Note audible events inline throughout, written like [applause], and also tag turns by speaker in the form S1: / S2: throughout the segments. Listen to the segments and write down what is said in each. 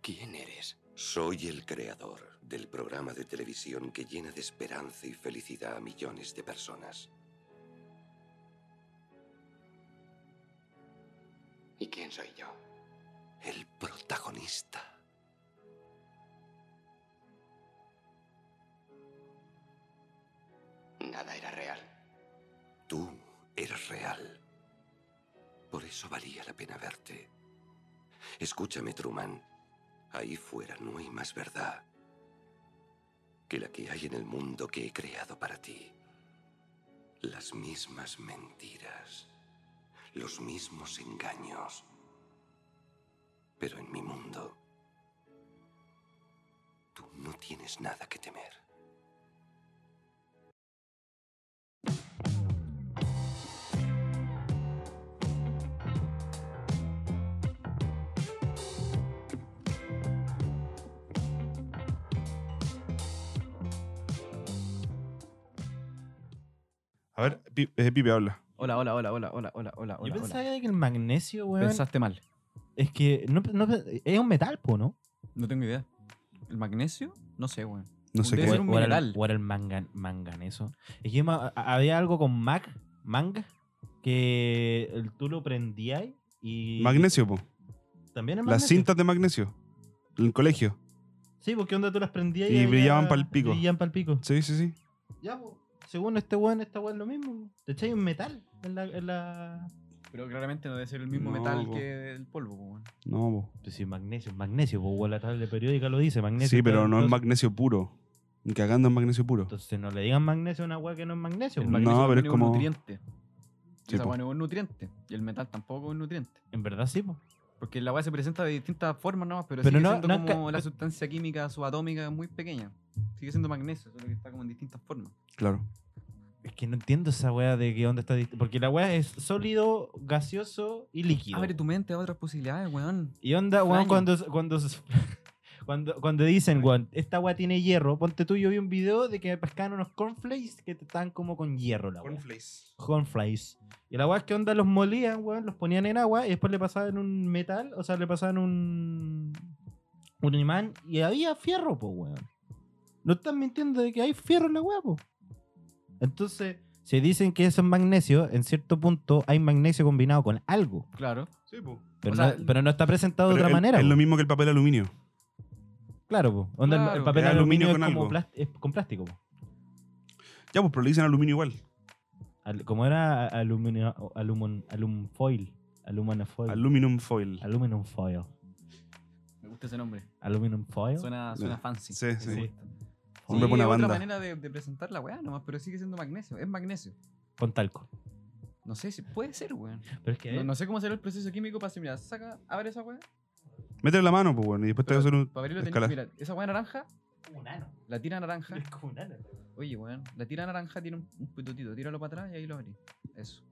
S1: ¿Quién eres?
S2: Soy el creador del programa de televisión que llena de esperanza y felicidad a millones de personas.
S1: ¿Y quién soy yo?
S2: El protagonista.
S1: Nada era real.
S2: Tú eres real. Por eso valía la pena verte. Escúchame, Truman. Ahí fuera no hay más verdad que la que hay en el mundo que he creado para ti. Las mismas mentiras, los mismos engaños. Pero en mi mundo, tú no tienes nada que temer.
S3: A ver, Pi- eh, Pipe habla.
S4: Hola, hola, hola, hola, hola, hola, hola.
S5: Yo
S4: hola.
S5: pensaba que el magnesio, weón,
S4: Pensaste mal.
S5: es que no, no- es un metal, po, ¿no?
S4: No tengo idea. ¿El magnesio? No sé, weón.
S3: No sé
S4: Debe
S3: qué.
S4: ser un
S5: o era el,
S4: mineral.
S5: o era el mangan- manganeso. Es que yo me- a- había algo con mag, manga, que el- tú lo prendías y...
S3: Magnesio, po.
S5: También es
S3: Las
S5: magnesio.
S3: cintas de magnesio. En el colegio.
S5: Sí, porque onda tú las prendías
S3: Y
S5: había-
S3: brillaban pa'l pico.
S5: Brillaban pa'l pico.
S3: Sí, sí, sí.
S5: Ya, po. Según este weón, esta weón es lo mismo. Te echáis un metal en la... En la...
S4: Pero claramente no debe ser el mismo
S3: No,
S4: metal
S3: po.
S4: que el polvo, po, weón.
S3: No, po.
S5: Pues sí, magnesio, magnesio, po, weón, la tabla periódica lo dice, magnesio.
S3: Sí, pero
S5: tal,
S3: no es
S5: entonces-
S3: magnesio puro. Ni Cagando en magnesio puro.
S5: Entonces no le digan magnesio a una weá que no es magnesio.
S4: El
S5: po.
S4: magnesio
S3: pero
S4: también
S3: es
S4: un
S3: como-
S4: nutriente.
S3: Sí,
S4: Esa
S3: po.
S4: weá no es un nutriente. Y el metal tampoco es un nutriente.
S5: En verdad sí, po.
S4: Porque la weá se presenta de distintas formas nomás, pero,
S5: Pero
S4: sigue
S5: no-
S4: siendo
S5: no es
S4: como
S5: ca-
S4: la sustancia química subatómica es muy pequeña. Sigue siendo magnesio, solo que está como en distintas formas.
S3: Claro.
S5: Es que no entiendo esa weá de qué onda está. dist- Porque la weá es sólido, gaseoso y líquido.
S4: Abre tu mente a otras posibilidades, weón.
S5: Y onda, weón,
S4: Extraño.
S5: cuando, cuando, [laughs] cuando, cuando dicen, weón, esta weá tiene hierro. Ponte tú, yo vi un video de que me pescaban unos cornflakes que te estaban como con hierro, la weá. Cornflakes. Y la weá es que onda los molían, weón, los ponían en agua y después le pasaban un metal, o sea, le pasaban un. un imán y había fierro, po, weón. No están mintiendo de que hay fierro en la weá, po. Entonces, si dicen que eso es magnesio, en cierto punto hay magnesio combinado con algo.
S4: Claro.
S3: Sí, po.
S5: Pero,
S4: O sea,
S5: no, pero no está presentado de otra manera.
S3: Es
S5: po.
S3: lo mismo que el papel aluminio.
S5: Claro, po. Onda, el- El,
S4: Claro.
S5: papel
S3: Es aluminio
S5: aluminio, es,
S3: con
S5: como
S3: algo.
S5: plas- es con plástico. po.
S3: Ya, pues, pero le dicen aluminio igual.
S5: Al- como era aluminio, alumun, alum foil, alumana foil,
S3: Aluminum foil.
S5: aluminum foil,
S4: Me gusta ese nombre.
S5: aluminum foil.
S4: Suena, suena fancy.
S3: Sí,
S4: Me
S3: sí.
S4: gusta.
S3: Un nombre
S4: Sí,
S3: para una
S4: es
S3: banda.
S4: otra manera de, de presentar la weá nomás, pero sigue siendo magnesio. Es magnesio.
S5: con talco.
S4: No sé si puede ser, weón.
S5: Pero es que
S4: No, no sé cómo será el proceso químico para asimilar. Saca, abre esa weá.
S3: Métele la mano, pues, bueno. Y después te va a hacer un.
S4: Para abrirlo tenés
S3: Escalar.
S4: que mirar. Esa weá naranja,
S5: un ano.
S4: la tira naranja.
S5: Es como un ano.
S4: Oye, weón, la tira naranja tiene un, un pitutito. Tíralo para atrás y ahí lo abrí. Eso.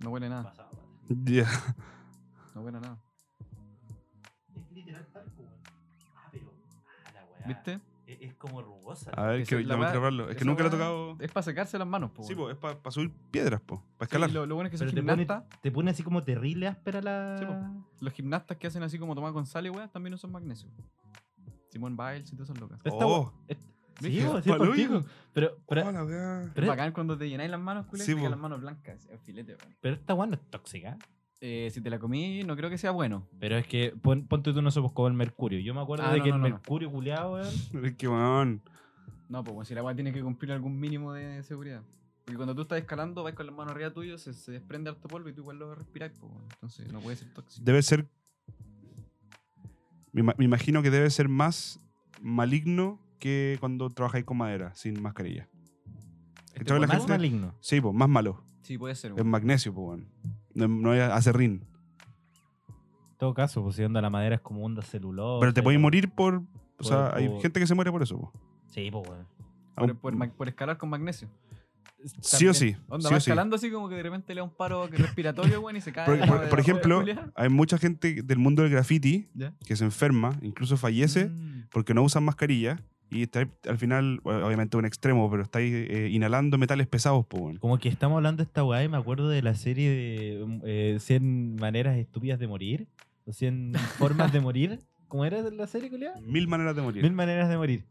S4: No huele a nada,
S3: [laughs] Ya.
S4: no huele a nada.
S5: Es literal talco, weón. Ah, pero. Ah, la weá.
S4: ¿Viste?
S5: Es, es como rugosa.
S3: A ver,
S4: Que
S3: que
S4: se- la
S3: ya me
S4: weá-
S3: probarlo. Es que
S4: esa
S3: nunca le he
S4: weá
S3: tocado.
S4: Es para secarse las manos, po.
S3: Sí,
S4: weón.
S3: pues, es para subir piedras, pues. Para
S4: Sí,
S3: escalar.
S4: lo, lo bueno es que son
S5: Pero te pone,
S4: gimnastas.
S5: te pone así como terrible áspera la.
S4: Sí, po. Los gimnastas que hacen así como tomar con sal y weón también usan magnesio. Simón Biles y todas esas locas.
S5: Esta
S3: Oh.
S5: weá- es- Sí,
S3: Qué
S5: po, sí, es
S3: palo,
S5: palpico.
S3: hijo.
S5: Pero, pero,
S3: Oh, la [laughs] weá.
S5: pero,
S4: Bacán cuando te llenáis las manos, culo, y
S3: Sí,
S4: te quedan
S3: po.
S4: las manos blancas. Es filete, weón.
S5: pero esta weá no es tóxica.
S4: Eh, si te la comí, no creo que sea bueno.
S5: Pero es que pon- ponte tú no somos como el mercurio. Yo me acuerdo
S4: Ah,
S5: de
S4: no,
S5: que
S4: no,
S5: el
S4: no, no.
S5: mercurio culeado, weón.
S3: Es que, weón.
S4: No, pues si la weá tiene que cumplir algún mínimo de seguridad. Porque cuando tú estás escalando, vas con las manos arriba tuyo, se, se desprende harto polvo y tú igual lo respiras, pues Entonces no puede ser tóxico.
S3: Debe ser. Me, ima- me imagino que debe ser más maligno que cuando trabajáis con madera, sin mascarilla.
S4: Este
S3: ¿cachai? la
S5: Más
S3: gente-
S5: maligno.
S3: Sí, pues, más malo.
S4: Sí, puede ser,
S3: Es
S4: weón.
S3: magnesio, pues, weón. No, no hay acerrín.
S5: En todo caso, pues si onda la madera es como onda celulosa.
S3: Pero te
S5: y
S3: podéis
S5: la-
S3: morir por. O sea,
S5: Por-
S3: hay
S5: por-
S3: gente que se muere por eso, po.
S5: Sí, pues, weón.
S4: Por, por ma- por escalar con magnesio.
S3: Sí o sí.
S4: Onda,
S3: sí
S4: va
S3: o sí.
S4: escalando así como que de repente le da un paro que respiratorio, weón, y se cae.
S3: Por,
S4: la
S3: por-
S4: weá de
S3: por
S4: la
S3: ejemplo,
S4: culia.
S3: hay mucha gente del mundo del graffiti
S4: Ya.
S3: que se enferma, incluso fallece,
S4: Mm.
S3: porque no usan mascarilla Y estáis, al final, bueno, obviamente un extremo, pero estáis eh, inhalando metales pesados, pues, weón.
S5: Como que estamos hablando de esta weá y me acuerdo de la serie de mm, eh, 100 maneras estúpidas de morir. O 100 formas de morir. ¿Cómo era la serie, culiada?
S3: Mil maneras de morir.
S5: Mil maneras de morir.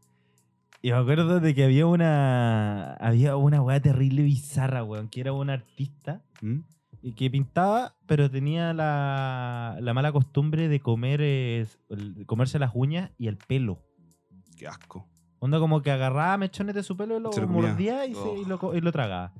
S5: Y me acuerdo de que había una. Había una weá terrible bizarra, weón, que era un artista
S3: ¿Mm?
S5: y que pintaba, pero tenía la, la mala costumbre de comer eh, el- comerse las uñas y el pelo.
S3: Qué asco.
S5: Onda como que agarraba mechones de su pelo y lo
S3: Se lo comía.
S5: mordía y, se-
S2: Oh.
S5: y lo, co- y lo tragaba.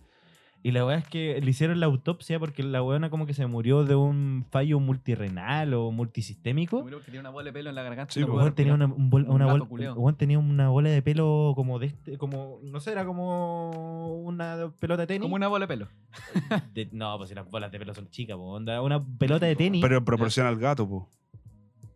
S5: Y la weá es que le hicieron la autopsia porque la weona como que se murió de un fallo multirrenal o multisistémico.
S4: Murió porque tenía una bola de pelo en la garganta.
S3: Sí,
S4: y no
S3: pues,
S5: El
S4: pudo
S5: weón tenía una,
S4: respirar.
S5: un bol-
S4: Un
S5: una
S4: gato
S5: bol-
S4: culiao.
S5: el weón tenía una bola de pelo como de este, como, no sé, era como una pelota de tenis.
S4: Como una bola de pelo.
S5: De- no, pues si las bolas de pelo son chicas, po, onda, una pelota de tenis.
S3: Pero proporciona al gato, pues.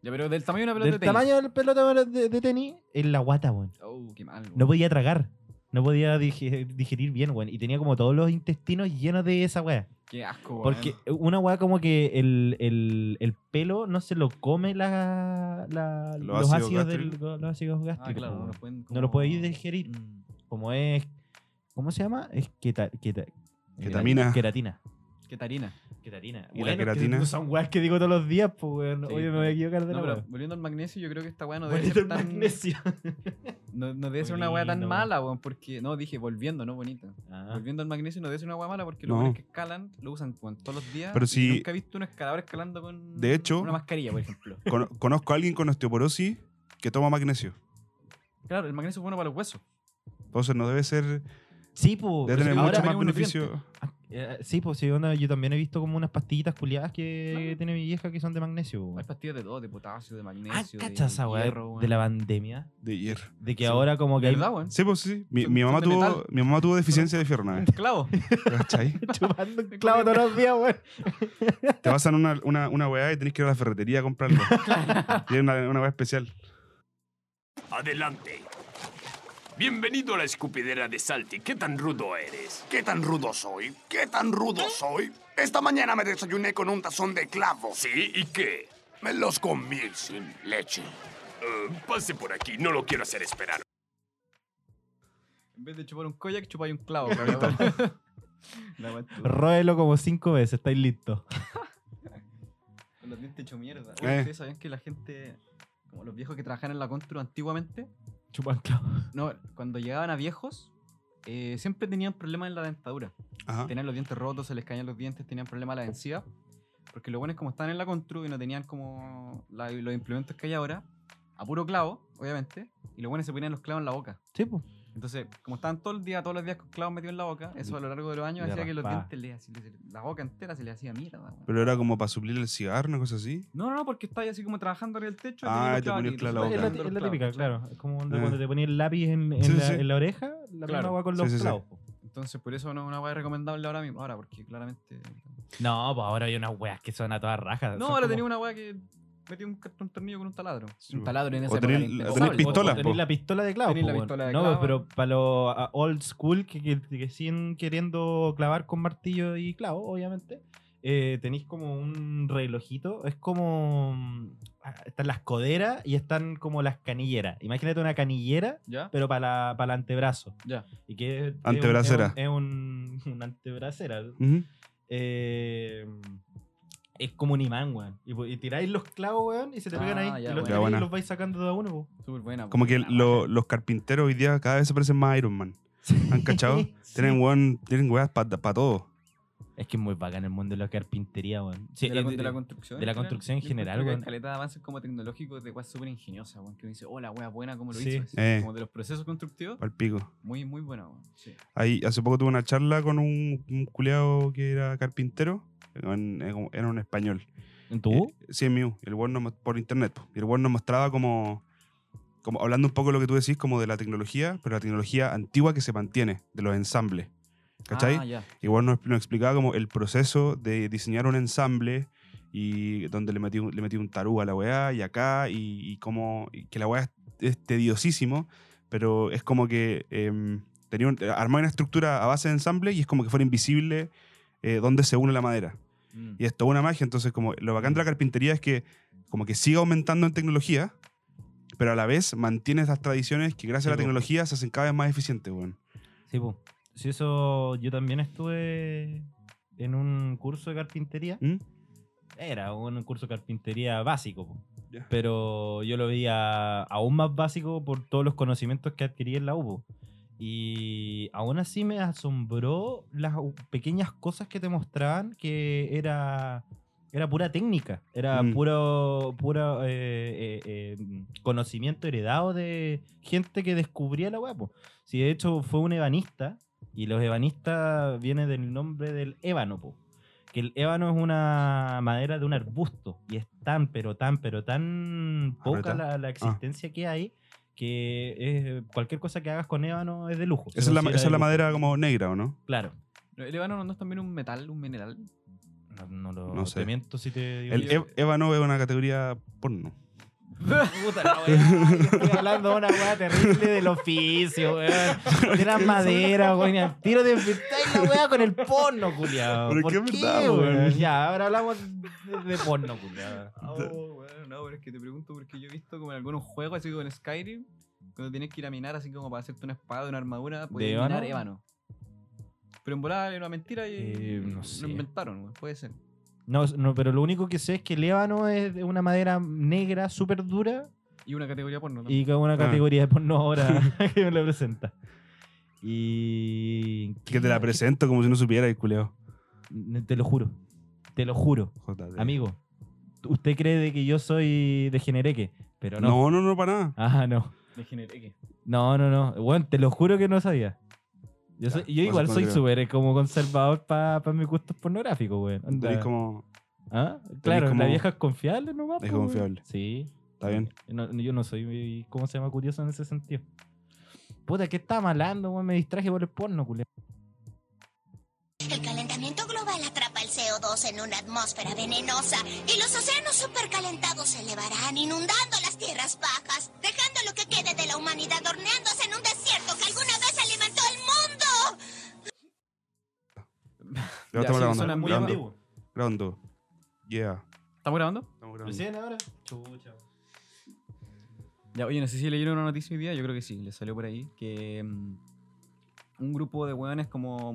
S4: Ya, pero del tamaño de una pelota
S5: del
S4: de tenis.
S5: tamaño de la pelota de, de tenis en la guata, weón.
S4: Oh, qué mal.
S5: No
S4: weón.
S5: podía tragar. No podía digi- digerir bien, weón. Y tenía como todos los intestinos llenos de esa weá.
S4: Qué asco, weón.
S5: Porque una weá como que el, el- el pelo no se lo come la, la-
S3: Los
S5: los,
S3: ácidos
S5: ácidos del- los ácidos
S4: Ah,
S5: gástricos.
S4: claro,
S5: po,
S4: no lo
S5: weón.
S4: pueden.
S5: No lo podéis digerir.
S4: Mm.
S5: Como es. ¿Cómo se llama? Es queta, queta-
S3: Ketamina.
S5: Queratina.
S4: Qué tarina.
S5: Queratina.
S3: ¿Y la
S5: Bueno, que
S3: queratina?
S5: no son weas que digo todos los días, pues, weón.
S4: Sí,
S5: Oye, me voy a equivocar de
S4: No,
S5: la
S4: pero
S5: wea.
S4: volviendo al magnesio, yo creo que esta weá no debe
S5: Bonito
S4: ser
S5: el
S4: tan.
S5: magnesio.
S4: No, no debe ser una weá tan
S5: Bonito.
S4: mala, weón, porque. No, dije volviendo, no bonita.
S5: [laughs] Ah.
S4: Volviendo al magnesio, no debe ser una weá mala porque
S3: No.
S4: los weones que escalan lo usan weón, todos los días.
S3: Pero
S4: y
S3: si-
S4: Nunca he visto un escalador escalando con.
S3: De hecho-
S4: Una mascarilla, por ejemplo.
S3: [laughs] Cono- conozco a alguien con osteoporosis que toma magnesio.
S4: claro, el magnesio es bueno para los huesos.
S3: Entonces no debe ser.
S5: Sí, pues.
S3: Debe tener
S4: Oh, ahora
S3: mucho más
S4: tenemos
S3: beneficio.
S4: nutrientes.
S5: sí, pues sí, onda, yo también he visto como unas pastillitas culiadas que tiene mi vieja que son de magnesio.
S4: Hay
S5: weón.
S4: pastillas de todo, de potasio, de magnesio.
S5: Ah,
S4: de
S5: cacha esa weá
S4: hierro,
S5: de
S4: weón.
S5: la pandemia.
S3: De hierro.
S5: De que
S4: Sí.
S5: ahora como que hay
S4: ¿Verdad, weón?
S3: Sí, pues sí. Mi,
S4: Son-
S3: mi mamá
S4: son de
S3: tuvo,
S4: metal.
S3: mi mamá tuvo deficiencia de fierro una
S4: [laughs]
S3: vez.
S5: [laughs]
S4: Clavo.
S3: ¿Cachai?
S5: [laughs] chupando un clavo todos los días, [laughs] weón.
S3: Te pasan una, una, una weá y tenés que ir a la ferretería a
S4: [laughs]
S3: comprarlo. Tiene una, una weá especial.
S6: Adelante. Bienvenido a la escupidera de Salty. ¿Qué tan rudo eres?
S1: ¿Qué tan rudo soy? ¿Qué tan rudo soy? Esta mañana me desayuné con un tazón de clavos.
S6: ¿Sí? ¿Y qué?
S1: Me los comí sin leche.
S6: Eh, pase por aquí, no lo quiero hacer esperar.
S4: En vez de chupar un koyak, chupáis un
S5: [laughs]
S4: clavo. weón. La weá estuvo-
S5: Róelo como cinco veces, estáis listos. [laughs]
S4: Con los dientes hecho mierda.
S3: Eh.
S4: Oye, ¿Ustedes sabían que la gente, como los viejos que trabajaban en la Contru antiguamente,
S5: Chupan clavo.
S4: no, cuando llegaban a viejos, eh, siempre tenían problemas en la dentadura.
S3: Ajá.
S4: Tenían los dientes rotos, se les caían los dientes, tenían problemas en la encía. Porque los buenos como estaban en la Contru y no tenían como la- los implementos que hay ahora, a puro clavo, obviamente, y los buenos se ponían los clavos en la boca.
S5: Sí, pues.
S4: Entonces, como estaban todo el día, todos los días con clavos metidos en la boca,
S3: Mm.
S4: eso a lo largo de los años
S5: Le
S4: hacía que los
S5: raspaba.
S4: dientes, le, así- le- la boca entera se les hacía mierda. weón.
S3: Pero era como para suplir el cigarro, una cosa así.
S4: No, no, no, porque estáis así como trabajando arriba del techo.
S3: Ah,
S4: tenéis
S3: te
S4: los
S3: ponía el
S4: clavos
S3: clavo
S4: aquí,
S5: Es
S3: en la
S5: la,
S4: entonces
S5: es la
S4: estáis
S5: típica,
S4: dando los
S5: claro. Es como
S3: Ah.
S5: cuando te ponías el lápiz en, en
S3: Sí, sí,
S5: la,
S3: sí.
S5: en la oreja, la
S4: Claro.
S5: misma weá con
S3: Sí,
S5: los
S3: sí, sí.
S5: clavos. po.
S4: clavos. Entonces, por eso no es una weá recomendable ahora mismo. Ahora, porque claramente.
S5: No, pues ahora hay unas weas que son a todas rajas.
S4: No,
S5: Son
S4: ahora
S5: como-
S4: tenía una weá que metió un, cart- un tornillo con un taladro.
S3: Sí,
S4: un
S3: po.
S4: taladro en
S3: O
S4: esa época
S3: tenía-
S4: era
S3: la-
S4: impensable.
S3: tenía pistola.
S5: O
S3: po.
S5: Tenés la pistola de clavo.
S4: Tenés
S5: po,
S4: la
S5: weón.
S4: pistola de
S5: no,
S4: clavo.
S5: pero para los ah, old school que, que- que siguen queriendo clavar con martillo y clavo, obviamente, eh, tenéis como un relojito. Es como. mm, ah, Están las coderas y están como las canilleras. Imagínate una canillera,
S4: ¿Ya?
S5: pero para, la- para el antebrazo.
S4: Ya.
S5: Y que es- es un-
S3: Antebracera.
S5: Es un, es un- una antebracera.
S3: Ujú.
S5: Eh, es como un imán, weón. Y, po- y tiráis los clavos, weón, y se te pegan
S4: Ah,
S5: ahí.
S4: ya,
S5: y
S4: buena.
S5: los,
S4: Ya,
S5: tiráis y
S3: buena.
S5: los vais sacando de a uno, po.
S4: Súper buena.
S3: Como que
S4: buena,
S3: lo-
S4: weá.
S3: los carpinteros hoy día cada vez se parecen más a Iron Man. ¿Han
S4: [laughs]
S3: cachado?
S5: [laughs] Sí.
S3: Tienen, weón, tienen weas para todo.
S5: Es que es muy bacán el mundo de la carpintería, weón. Sí,
S4: de, la,
S5: eh,
S4: de la construcción.
S5: de la construcción en
S4: Yo
S5: general,
S4: encuentro que hay
S5: weón.
S4: caleta de avances como tecnológicos de weá súper ingeniosa, weón. Que uno dice, oh, la weá buena, como lo
S5: Sí.
S4: hizo. así,
S3: Eh.
S4: Como de los procesos constructivos,
S3: Al pico.
S4: muy, muy buena, weón. Sí.
S3: Ahí, hace poco tuve una charla con un, un culeado que era carpintero. eh, en- en- Era un español.
S5: ¿En tu U?
S3: Eh, sí, en mi U, El weón nos mos- por internet. po. Y el weón nos mostraba como, como. Hablando un poco de lo que tú decís, como de la tecnología, pero la tecnología antigua que se mantiene, de los ensambles. ¿Cachai?
S4: Ah, ya.
S3: Igual nos, nos explicaba como el proceso de diseñar un ensamble y donde le metí, un- le metí un tarú a la weá y acá y, y como y que la weá es, es tediosísimo, pero es como que em, tenía un- armaba una estructura a base de ensamble y es como que fuera invisible eh, dónde se une la madera.
S4: Mm.
S3: Y es toda una magia, entonces como lo bacán de la carpintería es que como que sigue aumentando en tecnología, pero a la vez mantiene esas tradiciones que gracias a la
S5: Sí, po.
S3: tecnología se hacen cada vez más eficientes, weón.
S5: Sí, po. Si eso, yo también estuve en un curso de carpintería.
S3: ¿Mm?
S5: Era un curso de carpintería básico, po.
S3: Ya.
S5: pero yo lo veía aún más básico por todos los conocimientos que adquirí en la U. po. Y aún así me asombró las u- pequeñas cosas que te mostraban que era, era pura técnica, era
S3: Mm.
S5: puro, puro eh, eh, eh, conocimiento heredado de gente que descubría la hueá. Si de hecho fue un ebanista, y los ebanistas viene del nombre del ébano, po. Que el ébano es una madera de un arbusto y es tan, pero tan, pero tan poca
S3: Aprieta.
S5: la, la existencia que hay que es- cualquier cosa que hagas con ébano es de lujo. se
S3: Esa es la,
S5: considera
S3: esa
S5: de
S3: es la
S5: lujo.
S3: madera como negra, ¿o no?
S5: Claro.
S4: ¿El ébano no es también un metal,
S3: [laughs]
S4: un mineral?
S5: No, no lo
S3: No sé.
S5: te miento si te digo.
S3: El
S5: yo.
S3: eb- ébano es una categoría porno.
S5: Puta la weá, yo estoy hablando de una weá terrible del
S3: [laughs]
S5: oficio, weón. De la madera, weón. y al Tiro de inventáis la weá con el porno, culiado.
S3: Pero
S5: ¿Por
S3: qué
S5: qué,
S3: es verdad, weón.
S5: weón? Ya, ahora hablamos de de porno, culiado.
S4: Oh, no, pero es que te pregunto porque yo he visto como en algunos juegos, así como en Skyrim, cuando tienes que ir a minar, así como para hacerte una espada, una armadura, podías
S5: ébano?
S4: minar ébano. Pero en volada era una mentira y
S5: Eh, no sé.
S4: lo inventaron, weón, puede ser.
S5: No, no, pero lo único que sé es que el ébano es de una madera negra súper dura
S4: Y una categoría porno.
S5: y con
S3: Ah.
S5: una categoría de porno ahora
S3: [laughs]
S5: [laughs] que me la presenta. Y.
S3: Que te la presento como si no supiera el culeo.
S5: Te lo juro. Te lo juro.
S3: JD.
S5: Amigo, usted cree de que yo soy de Genereque, pero no.
S3: No, no, no, para nada.
S5: Ah, no.
S4: De genereque.
S5: No, no, no. Bueno, te lo juro que no sabía. Yo, soy-
S3: Ya,
S5: yo
S3: no
S5: igual
S3: sé cómo
S5: soy
S3: te creo.
S5: súper eh, como conservador para mis gustos pornográficos, güey. Onda.
S3: Tenéis como.
S5: ¿Ah? Claro,
S3: como-
S5: la vieja es confiable nomás.
S3: Es
S5: po, güey.
S3: confiable.
S5: Sí.
S3: Está bien.
S5: No- yo no soy, muy- ¿cómo se llama? Curioso en ese sentido. Puta, ¿qué estaba malando, güey? Me distraje por el porno, culé.
S7: El calentamiento global atrapa el CO2 en una atmósfera venenosa y los océanos supercalentados se elevarán inundando las tierras bajas, dejando lo que quede de la humanidad horneándose en un desierto que alguna vez alimentó el mundo.
S3: Le
S4: Ya,
S3: estamos
S4: sí,
S3: grabando.
S4: suena muy
S3: grabando,
S4: antiguo.
S3: grabando. Yeah.
S4: ¿Estamos grabando?
S3: Estamos grabando.
S5: ahora? Chucha.
S4: Ya, oye, no sé si leyeron una noticia hoy día, yo creo que sí, les salió por ahí, que mm, un grupo de hueones como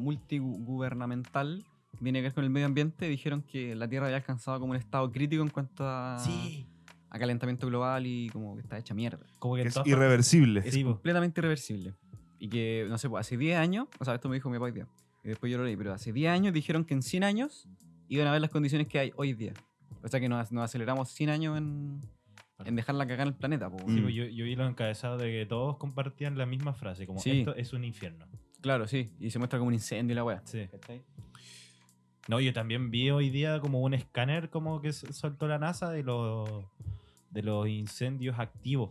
S4: multigubernamental que tiene que ver con el medio ambiente dijeron que la Tierra había alcanzado como un estado crítico en cuanto
S5: Ah.
S4: a,
S5: Sí.
S4: a calentamiento global y como que está hecha mierda.
S5: Como que
S3: Que es
S5: todas-
S3: irreversible.
S5: Sí, po.
S4: Completamente irreversible. Y que, no sé, pues, hace 10 años, o sea, esto me dijo mi papá hoy día, y después yo lo leí, pero hace 10 años dijeron que en 100 años iban a ver las condiciones que hay hoy día. O sea que nos, nos aceleramos 100 años en, en dejarla cagar en el planeta. po,
S5: Sí,
S4: weón.
S5: pues,
S3: Mm.
S5: yo, yo vi los encabezados de que todos compartían la misma frase, como
S4: Sí.
S5: esto es un infierno.
S4: Claro, sí. Y se muestra como un incendio y la weá.
S5: Sí. No, yo también vi hoy día como un escáner como que s- soltó la NASA de los de los incendios activos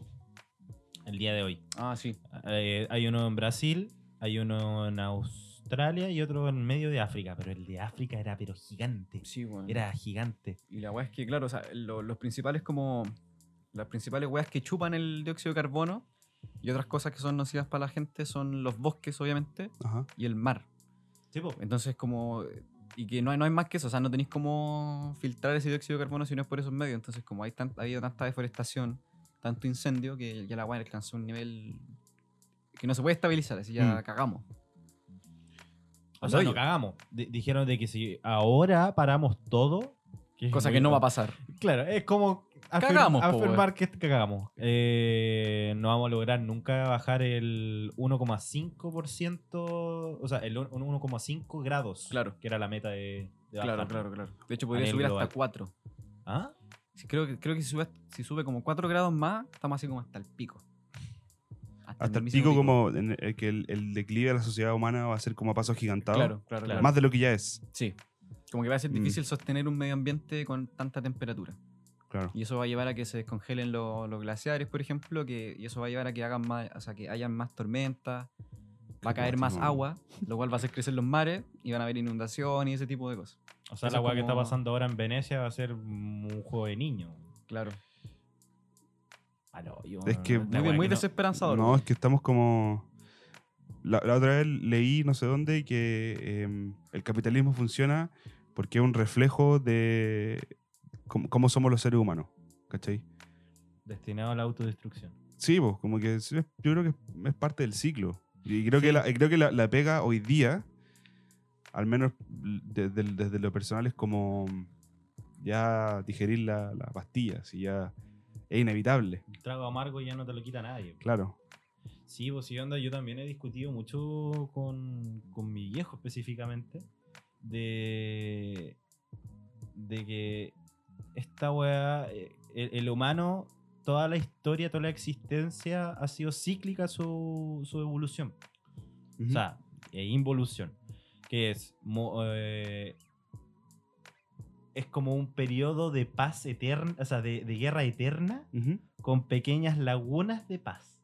S5: el día de hoy.
S4: Ah, sí.
S5: Eh, hay uno en Brasil, hay uno en Australia y otro en medio de África, pero el de África era pero gigante,
S4: Sí, weón.
S5: era gigante.
S4: Y la weá es que, claro, o sea, lo- los principales como. Las principales weas que chupan el dióxido de carbono y otras cosas que son nocivas para la gente son los bosques, obviamente,
S3: Ajá.
S4: y el mar.
S5: Sí, po.
S4: Entonces, como. eh, Y que no hay, no hay más que eso, o sea, no tenéis cómo filtrar ese dióxido de carbono si no es por esos medios. Entonces, como hay tan, ha habido tanta deforestación, tanto incendio, que ya la weá alcanzó un nivel que no se puede estabilizar, así ya
S3: Mm.
S4: cagamos.
S5: O sea, no
S4: Oye.
S5: cagamos. Di- dijeron de que si ahora paramos todo, es
S4: Cosa
S5: muy
S4: que no va a
S5: importante.
S4: pasar.
S5: Claro, es como afir-
S4: Cagamos, po,
S5: afirmar que cagamos. Eh, no vamos a lograr nunca bajar el 1,5%, o sea, el un- un 1,5 grados,
S4: Claro.
S5: que era la meta de, de
S4: Claro,
S5: bajar.
S4: claro, claro. De hecho, podría
S5: nivel
S4: subir
S5: global.
S4: hasta 4.
S5: ¿Ah?
S4: Sí, creo que, creo que si, sube, si sube como 4 grados más, estamos así como hasta el pico.
S3: Hasta el
S4: mismísimo
S3: pico, como en el que el, el declive de la sociedad humana va a ser como a pasos gigantados.
S4: Claro, claro, claro.
S3: Más de lo que ya es.
S4: Sí. Como que va a ser
S3: Mm.
S4: difícil sostener un medio ambiente con tanta temperatura.
S3: Claro.
S4: Y eso va a llevar a que se descongelen lo- los glaciares, por ejemplo, que, y eso va a llevar a que hagan más, o sea, que hayan más tormentas, va a caer más
S3: lástima.
S4: agua, lo cual va a hacer crecer los mares y van a haber inundaciones y ese tipo de cosas.
S5: O sea,
S4: Eso
S5: la
S4: es
S5: weá que está
S4: como-
S5: pasando ahora en Venecia va a ser un juego de niño.
S4: Claro.
S3: Es que-
S4: Muy, muy desesperanzador.
S3: No, es que estamos como. La, la otra vez leí, no sé dónde, que eh, el capitalismo funciona porque es un reflejo de cómo, cómo somos los seres humanos. ¿Cachai?
S5: Destinado a la autodestrucción.
S3: Sí, pues, como que es- yo creo que es parte del ciclo. Y creo que, la, creo que la, la pega hoy día, al menos de- de- desde lo personal, es como ya digerir la, la pastilla, si ya es inevitable,
S5: El trago amargo ya no te lo quita nadie.
S3: claro.
S5: Sí, pues sí, onda, yo también he discutido mucho con, con mi viejo específicamente de, de que esta weá, eh, el, el humano, toda la historia, toda la existencia ha sido cíclica su, su evolución. O sea, e involución. Que es. mo- eh, es como un periodo de paz eterna, o sea, de, de guerra eterna
S3: Ujú.
S5: con pequeñas lagunas de paz.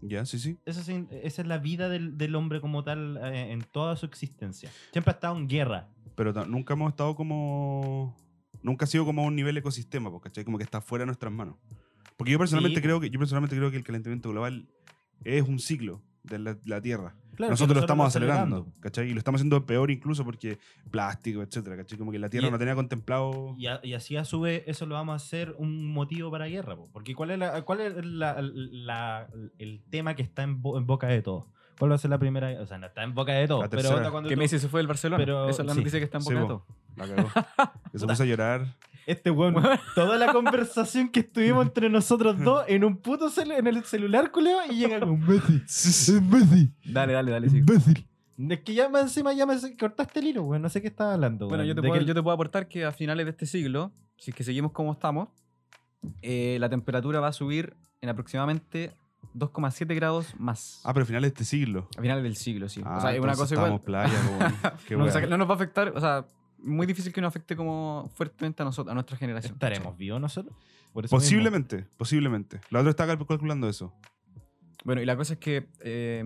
S3: Ya, sí, sí.
S5: Eso es in- esa es la vida del, del hombre como tal eh, en toda su existencia. Siempre ha estado en guerra.
S3: Pero ta- nunca hemos estado como. Nunca ha sido como un nivel ecosistema, pues, ¿cachai? Como que está fuera de nuestras manos. Porque yo personalmente
S5: Sí.
S3: creo que yo personalmente creo que el calentamiento global es un ciclo de la, la Tierra.
S5: Claro,
S3: nosotros,
S5: que
S3: lo estamos acelerando,
S5: acelerando.
S3: ¿cachai? Y lo estamos haciendo peor incluso porque plástico, etcétera, ¿cachai? Como que la Tierra
S5: Y-
S3: no tenía contemplado.
S5: Y, a- y así a su vez eso lo vamos a hacer un motivo para guerra. po. Porque ¿cuál es, la- cuál es la- la- el tema que está en, bo- en boca de todos? ¿Cuál va a ser la primera? O sea, no está en boca de todos.
S3: La
S5: Pero
S3: tercera.
S5: onda cuando
S4: Que
S5: tú-
S4: Messi se fue del Barcelona.
S5: Pero-
S4: Esa es la
S5: sí.
S4: noticia que está en
S3: Sí,
S4: boca de
S3: po.
S4: todo.
S3: La cagó.
S4: [laughs]
S3: que se
S5: Puta.
S3: puso a llorar.
S5: Este weón, toda la conversación que estuvimos
S3: [laughs]
S5: entre nosotros dos en un puto celu- en el celular, culeo, y llega con
S3: [laughs]
S5: Messi. es Messi.
S4: Dale, dale, dale. sí.
S5: Imbécil. Es que ya más encima ya me cortaste el hilo, weón. No sé qué estaba hablando,
S4: Bueno,
S5: weón.
S4: yo te,
S5: De
S4: puedo,
S5: que-
S4: yo te puedo aportar que a finales de este siglo, si es que seguimos como estamos, eh, la temperatura va a subir en aproximadamente 2,7 grados más.
S3: Ah, pero al final de este siglo.
S4: A finales del siglo, sí.
S3: Ah,
S4: o sea, es una
S3: entonces
S4: cosa igual.
S3: estábamos playa, po,
S4: [laughs]
S3: weón. Qué
S4: No, o sea,
S3: weá.
S4: que no nos va a afectar, o sea, muy difícil que nos afecte como fuertemente a nosotros, a nuestra generación.
S5: ¿Estaremos vivos nosotros? Por eso
S3: Posiblemente, posiblemente. La otra está cal- calculando eso.
S4: Bueno, y la cosa es que, eh,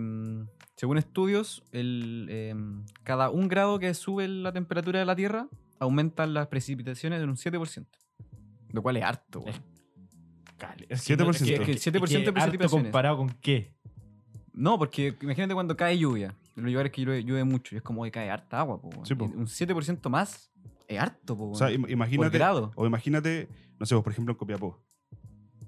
S4: según estudios, el, eh, cada un grado que sube la temperatura de la Tierra aumentan las precipitaciones en un 7%. Lo cual es harto, güey.
S5: mismo. Cale, es que-
S3: 7%.
S5: es que-
S4: Que el 7%
S5: es que
S4: de
S5: harto
S4: precipitaciones.
S5: comparado con qué?
S4: No, porque imagínate cuando cae lluvia. En los lugares que llueve, llueve mucho. Y es como que cae harta agua, po, weón.
S3: Sí, po.
S4: Y Un 7% más es harto, po,
S3: O sea,
S4: weón.
S3: im- imagínate. [laughs]
S4: Por grado.
S3: O imagínate, no sé, pues, por ejemplo, en Copiapó.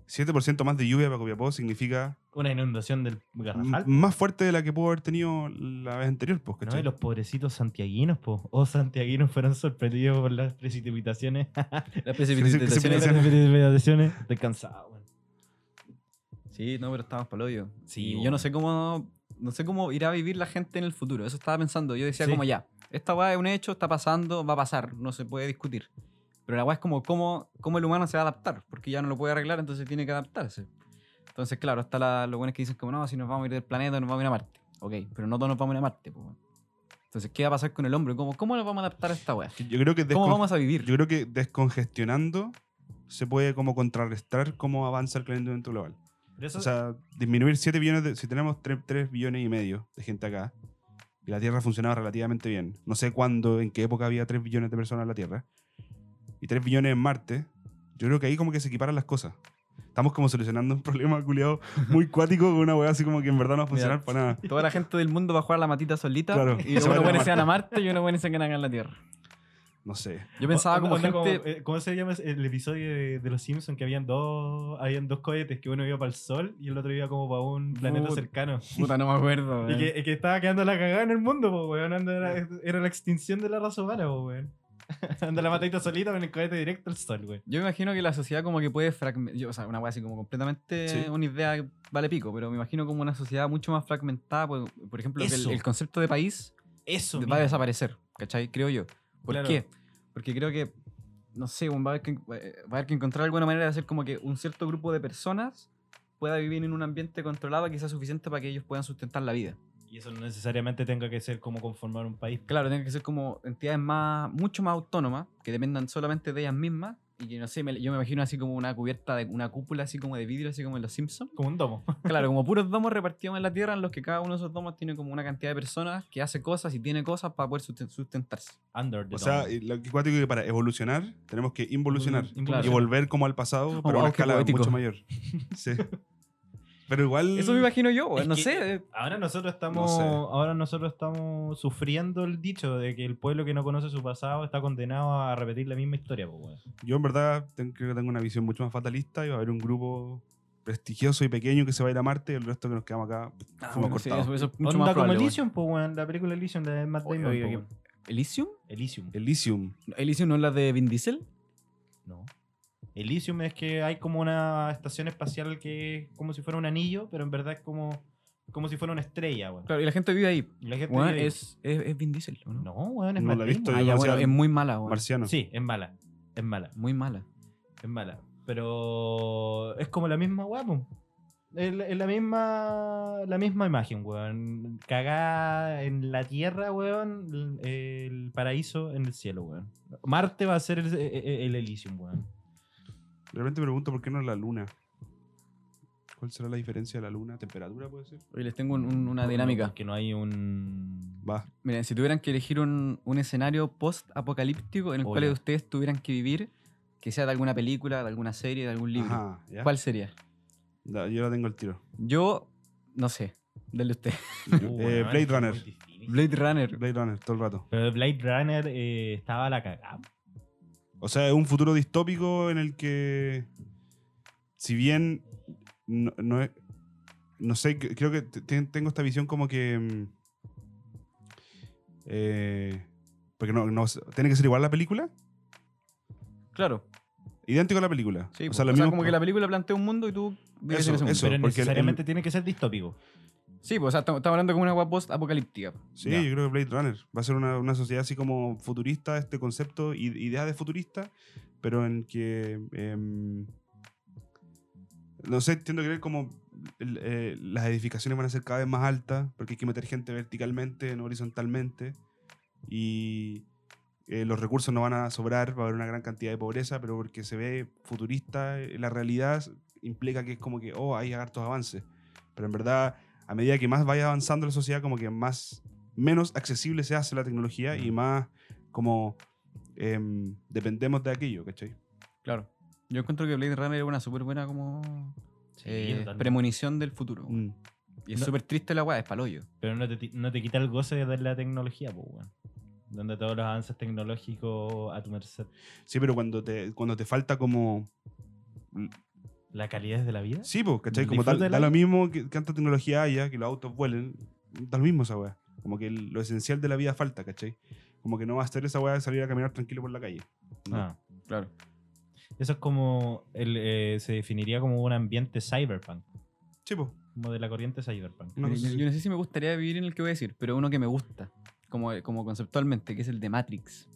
S3: 7% más de lluvia para Copiapó significa
S5: Una inundación del
S3: m-
S5: garrafal.
S3: más fuerte de la que pudo haber tenido la vez anterior, pues,
S5: ¿no?
S3: ¿cachai?
S5: Y los pobrecitos santiaguinos, po. Oh, [laughs] santiaguinos fueron sorprendidos por
S3: [laughs]
S5: las precipitaciones. [laughs]
S4: Las
S3: precipitaciones-
S5: las precipitaciones. Descansado, weón.
S4: Sí, no, pero estamos para el hoyo.
S5: Sí,
S4: Y
S5: bueno.
S4: yo no sé cómo no sé cómo irá a vivir la gente en el futuro. Eso estaba pensando. Yo decía
S5: Sí.
S4: como ya, esta weá es un hecho, está pasando, va a pasar, no se puede discutir. Pero la weá es como cómo, cómo el humano se va a adaptar, porque ya no lo puede arreglar, entonces tiene que adaptarse. Entonces, claro, está la, los buenos que dicen como no, si nos vamos a ir del planeta, nos vamos a ir a Marte. Ok, pero no todos nos vamos a ir a Marte. Pues, weón. entonces, ¿qué va a pasar con el hombre? ¿Cómo, cómo nos vamos a adaptar a esta weá?
S3: Yo creo que descon-
S4: ¿Cómo vamos a vivir?
S3: yo creo que descongestionando se puede como contrarrestar cómo avanza el calentamiento global.
S5: Pero eso,
S3: O sea, disminuir 7 billones de- si tenemos 3, billones y medio de gente acá y la Tierra funcionaba relativamente bien. No sé cuándo, en qué época había 3 billones de personas en la Tierra y 3 billones en Marte. Yo creo que ahí como que se equiparan las cosas. Estamos como solucionando un [laughs] problema culiado muy cuático con una weá así como que en verdad no va a funcionar para nada.
S4: Toda la gente del mundo va a jugar la matita solita.
S3: Claro,
S4: y
S3: se
S4: los
S3: van a
S4: buenos
S3: Marte.
S4: sean a Marte y unos buenos sean acá en la Tierra.
S3: No sé.
S4: Yo pensaba como
S5: Onda,
S4: gente...
S5: como, eh, ¿Cómo se llama ese- el episodio de, de los Simpsons? Que habían dos, habían dos cohetes, que uno iba para el sol y el otro iba como para un planeta
S4: Puta.
S5: cercano.
S4: Puta, no me acuerdo.
S5: [laughs] Y
S4: weón.
S5: que, y que estaba quedando la cagada en el mundo, po, weón. Anda, Era, era la extinción de la raza humana, po, weón. [laughs] Anda la matadita solita con el cohete directo al sol, weón.
S4: Yo me imagino que la sociedad como que puede fragmentar, o sea, una weá así como completamente
S3: Sí.
S4: una idea que vale pico, pero me imagino como una sociedad mucho más fragmentada, por, por ejemplo, que el,
S5: Eso.
S4: el concepto de país
S5: Eso,
S4: va a desaparecer, ¿cachai? Creo yo. ¿Por
S5: Claro.
S4: qué? Porque creo que, no sé, weón, va a, haber que, eh, va a haber que encontrar alguna manera de hacer como que un cierto grupo de personas pueda vivir en un ambiente controlado que sea suficiente para que ellos puedan sustentar la vida.
S5: Y eso no necesariamente tenga que ser como conformar un país.
S4: Claro, tienen que ser como entidades más, mucho más autónomas, que dependan solamente de ellas mismas. Y que no sé, me- yo me imagino así como una cubierta de una cúpula así como de vidrio, así como en los Simpsons.
S5: Como un domo. [laughs]
S4: Claro, como puros domos repartidos en la tierra, en los que cada uno de esos domos tiene como una cantidad de personas que hace cosas y tiene cosas para poder susten- sustentarse.
S5: Under the
S3: O sea,
S5: dome.
S3: y lo que cuático es que para evolucionar tenemos que involucionar
S4: Claro.
S3: y volver como al
S4: [laughs]
S3: pasado, pero a
S4: wow,
S3: una
S4: qué
S3: escala
S4: poético.
S3: mucho mayor.
S4: [laughs]
S3: Sí. Pero igual
S4: Eso me imagino yo,
S5: Es
S4: no
S5: que
S4: sé. eh,
S5: Ahora nosotros estamos,
S3: sé.
S5: ahora nosotros estamos sufriendo el dicho de que el pueblo que no conoce su pasado está condenado a repetir la misma historia, po, weón.
S3: Yo en verdad ten- creo que tengo una visión mucho más fatalista y va a haber un grupo prestigioso y pequeño que se va a ir a Marte, el resto que nos quedamos acá
S4: Ah,
S3: fuimos
S4: bueno, sí,
S3: cortados.
S4: eso, eso es mucho
S5: Onda
S4: más
S5: como
S4: probable,
S5: Elysium, po, weón. La película Elysium de Matt
S4: weón.
S5: Damon,
S4: Oye,
S5: po,
S4: oye,
S5: weón.
S4: ¿qué- ¿Elysium?
S5: Elysium.
S3: Elysium.
S4: ¿Elysium no es la de Vin Diesel?
S5: No. Elysium es que hay como una estación espacial que es como si fuera un anillo, pero en verdad es como, como si fuera una estrella, weón.
S4: Claro, y la gente vive ahí.
S5: Y la gente
S4: Weón,
S5: vive ahí.
S4: es, es, es Vin Diesel, ¿o ¿no?
S5: No, weón, es
S3: No
S5: Matt
S3: la he visto
S5: Damon.
S4: Ah, ya, bueno,
S3: Marciano.
S4: es muy mala, weón.
S3: Marciano.
S5: Sí, es mala. Es mala.
S4: Muy mala.
S5: Es mala. Pero es como la misma weá, po. Es la- es la misma, la misma imagen, weón. Cagá en la tierra, weón. El, el paraíso en el cielo, weón. Marte va a ser el, el, el Elysium, weón.
S3: De repente me pregunto por qué no la luna. ¿Cuál será la diferencia de la luna? ¿Temperatura puede ser?
S4: Oye, les tengo un- un- una dinámica.
S5: Que no hay un.
S3: Va.
S4: Miren, si tuvieran que elegir un, un escenario post-apocalíptico en el
S5: Oh,
S4: cual
S5: ya.
S4: ustedes tuvieran que vivir, que sea de alguna película, de alguna serie, de algún libro,
S3: Ajá, ¿ya?
S4: ¿cuál sería?
S3: Da- yo la tengo el
S4: [laughs]
S3: tiro.
S4: Yo, no sé, del de usted.
S5: Uh,
S3: Eh,
S5: weón,
S3: Blade
S5: es muy
S3: Runner.
S5: difícil.
S4: Blade Runner.
S3: [laughs] Blade Runner, todo el rato.
S5: Pero Blade Runner eh, estaba a la cagada.
S3: O sea, es un futuro distópico en el que, si bien no, no es- no sé, cre- creo que te- te- tengo esta visión como que... mm, eh, porque no, no, tiene que ser igual la película.
S4: Claro.
S3: Idéntico a la película.
S4: Sí,
S3: o
S4: pues,
S3: sea, lo mismo-
S4: como que la película plantea un mundo y tú vives
S3: Eso,
S4: en ese mundo.
S3: eso.
S5: Pero
S3: porque el-
S5: necesariamente tiene que ser distópico.
S4: Sí, pues, o sea, estamos estamos hablando como una agua post-apocalíptica.
S3: Sí,
S5: Ya.
S3: yo creo que Blade Runner va a ser una, una sociedad así como futurista, este concepto, i- idea de futurista, pero en que. em, no sé, tiendo a creer como el- eh, las edificaciones van a ser cada vez más altas, porque hay que meter gente verticalmente, no horizontalmente, y eh, los recursos no van a sobrar, va a haber una gran cantidad de pobreza, pero porque se ve futurista, eh, la realidad implica que es como que, oh, hay hartos avances, pero en verdad a medida que más vaya avanzando la sociedad, como que más menos accesible se hace la tecnología y más como em, dependemos de aquello, ¿cachai?
S4: Claro. Yo encuentro que Blade Runner es una súper buena como eh,
S5: totalmente.
S4: premonición del futuro. weón.
S3: Mm.
S4: Y es
S5: No-
S4: súper triste la weá, es palollo.
S5: Pero no te, no te quita el goce de la tecnología, pues, weón. Donde todos los avances tecnológicos a tu merced.
S3: Sí, pero cuando te, cuando te falta como...
S5: La calidez de la vida.
S3: Sí, pues, ¿cachai?
S5: El
S3: Como tal,
S5: disfrute de
S3: da
S5: la-
S3: lo mismo que, que tanta tecnología haya, que los autos vuelen, da lo mismo esa weá. Como que lo esencial de la vida falta, ¿cachai? Como que no va a ser esa weá de salir a caminar tranquilo por la calle. No.
S5: Ah.
S4: Claro.
S5: Eso es como. el, eh, se definiría como un ambiente cyberpunk.
S3: Sí, pues.
S5: Como de la corriente cyberpunk.
S3: una
S4: Eh, Yo,
S3: cosa
S4: yo-
S3: así.
S4: yo no sé si me gustaría vivir en el que voy a decir, pero uno que me gusta, como, como conceptualmente, que es el de Matrix.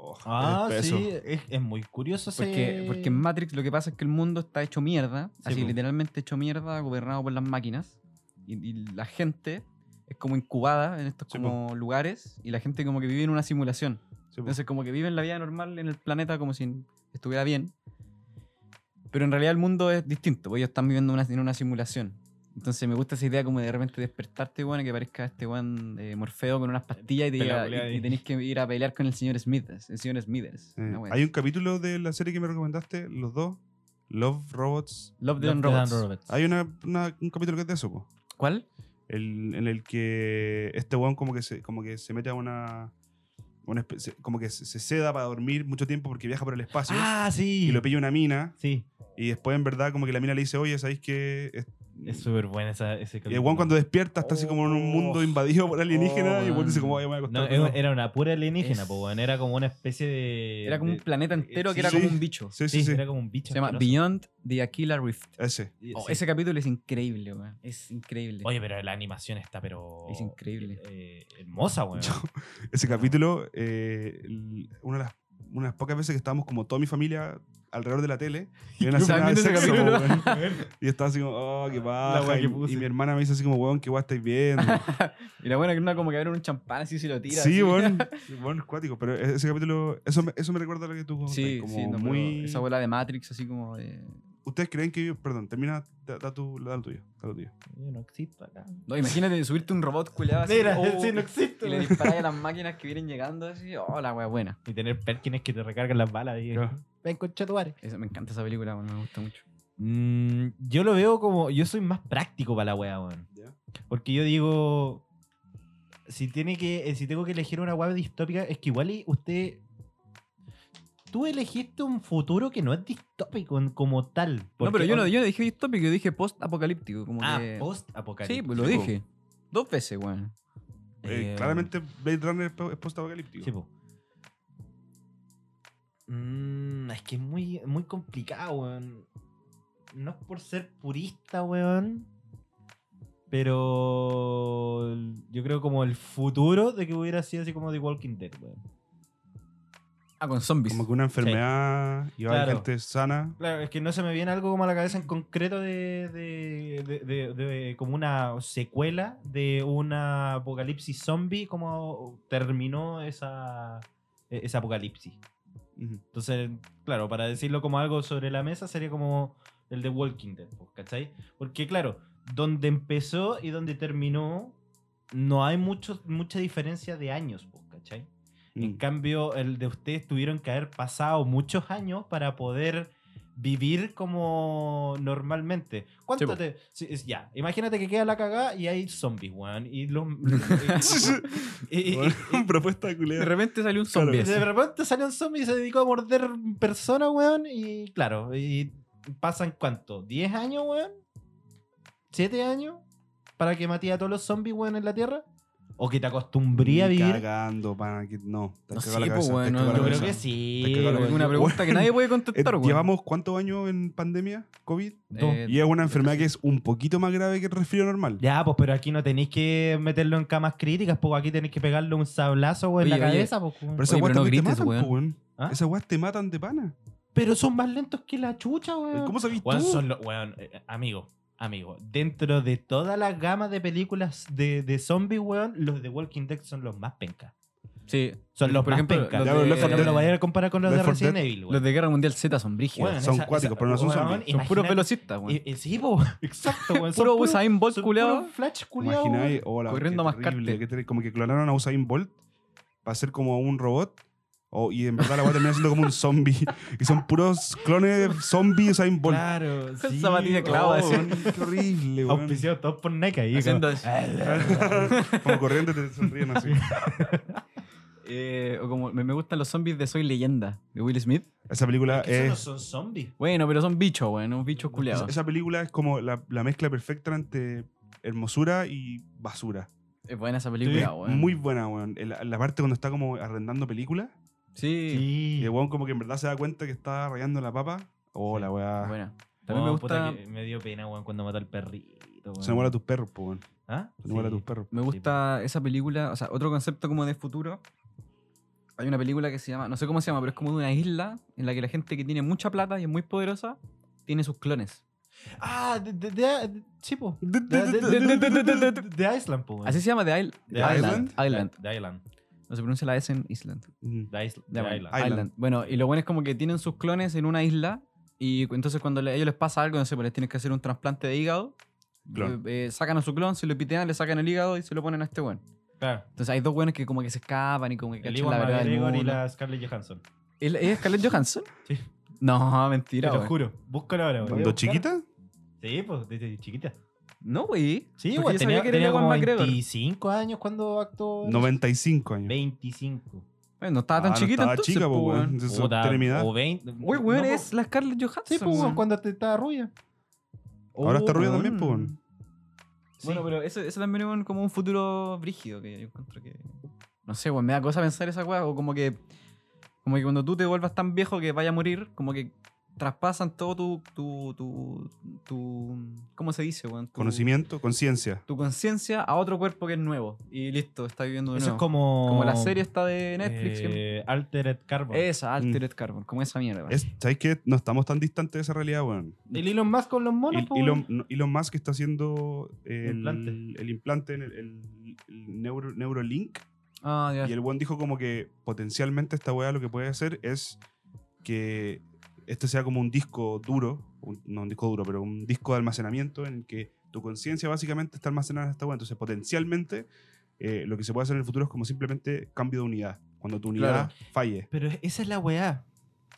S3: Oh,
S5: Ah,
S3: es espeso.
S5: sí. Es, es muy curioso ese-
S4: Porque, porque en Matrix lo que pasa es que el mundo está hecho mierda,
S5: Sí,
S4: así
S5: po.
S4: literalmente hecho mierda, gobernado por las máquinas. Y, y la gente es como incubada en estos
S3: Sí, po.
S4: como lugares y la gente como que vive en una simulación.
S3: Sí, pues.
S4: Entonces como que viven la vida normal en el planeta como si estuviera bien. Pero en realidad el mundo es distinto, porque ellos están viviendo una- en una simulación. Entonces me gusta esa idea como de repente despertarte, weón, y que aparezca este weón eh, Morfeo con unas pastillas y, te
S5: Pelao,
S4: diga-
S5: pelea
S4: y-
S5: ahí.
S4: y tenés que ir a pelear con el señor Smithers. El señor Smithers.
S3: Sí.
S4: una wea
S3: Hay
S4: así.
S3: un capítulo de la serie que me recomendaste, los dos, Love, Robots
S4: Love,
S5: Love,
S4: Death and
S5: Death and
S4: Robots.
S5: Robots.
S3: Hay una, una- un capítulo que es de eso, po.
S4: ¿Cuál?
S3: El, en el que este weón como que se, como que se mete a una... una espe- se- como que se, se seda para dormir mucho tiempo porque viaja por el espacio
S5: Ah, sí.
S3: y lo pilla una mina
S5: Sí.
S3: y después en verdad como que la mina le dice, oye, ¿sabéis qué? Es-
S5: Es súper buena esa, ese
S3: y el weón cuando despierta está así como en un mundo invadido por alienígenas
S4: Oh,
S3: y el weón dice como,
S4: weón.
S3: "Ay, me voy a
S5: No,
S3: acostar. de
S5: era
S3: nuevo".
S5: era una pura alienígena,
S4: Es-
S5: po, weón. Era como una especie de.
S4: Era como
S5: de-
S4: un planeta
S5: eh,
S4: entero
S5: sí,
S4: que era
S3: sí.
S4: como un bicho.
S3: sí, sí,
S5: Sí,
S3: sí.
S5: era como un bicho.
S4: Se llama
S5: asqueroso.
S4: Beyond the Aquila Rift.
S3: Ese.
S5: Y-
S4: Oh,
S5: sí.
S4: Ese capítulo es increíble, weón. Es increíble.
S5: Oye, pero la animación está, pero.
S4: Es increíble.
S5: eh, hermosa, weón. [laughs]
S3: Ese capítulo, eh, el- una de las unas pocas veces que estábamos como toda mi familia alrededor de la
S4: [laughs]
S3: tele y una
S4: Yo
S3: escena de
S4: también ese
S3: sexo,
S4: capítulo.
S3: weón. Y estaba así como, oh, qué baja.
S5: weá
S3: Y,
S5: que puse.
S3: y mi hermana me dice así como, weón, qué guay estáis viendo.
S4: [laughs] Y la buena que una como que abre un champán así y se lo tira.
S3: sí,
S4: así. [laughs]
S3: weón. Weón, es cuático. Pero e-, ese capítulo, eso, me- eso me recuerda a lo que tú contaste.
S4: Sí,
S3: como
S4: sí, no, pero
S3: muy...
S4: esa bola de Matrix, así como de.
S3: Ustedes creen que... Perdón, termina, da, da tu, da lo tuyo. Da lo tuyo.
S5: Yo no existo acá.
S4: No, imagínate subirte un robot culeado así.
S5: Mira,
S4: oh,
S5: [laughs] sí, no existo.
S4: Y le disparas a las máquinas que vienen llegando así. Oh, la wea buena.
S5: Y tener Perkins que te recargan las balas. ahí.
S3: Claro.
S5: Ven con chatuares.
S4: Eso- me encanta esa película, weón, me gusta mucho.
S5: Mm, yo lo veo como. Yo soy más práctico para la wea, weón.
S3: Ya.
S5: Porque yo digo. Si, tiene que, eh, si tengo que elegir una web distópica, es que igual y usted. tú elegiste un futuro que no es distópico en- como tal.
S4: No, pero
S5: porque-
S4: yo no, yo no dije distópico, yo dije post-apocalíptico. Como
S5: Ah,
S4: que... Sí,
S5: post-apocalíptico.
S4: pues lo dije. Dos veces, weón.
S3: Eh,
S5: Eh,
S3: claramente Blade Runner es po- es post-apocalíptico.
S5: Sí, po. Mm, es que es muy, muy complicado, weón. No es por ser purista, weón. Pero yo creo como el futuro de que hubiera sido así como The Walking Dead, weón.
S4: Ah, con zombies.
S3: Como que una enfermedad y va a haber
S5: Claro.
S3: gente sana.
S5: Claro, es que no se me viene algo como a la cabeza en concreto de, de- de- de- de- como una secuela de una apocalipsis zombie, como terminó esa, e- esa apocalipsis.
S3: Ujú.
S5: Entonces, claro, para decirlo como algo sobre la mesa sería como el de Walking Dead, pues, ¿cachai? Porque claro, donde empezó y donde terminó no hay mucho, mucha diferencia de años, pues, ¿cachai? En
S3: [laughs] Mm.
S5: cambio, el de ustedes tuvieron que haber pasado muchos años para poder vivir como normalmente. ¿Cuánto
S4: Sí, po.
S5: te- sí, es- ya, imagínate que queda la cagada y hay zombies, weón. Y los. y- y-
S3: [laughs]
S5: y-
S3: Bueno, Propuesta de
S4: De
S3: culera.
S4: repente salió un zombie. así.
S5: de repente salió un zombie y se dedicó a morder personas, weón. Y claro, y pasan cuánto? ¿10 años, weón? ¿7 años? ¿Para que maté a todos los zombies, weón, en la Tierra? ¿O que te acostumbría a
S3: Ni
S5: vivir?
S3: Cagando, pana, que- no. Te
S4: No
S3: has
S4: sé,
S3: cagado la cabeza,
S4: po,
S3: te has
S4: weón,
S3: cagado la
S5: Yo creo
S3: cabeza.
S5: que sí.
S3: Te cagó la
S5: weón.
S3: cabeza.
S4: Una pregunta que nadie puede
S3: Eh,
S4: contestar, weón.
S3: Llevamos cuántos años en pandemia, COVID,
S5: dos.
S4: Eh,
S3: y es una enfermedad que es un poquito más grave que el resfrío normal.
S5: Ya, pues, pero aquí no tenéis que meterlo en camas críticas, pues aquí tenéis que pegarle un sablazo, weón, en
S4: Oye,
S5: la
S4: oye,
S5: cabeza, pues, weón.
S3: Pero esas
S4: Oye,
S3: weas
S4: pero no
S3: también te
S4: grites,
S3: matan,
S4: weón.
S3: po, weón.
S5: ¿Ah?
S3: Esas weas te matan de pana.
S5: Pero son más lentos que la chucha, weón.
S3: ¿Cómo sabís tú?
S5: Weón, son los. Weón, eh, amigo, amigo. Dentro de toda la gama de películas de, de zombies, weón, los de Walking Dead son los más pencas.
S4: Sí.
S5: Son los
S4: Por
S5: más
S4: ejemplo,
S5: pencas.
S4: los
S3: Ya, pero
S4: de-
S3: Left
S5: Porque
S3: 4
S5: no lo
S3: Dead-
S5: vayas a comparar con los de
S3: Left 4
S5: Resident
S3: Dead-
S5: Evil,
S4: Los
S5: weón.
S4: de Guerra Mundial Z son brígidos.
S5: Weón,
S3: son
S5: esa-
S3: cuáticos,
S5: esa-
S3: pero no son
S5: weón,
S3: zombies.
S4: son puros
S5: imagínate-
S4: velocistas, weón.
S5: [laughs] Eh, eh, Sí, po, exacto, weón. son
S4: Puro
S5: puros-
S4: Usain Bolt
S5: son
S4: culeado.
S5: puros Flash culeado.
S3: Imagináis, hola,
S4: Corriendo
S3: qué
S4: más
S3: terrible,
S4: cartel.
S3: qué terrible. Como que clonaron a Usain Bolt para ser como un robot. o- y en verdad la wea termina siendo como un zombie. [laughs] y son puros clones zombies Usain Bolt. Oh,
S5: Claro,
S4: Con
S5: sí,
S4: zapatilla clavada,
S5: weón.
S4: así.
S3: weón, qué horrible, weón.
S5: Auspiciados todos por Nike ahí.
S4: Haciendo
S5: como-
S4: así.
S3: [laughs] Como corriente te sonríen así.
S4: Eh, o como me, me gustan los zombies de Soy Leyenda, de Will Smith.
S3: Esa película
S5: Que Esos no
S3: es.
S5: son zombies.
S4: Bueno, pero son bichos, weón, unos bichos
S3: esa-
S4: culeados.
S3: Esa película es como la, la mezcla perfecta entre hermosura y basura.
S4: Es buena esa
S3: Es
S4: película, weón.
S3: muy buena, weón. El- La, parte cuando está como arrendando películas.
S4: Sí.
S3: Y
S5: Sí.
S3: el weón como que en verdad se da cuenta que está rayando la papa. Oh, la weá.
S4: Buena. También me
S5: Oh,
S4: gusta,
S5: me dio pena, weón, cuando mató al perrito. weón.
S3: Se enamora a tus perros, po, weón.
S5: ¿Ah?
S3: Se enamora a
S5: Sí.
S3: tus perros.
S4: me gusta esa película, o sea, otro concepto como de futuro. Hay una película que se llama, no sé cómo se llama, pero es como de una isla en la que la gente que tiene mucha plata y es muy poderosa tiene sus clones.
S5: Ah, de, de, de, de- sí, po.
S3: De-
S5: De, de, de, de, de, de- de- de Island, po. weón.
S4: Así se llama The, Isle-
S5: De
S4: The Island. Island.
S5: De Island.
S4: No se pronuncia la S en Island.
S3: Mm.
S5: De Island.
S4: Ya,
S5: De
S4: bueno,
S5: Island.
S3: Ay. Island.
S4: Island. Bueno, y lo bueno es como que tienen sus clones en una isla y cu- entonces cuando le- a ellos les pasa algo, no sé, pues les tienes que hacer un trasplante de hígado,
S3: Clon.
S4: eh, eh, sacan a su clon, se lo pitean, le sacan el hígado y se lo ponen a este weón.
S5: Claro.
S4: Entonces hay dos weones que como que se escapan y como que
S5: El
S4: cachan
S5: Iwan
S4: la verdad del
S5: McGregor y
S4: mundo.
S5: la Scarlett Johansson.
S4: ¿Es, es Scarlett Johansson?
S5: Sí.
S4: No,
S5: Te
S4: mentira,
S5: lo
S4: weón.
S5: juro. Búscalo ahora, weón.
S3: ¿Cuando chiquita?
S5: Sí, pues, desde chiquita.
S4: No, güey. Porque
S5: Sí, weón.
S4: yo sabía
S5: Tenía,
S4: que
S5: tenía
S4: era Juan
S5: como
S4: McGregor.
S5: 25 años cuando actuó. en-
S3: 95 años.
S5: 25.
S4: Bueno, no estaba tan
S3: Ah, no
S4: chiquita
S3: estaba
S4: entonces,
S3: chica,
S4: po,
S3: po, weón.
S4: weón.
S3: Eso
S5: Puta,
S3: tiene mi edad.
S5: O 20.
S4: Uy, weón,
S5: no, po.
S4: es la Scarlett Johansson.
S5: Sí, pues, weón,
S4: weón.
S5: cuando te estaba rubia.
S3: Ahora está rubia
S4: weón.
S3: también, po, weón.
S4: Bueno,
S5: Sí.
S4: pero eso, eso también es un- como un futuro brígido que yo encuentro que. No sé, weón, me da cosa pensar esa weá. O como que. Como que cuando tú te vuelvas tan viejo que vaya a morir, como que traspasan todo tu. tu, tu, tu ¿Cómo se dice, weón? Tu-
S3: Conocimiento, conciencia.
S4: Tu conciencia a otro cuerpo que es nuevo. Y listo, está viviendo de
S5: Eso
S4: nuevo.
S5: es como.
S4: Como la serie está de Netflix. ¿sí?
S5: eh, Altered Carbon.
S4: Esa, Altered Carbon, como esa mierda.
S3: Mm. Es, ¿Sabes qué? No estamos tan distantes de esa realidad, weón.
S5: El Elon Musk con los monos.
S3: Il-
S5: po,
S3: Elon,
S5: weón.
S3: no, Elon Musk está haciendo el
S5: Implante.
S3: implante, el implante en el, el- el Neuro- Neurolink.
S4: Ah, ya.
S3: Y el buen dijo como que potencialmente esta weá lo que puede hacer es que este sea como un disco duro, un- no un disco duro, pero un disco de almacenamiento en el que tu conciencia básicamente está almacenada en esta weá. Entonces, potencialmente, eh, lo que se puede hacer en el futuro es como simplemente cambio de unidad. Cuando tu unidad falle.
S5: Pero esa es la weá.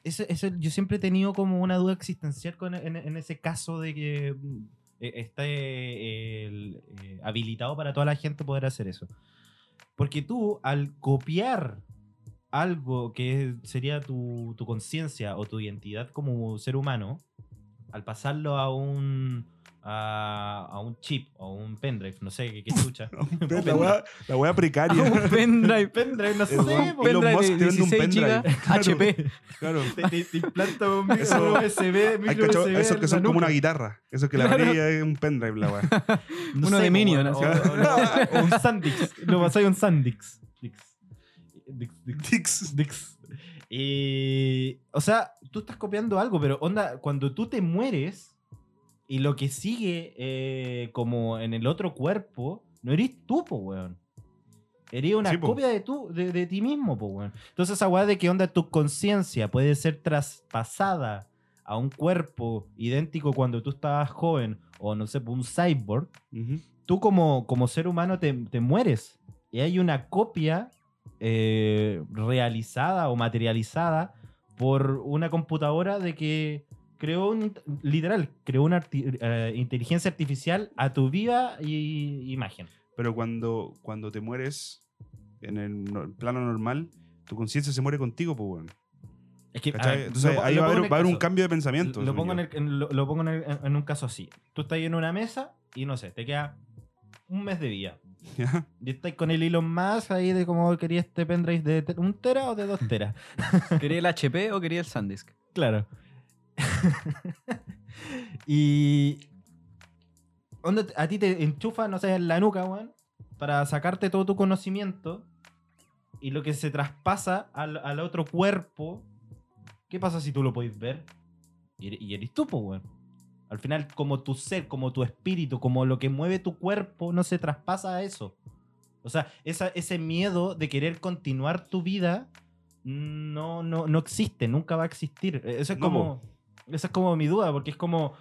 S5: Eso, eso, yo siempre he tenido como una duda existencial con, en, en ese caso de que mm, eh, está eh, el, eh, habilitado para toda la gente poder hacer eso. Porque tú, al copiar algo que sería tu, tu conciencia o tu identidad como ser humano, al pasarlo a un, a, a un chip o un pendrive, no sé qué, qué [laughs] chucha.
S3: Pero la wea- La wea precaria.
S5: Ah,
S4: Un [laughs]
S3: [laughs]
S4: pendrive, pendrive, no
S3: sé,
S4: sé.
S5: pues,
S3: Elon
S4: pendrive
S3: Musk
S4: de
S3: te vende un
S4: 16
S3: pendrive.
S4: gigas,
S3: [laughs] Claro.
S4: HP.
S3: Claro.
S5: te, te- te implanta un
S3: Eso-
S5: micro USB,
S3: Hay
S5: [laughs] micro
S3: cachao,
S5: USB
S3: esos que
S5: en
S3: son
S5: la
S3: como una
S5: nuca.
S3: guitarra. Esos que la
S4: Claro.
S3: brilla es un pendrive, la wea.
S5: [laughs] No
S4: Uno
S5: sé,
S4: de
S5: po,
S4: Minion,
S5: weón,
S4: así.
S5: [laughs] O, o- o un Sandix. Lo pasáis a un Sandix. Dix. Dix, Dix.
S3: Dix.
S5: Dix. Y, o sea, tú estás copiando algo, pero onda, cuando tú te mueres y lo que sigue eh, como en el otro cuerpo, no eres tú, po, weón. Eres una
S3: Sí, po.
S5: copia de, tú, de, de ti mismo, po, weón. Entonces, esa weá de que onda tu conciencia puede ser traspasada a un cuerpo idéntico cuando tú estabas joven o no sé, po, un cyborg,
S3: Ujú.
S5: tú como, como ser humano te, te mueres. Y hay una copia eh, realizada o materializada por una computadora de que creó un, int- literal, creó una arti- eh, inteligencia artificial a tu vida y imagen.
S3: Pero cuando, cuando te mueres en el no- plano normal, tu conciencia se muere contigo, pues, weón.
S5: Es que, a
S3: ¿Cachai?
S5: ver,
S3: Entonces
S5: lo-
S3: ahí
S5: lo
S3: va a
S5: pongo
S3: haber,
S5: en el
S3: va a haber un
S5: caso.
S3: cambio de pensamiento.
S5: Lo
S3: según
S5: pongo, en,
S3: yo.
S5: el- en- lo, lo pongo en, el- en- en un caso así. Tú estás ahí en una mesa y no sé, te queda un mes de vida.
S3: [laughs] Ya.
S5: Y estás con el Elon Musk ahí de como quería este pendrive de te- un tera o de dos teras.
S4: ¿Quería el HP o quería el SanDisk?
S5: Claro. y. onda, a ti te enchufa, no sé, en la nuca, weón, para sacarte todo tu conocimiento y lo que se traspasa al, al otro cuerpo. ¿Qué pasa si tú lo podéis ver? Y, er- y eres tú, po, weón. Al final, como tu ser, como tu espíritu, como lo que mueve tu cuerpo, no se traspasa a eso. O sea, esa- ese miedo de querer continuar tu vida no, no, no existe, nunca va a existir. Eh, Eso es
S3: No,
S5: como. Esa es como mi duda, porque es como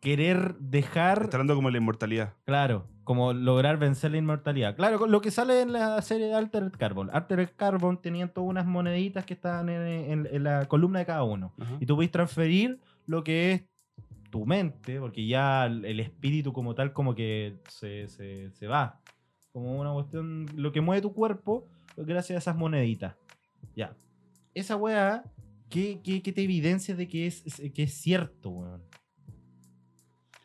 S5: querer dejar.
S3: Está hablando como de la inmortalidad.
S5: Claro, como lograr vencer la inmortalidad. Claro, con lo que sale en la serie de Altered Carbon. Altered Carbon tenían todas unas moneditas que estaban en, en- en la columna de cada uno.
S3: Ajá.
S5: Y tú puedes transferir lo que es tu mente, porque ya el el espíritu como tal como que se, se- se va. Como una cuestión, lo que mueve tu cuerpo gracias a esas moneditas. Ya. Esa weá, ¿qué, qué- qué te evidencia de que es, es- que es cierto, weón?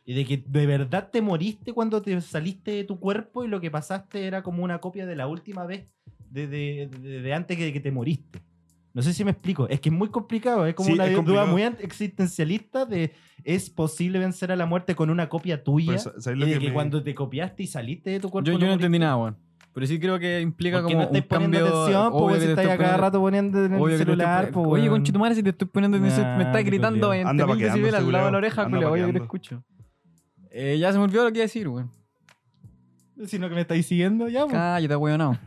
S5: Y de que de verdad te moriste cuando te saliste de tu cuerpo y lo que pasaste era como una copia de la última vez de, de- de- de antes de que te moriste. No sé si me explico. Es que es muy complicado. Es como
S3: Sí,
S5: una
S3: es
S5: duda
S3: complicado.
S5: muy ant- existencialista de ¿es posible vencer a la muerte con una copia tuya?
S3: Pero sa- ¿sabes
S5: Y
S3: lo
S5: de
S3: que
S5: que,
S3: me-
S5: cuando te copiaste y saliste de tu cuerpo...
S4: Yo, yo no
S5: moriste.
S4: entendí nada, weón. Pero sí creo que implica
S5: Porque
S4: como
S5: no
S4: un
S5: estáis poniendo
S4: cambio...
S5: atención,
S4: obvio
S5: porque
S4: que te
S5: si estáis
S4: estoy
S5: a cada
S4: poniendo-
S5: rato poniendo en
S4: obvio que
S5: el
S4: te estoy
S5: celular,
S4: poniendo-
S5: po,
S4: Oye,
S5: weón.
S4: conche tu madre, si te estoy poniendo atención, me
S5: Nah,
S4: estás gritando en
S3: Anda pa'
S4: 1000
S3: quedando,
S4: decibeles al lado de
S3: culiao.
S4: la oreja,
S3: Anda
S4: culiao,
S3: pa'
S4: obvio que te
S3: quedando.
S4: escucho. Eh, ya se me olvidó lo que iba a decir, weón.
S5: Sino que me estáis siguiendo ya, po.
S4: Cállate, weón, no.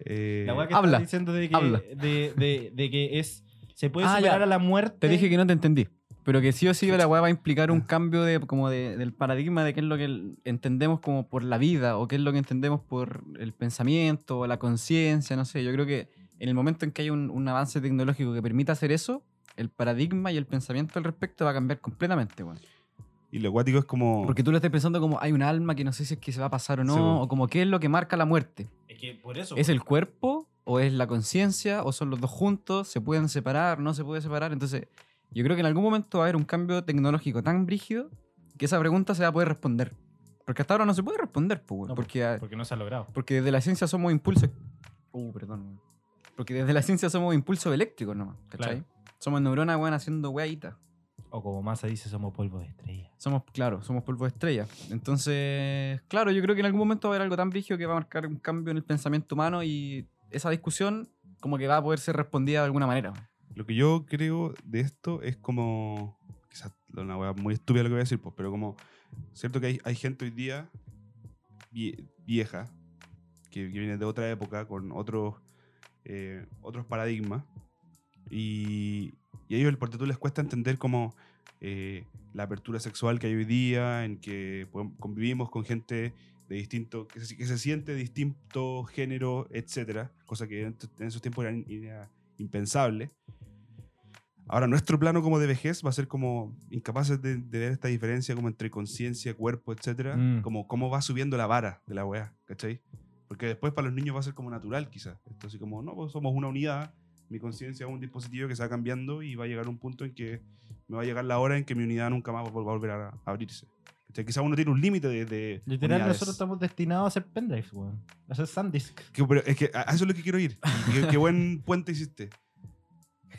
S3: Eh,
S5: La weá que
S4: Habla,
S5: estás diciendo de que,
S4: habla.
S5: De, de- de que es. Se puede
S4: Ah,
S5: superar
S4: ya.
S5: a la muerte.
S4: Te dije que no te entendí. Pero que sí o sí la weá va a implicar
S3: Ah.
S4: un cambio de, como de- del paradigma de qué es lo que el- entendemos como por la vida o qué es lo que entendemos por el pensamiento o la conciencia, no sé. Yo creo que en el momento en que hay un, un avance tecnológico que permita hacer eso, el paradigma y el pensamiento al respecto va a cambiar completamente, weón.
S3: Y lo acuático es como.
S4: Porque tú lo estás pensando como hay un alma que no sé si es que se va a pasar o no,
S3: Oh. Sí, po.
S4: o como qué es lo que marca la muerte.
S5: Es que por eso.
S4: ¿Es el cuerpo o es la conciencia o son los dos juntos? ¿Se pueden separar? ¿No se puede separar? Entonces, yo creo que en algún momento va a haber un cambio tecnológico tan brígido que esa pregunta se va a poder responder. Porque hasta ahora no se puede responder, pues, weón,
S5: No,
S4: porque, ah,
S5: Porque no se ha logrado.
S4: porque desde la ciencia somos impulsos... Uh, perdón, weón. Porque desde la ciencia somos impulsos eléctricos nomás, ¿cachai? Somos neuronas, weón, haciendo weaditas.
S5: O como Massa dice, somos polvo de estrella.
S4: Somos, claro, somos polvo de estrella. Entonces, claro, yo creo que en algún momento va a haber algo tan vigio que va a marcar un cambio en el pensamiento humano y esa discusión como que va a poder ser respondida de alguna manera.
S3: Lo que yo creo de esto es como. Quizás una hueá muy estúpida lo que voy a decir, pues, pero como. Cierto que hay, hay gente hoy día vie- vieja, que, que viene de otra época, con otros, eh, otros paradigmas. Y, y a ellos, por tanto, les cuesta entender como eh, la apertura sexual que hay hoy día, en que podem- convivimos con gente de distinto, que se, que se siente de distinto género, etcétera, cosa que en, en esos tiempos eran- era impensable. Ahora, nuestro plano como de vejez va a ser como incapaces de, de ver esta diferencia como entre conciencia, cuerpo, etcétera,
S5: Mm.
S3: como cómo va subiendo la vara de la weá, ¿cachai? Porque después para los niños va a ser como natural, quizás. Esto así como, no, pues somos una unidad, mi conciencia es un dispositivo que se va cambiando y va a llegar un punto en que me va a llegar la hora en que mi unidad nunca más va va a volver a a abrirse. Entonces, quizás uno tiene un límite de, de
S5: Literal,
S3: unidades.
S5: nosotros estamos destinados a hacer pendrives, weón. A hacer sandisk.
S3: Que- pero es que a a eso es lo que quiero ir. Y Qué, qué buen puente hiciste.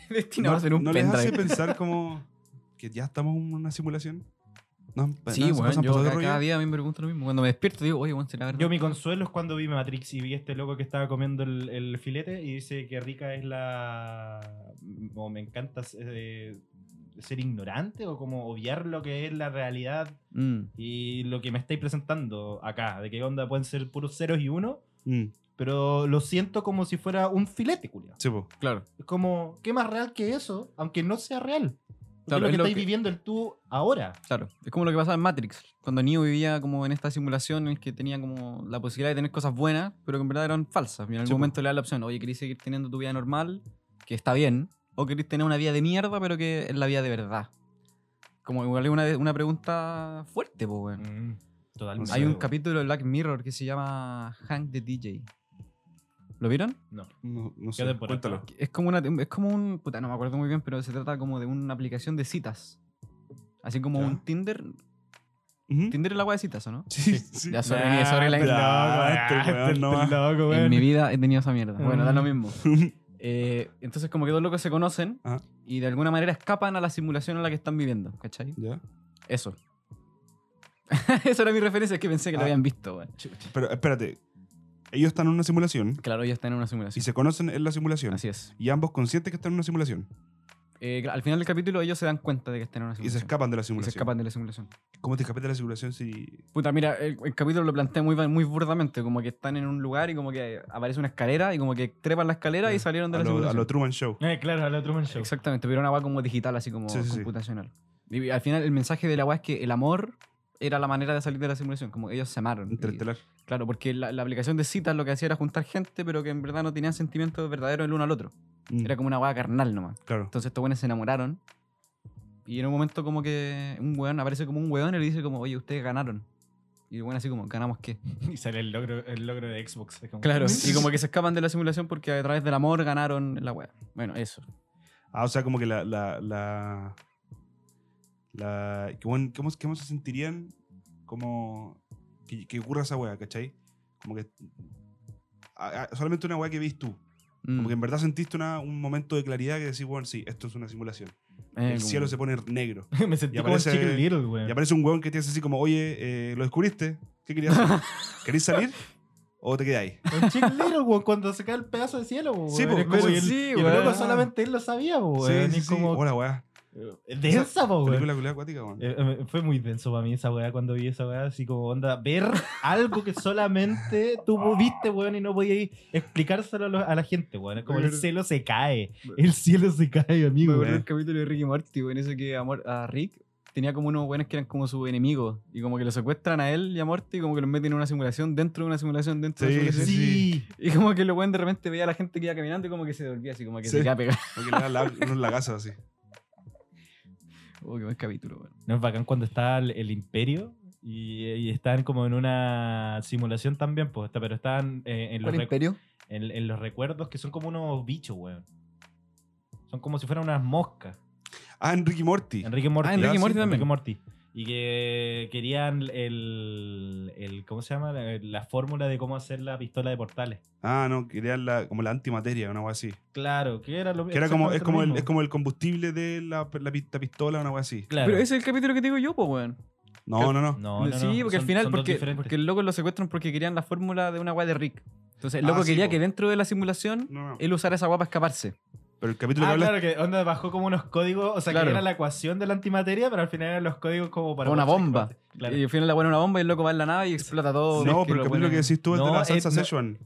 S4: Destinado a ser un
S3: ¿no les hace
S4: pendrive.
S3: pensar como que ya estamos en una simulación? No,
S4: Sí,
S3: no, se
S4: weón,
S3: pasan
S4: yo
S3: por otro
S4: cada,
S3: rollo.
S4: cada día a mí me pregunto lo mismo. Cuando me despierto digo, oye, weón, será verdad.
S5: Yo mi consuelo es cuando vi Matrix y vi a este loco que estaba comiendo el, el filete y dice que rica es la... mm, o me encanta eh, ser ignorante o como obviar lo que es la realidad
S4: Mm.
S5: y lo que me estáis presentando acá, de qué onda pueden ser puros ceros y uno,
S3: Mm,
S5: pero lo siento como si fuera un filete, culiao.
S3: sí, po.
S4: Claro.
S5: Es como, ¿qué más real que eso? Aunque no sea real. Porque
S4: Claro,
S5: es lo
S4: es
S5: que
S4: lo
S5: estáis
S4: que-
S5: viviendo el tú ahora.
S4: Claro, es como lo que pasaba en Matrix, cuando Neo vivía como en esta simulación en el que tenía como la posibilidad de tener cosas buenas, pero que en verdad eran falsas. Y en algún
S3: Sí, po.
S4: momento le da la opción, oye, querés seguir teniendo tu vida normal, que está bien, o querés tener una vida de mierda, pero que es la vida de verdad. Como igual es una, una pregunta fuerte, pues, weón.
S5: totalmente.
S4: Hay un capítulo de Black Mirror que se llama Hank the DJ. ¿Lo vieron?
S5: No.
S3: No, no sé.
S5: ¿Qué temporada?
S3: Cuéntalo.
S4: que Es como una. Es como un. Puta, no me acuerdo muy bien, pero se trata como de una aplicación de citas. Así como
S3: Ya.
S4: un Tinder.
S3: Ujú.
S4: [laughs] Tinder es la wea de citas, ¿o no?
S3: Sí, sí.
S4: Ya sobre mí, sobre la
S3: Ah, este weón no va.
S5: loco,
S4: En
S5: weón.
S4: mi vida he tenido esa mierda. Bueno, da lo
S3: Ah.
S5: Mm.
S3: [laughs]
S4: mismo. Eh, entonces, como que dos locos se conocen
S3: Ajá.
S4: y de alguna manera escapan a la simulación en la que están viviendo, ¿cachai?
S3: Ya.
S4: Eso. [laughs] Esa era mi referencia, es que pensé que lo
S3: Ah.
S4: habían visto, güey.
S3: Pero espérate. Ellos están en una simulación
S4: Claro, ellos están en una
S3: y
S4: simulación.
S3: se conocen en la simulación.
S4: Así es.
S3: Y ambos conscientes que están en una simulación.
S4: Eh, cl- al final del capítulo, ellos se dan cuenta de que están en una
S3: Y se
S4: simulación.
S3: escapan de la
S4: Y se
S3: simulación.
S4: escapan de la simulación.
S3: ¿Cómo te escapas de la simulación si.?
S4: Puta, mira, el, el capítulo lo plantea muy, ba- muy burdamente, como que están en un lugar y como que aparece una escalera y como que trepan la escalera y
S3: Ya.
S4: salieron de
S3: A
S4: la
S3: lo, a
S4: simulación.
S3: lo Truman Show.
S5: Eh, claro, al otro man show.
S4: Exactamente, pero una agua como digital, así como
S3: Sí, sí, sí.
S4: computacional. Y al final el mensaje de la agua es que el amor era la manera de salir de la simulación, como ellos se amaron. Y-
S3: Interestelar.
S4: claro, porque la, la aplicación de citas lo que hacía era juntar gente, pero que en verdad no tenían sentimientos verdaderos el uno al otro.
S3: Mm,
S4: Era como una agua carnal nomás.
S3: Claro.
S4: Entonces estos buenos se enamoraron. Y en un momento como que un weón, aparece como un weón y le dice como, oye, ustedes ganaron. Y el weón así como, ¿ganamos qué?
S5: Y sale el logro, el logro de Xbox. es como- "Mm,
S4: Claro, y como que se escapan de la simulación porque a través del amor ganaron la wea. Bueno, eso.
S3: Ah, o sea, como que la. la, la, la- que bueno, ¿cómo, cómo se sentirían como. Que, que ocurra esa weá, ¿cachai? Como que. a- a- solamente una weá que veis tú.
S4: Mm.
S3: Como que en verdad sentiste una- un momento de claridad que decís, bueno, sí, esto es una simulación.
S4: Eh,
S3: el
S4: como-
S3: cielo se pone negro.
S5: [laughs] Me sentí
S3: Y
S5: como
S3: aparece-
S5: Chicken Little,
S3: Y
S5: weón.
S3: aparece un weón que te hace así como, oye, eh, ¿lo descubriste? ¿Qué querías
S5: [laughs]
S3: hacer? ¿Querés salir? ¿O te quedáis?
S5: Con Chicken Little, weón, cuando se cae el pedazo de cielo, weón.
S3: Sí, po,
S5: Es
S3: pero
S5: como- y el,
S4: sí,
S5: y el
S4: weón.
S5: loco solamente él lo sabía, weón.
S3: Sí, sí,
S5: es
S3: sí.
S5: como...
S3: Hola, weá.
S5: eh, Densa, po, weón.
S3: Película culiá acuática, weón.
S5: Eh, eh, Fue muy denso para mí esa weá cuando vi esa weá, así como onda, ver algo que solamente
S3: [laughs]
S5: tú
S3: Ah.
S5: viste, weón, y no podías explicárselo a, lo- a la gente, weón. Es como el cielo se cae, el cielo se cae,
S4: Me
S5: amigo,
S4: acuerdo del
S5: weón.
S4: capítulo de Ricky Morty, en ese que a, Mor- a Rick tenía como unos buenos que eran como sus enemigos. Y como que lo secuestran a él y a Morty y como que los meten en una simulación dentro de una simulación dentro de
S3: Sí,
S4: una
S3: sí,
S4: simulación.
S5: Sí,
S4: Y como que lo weón de repente veía a la gente que iba caminando y como que se devolvía así, como que
S3: Sí.
S4: se queda pegado. [laughs]
S3: Porque le da
S5: [laughs]
S3: la, unos lagazos así.
S4: Oh, qué buen capítulo, weón.
S5: No es bacán cuando está el, el imperio y, y están como en una simulación también, pues, está- pero están eh, en, los
S4: ¿Cuál
S5: recu-
S4: imperio?
S5: en- en los recuerdos que son como unos bichos, weón. Son como si fueran unas moscas.
S3: Ah, Enrique Morty.
S5: Enrique Morty.
S4: Ah, Enrique
S5: sí,
S4: Morty también.
S5: Enrique Morty. Y que querían el, el- ¿Cómo se llama? La, la fórmula de cómo hacer la pistola de portales.
S3: Ah, no, querían la, como la antimateria, una weá así.
S5: Claro, que era lo
S3: Que era como, es,
S5: exactamente
S3: como
S5: lo
S3: el,
S5: mismo.
S3: es como el combustible de la, la pi- la pistola, una weá así.
S5: Claro.
S4: Pero ese es el capítulo que te digo yo, pues, weón.
S3: No, no, no.
S5: No, no, no,
S4: sí, porque
S5: son-
S4: al final,
S5: son dos
S4: porque,
S5: diferentes.
S4: porque el loco lo secuestran porque querían la fórmula de una weá de Rick. Entonces el
S3: Ah,
S4: loco
S3: sí,
S4: quería
S3: po.
S4: que dentro de la simulación
S3: No, no.
S4: él usara esa weá para escaparse.
S3: Pero el capítulo
S5: Eh, Ah,
S3: que habla
S5: claro, que onda bajó como unos códigos, o sea,
S4: Claro.
S5: que era la ecuación de la antimateria, pero al final eran los códigos como para...
S4: Una
S5: guardar-
S4: bomba.
S5: Claro.
S4: Y al final la buena una bomba y el loco va en la nave y explota todo.
S3: No, pero
S4: Es
S3: el
S4: lo
S3: capítulo que
S4: bueno-
S3: decís tú es de
S5: No,
S3: la
S5: es-
S3: salsa
S5: no.
S3: Szechuan.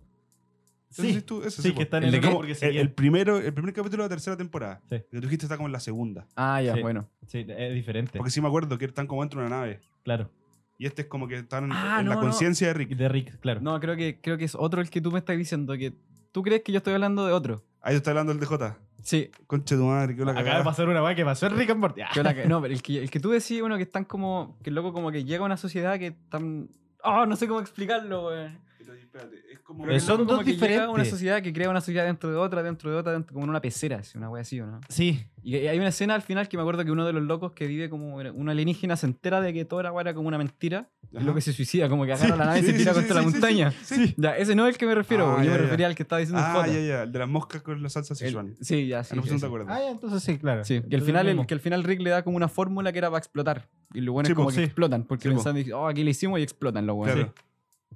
S3: Ese
S5: Sí,
S3: decís tú, ese
S5: sí,
S3: po.
S5: que están
S4: pues. ¿El
S5: en
S4: de
S5: una
S4: qué?
S5: hamburguesería.
S3: el, el primero, el primer capítulo de la tercera temporada.
S5: Sí.
S3: Que tú dijiste está como en la segunda.
S4: Ah, ya,
S5: Sí.
S4: bueno.
S5: Sí, es diferente,
S3: Porque sí me acuerdo que están como dentro de una nave.
S5: claro.
S3: Y este es como que están en-
S4: Ah,
S3: en
S4: no,
S3: la
S4: no.
S3: conciencia de Rick.
S5: De Rick, claro.
S4: No, creo que, creo que es otro el que tú me estás diciendo. que Tú crees que yo estoy hablando de otro.
S3: Ahí está hablando el DJ.
S4: Sí,
S3: Conche tu madre, que la
S5: Acaba de
S3: cagada.
S5: pasar una weá que pasó en Rick and Morty. Ah.
S4: yo la que- no, pero el que, el que tú decís, bueno, que están como. Que el loco como que llega a una sociedad que están. Oh, no sé cómo explicarlo, weón.
S3: espérate, es como.
S5: Pero son dos
S4: que llega una
S5: diferentes.
S4: sociedad que crea una sociedad dentro de otra, dentro de otra, dentro- como en una pecera, así, una wea así, ¿o ¿no?
S5: Sí,
S4: Y hay una escena al final que me acuerdo que uno de los locos que vive como un alienígena se entera de que toda la wea era como una mentira.
S3: Ajá.
S4: El loco se suicida, como que agarra la nave y
S3: Sí,
S4: se tira
S3: sí,
S4: contra
S3: sí,
S4: la
S3: sí, sí,
S4: montaña.
S3: sí.
S4: Ya, ese no es el que me refiero,
S3: Ah,
S4: porque
S3: ya,
S4: yo me
S3: ya.
S4: refería al que estaba diciendo el
S3: Ah,
S4: Jota.
S3: ya, ya, el de las moscas con la salsa
S4: El-
S3: Sichuan.
S4: sí, ya, sí.
S3: Ah, no, pues
S4: sí,
S3: no
S4: sí.
S3: te acuerdas.
S5: Ah, ya, entonces sí, claro.
S4: Sí, que al
S5: Entonces
S4: final,
S5: mismo.
S4: el, que al final Rick le da como una fórmula que era para explotar. Y los buenos
S5: Sí,
S4: como
S5: po,
S4: que
S5: sí.
S4: explotan, porque
S5: Sí, po.
S4: pensaban, oh, aquí le hicimos y explotan los buenos.
S3: Claro.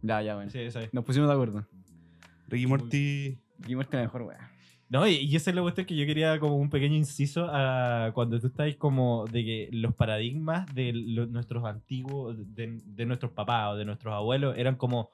S4: Ya, ya, bueno.
S5: Sí, esa es.
S4: Nos pusimos de acuerdo.
S3: Ricky Morty.
S4: Y muerte la mejor, wea.
S5: No, y, y esa es la cuestión que yo quería como un pequeño inciso a cuando tú estáis como de que los paradigmas de lo- nuestros antiguos, de, de nuestros papás o de nuestros abuelos eran como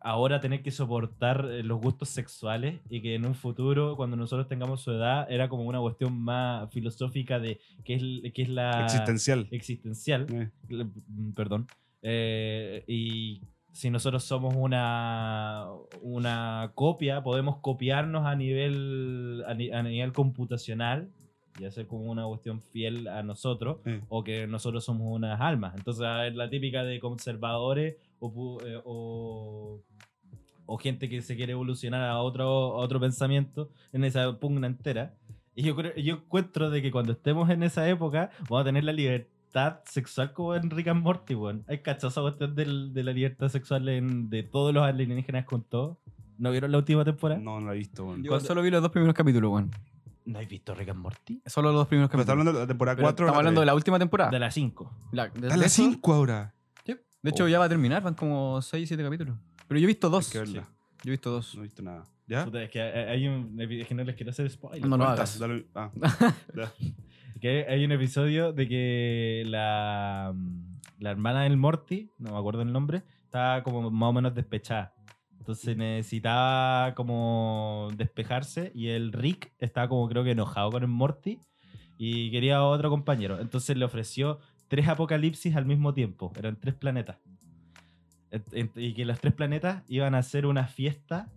S5: ahora tener que soportar eh, los gustos sexuales y que en un futuro, cuando nosotros tengamos su edad, era como una cuestión más filosófica de qué es, qué es
S4: Ah.
S5: la...
S3: Existencial.
S5: existencial,
S3: Eh.
S5: l- mm, perdón, eh, y si nosotros somos una, una copia, podemos copiarnos a nivel, a, ni- a nivel computacional y hacer como una cuestión fiel a nosotros,
S3: Eh.
S5: o que nosotros somos unas almas. Entonces, a ver, la típica de conservadores o, pu- eh, o, o gente que se quiere evolucionar a otro, a otro pensamiento en esa pugna entera. Y yo, creo, yo encuentro de que cuando estemos en esa época, vamos a tener la libertad sexual como en Rick and Morty, weón. Hay cachado esa cuestión del- de la libertad sexual en- de todos los alienígenas con todo. ¿No vieron la última temporada?
S3: No, no la he visto, weón.
S4: Yo
S5: ¿Cuándo-
S4: solo vi los dos primeros capítulos, weón.
S5: ¿No has visto Rick and Morty?
S4: Solo los dos primeros
S3: Pero está
S4: capítulos.
S3: hablando de la temporada
S4: Pero
S3: 4.
S4: estamos hablando de la última temporada.
S5: De las 5.
S4: La- de-
S3: Está la
S4: de hecho-
S3: 5 ahora.
S4: De hecho,
S3: Oh.
S4: ya va a terminar, van como 6, 7 capítulos. Pero yo he visto
S3: Hay
S4: dos.
S3: que verla.
S4: Sí, Yo he visto dos.
S3: No he visto nada. ¿Ya?
S5: Puta, es que hay un. Es que no les quiero hacer spoiler.
S4: No lo
S3: ¿Cuántas?
S4: hagas.
S3: Dale-
S4: [laughs]
S3: ah. Ya.
S5: Que hay un episodio de que la, mm, la hermana del Morty, no me acuerdo el nombre, estaba como más o menos despechada. Entonces necesitaba como despejarse y el Rick estaba como creo que enojado con el Morty y quería otro compañero. Entonces le ofreció tres apocalipsis al mismo tiempo, eran tres planetas. Ent- ent- Y que los tres planetas iban a hacer una fiesta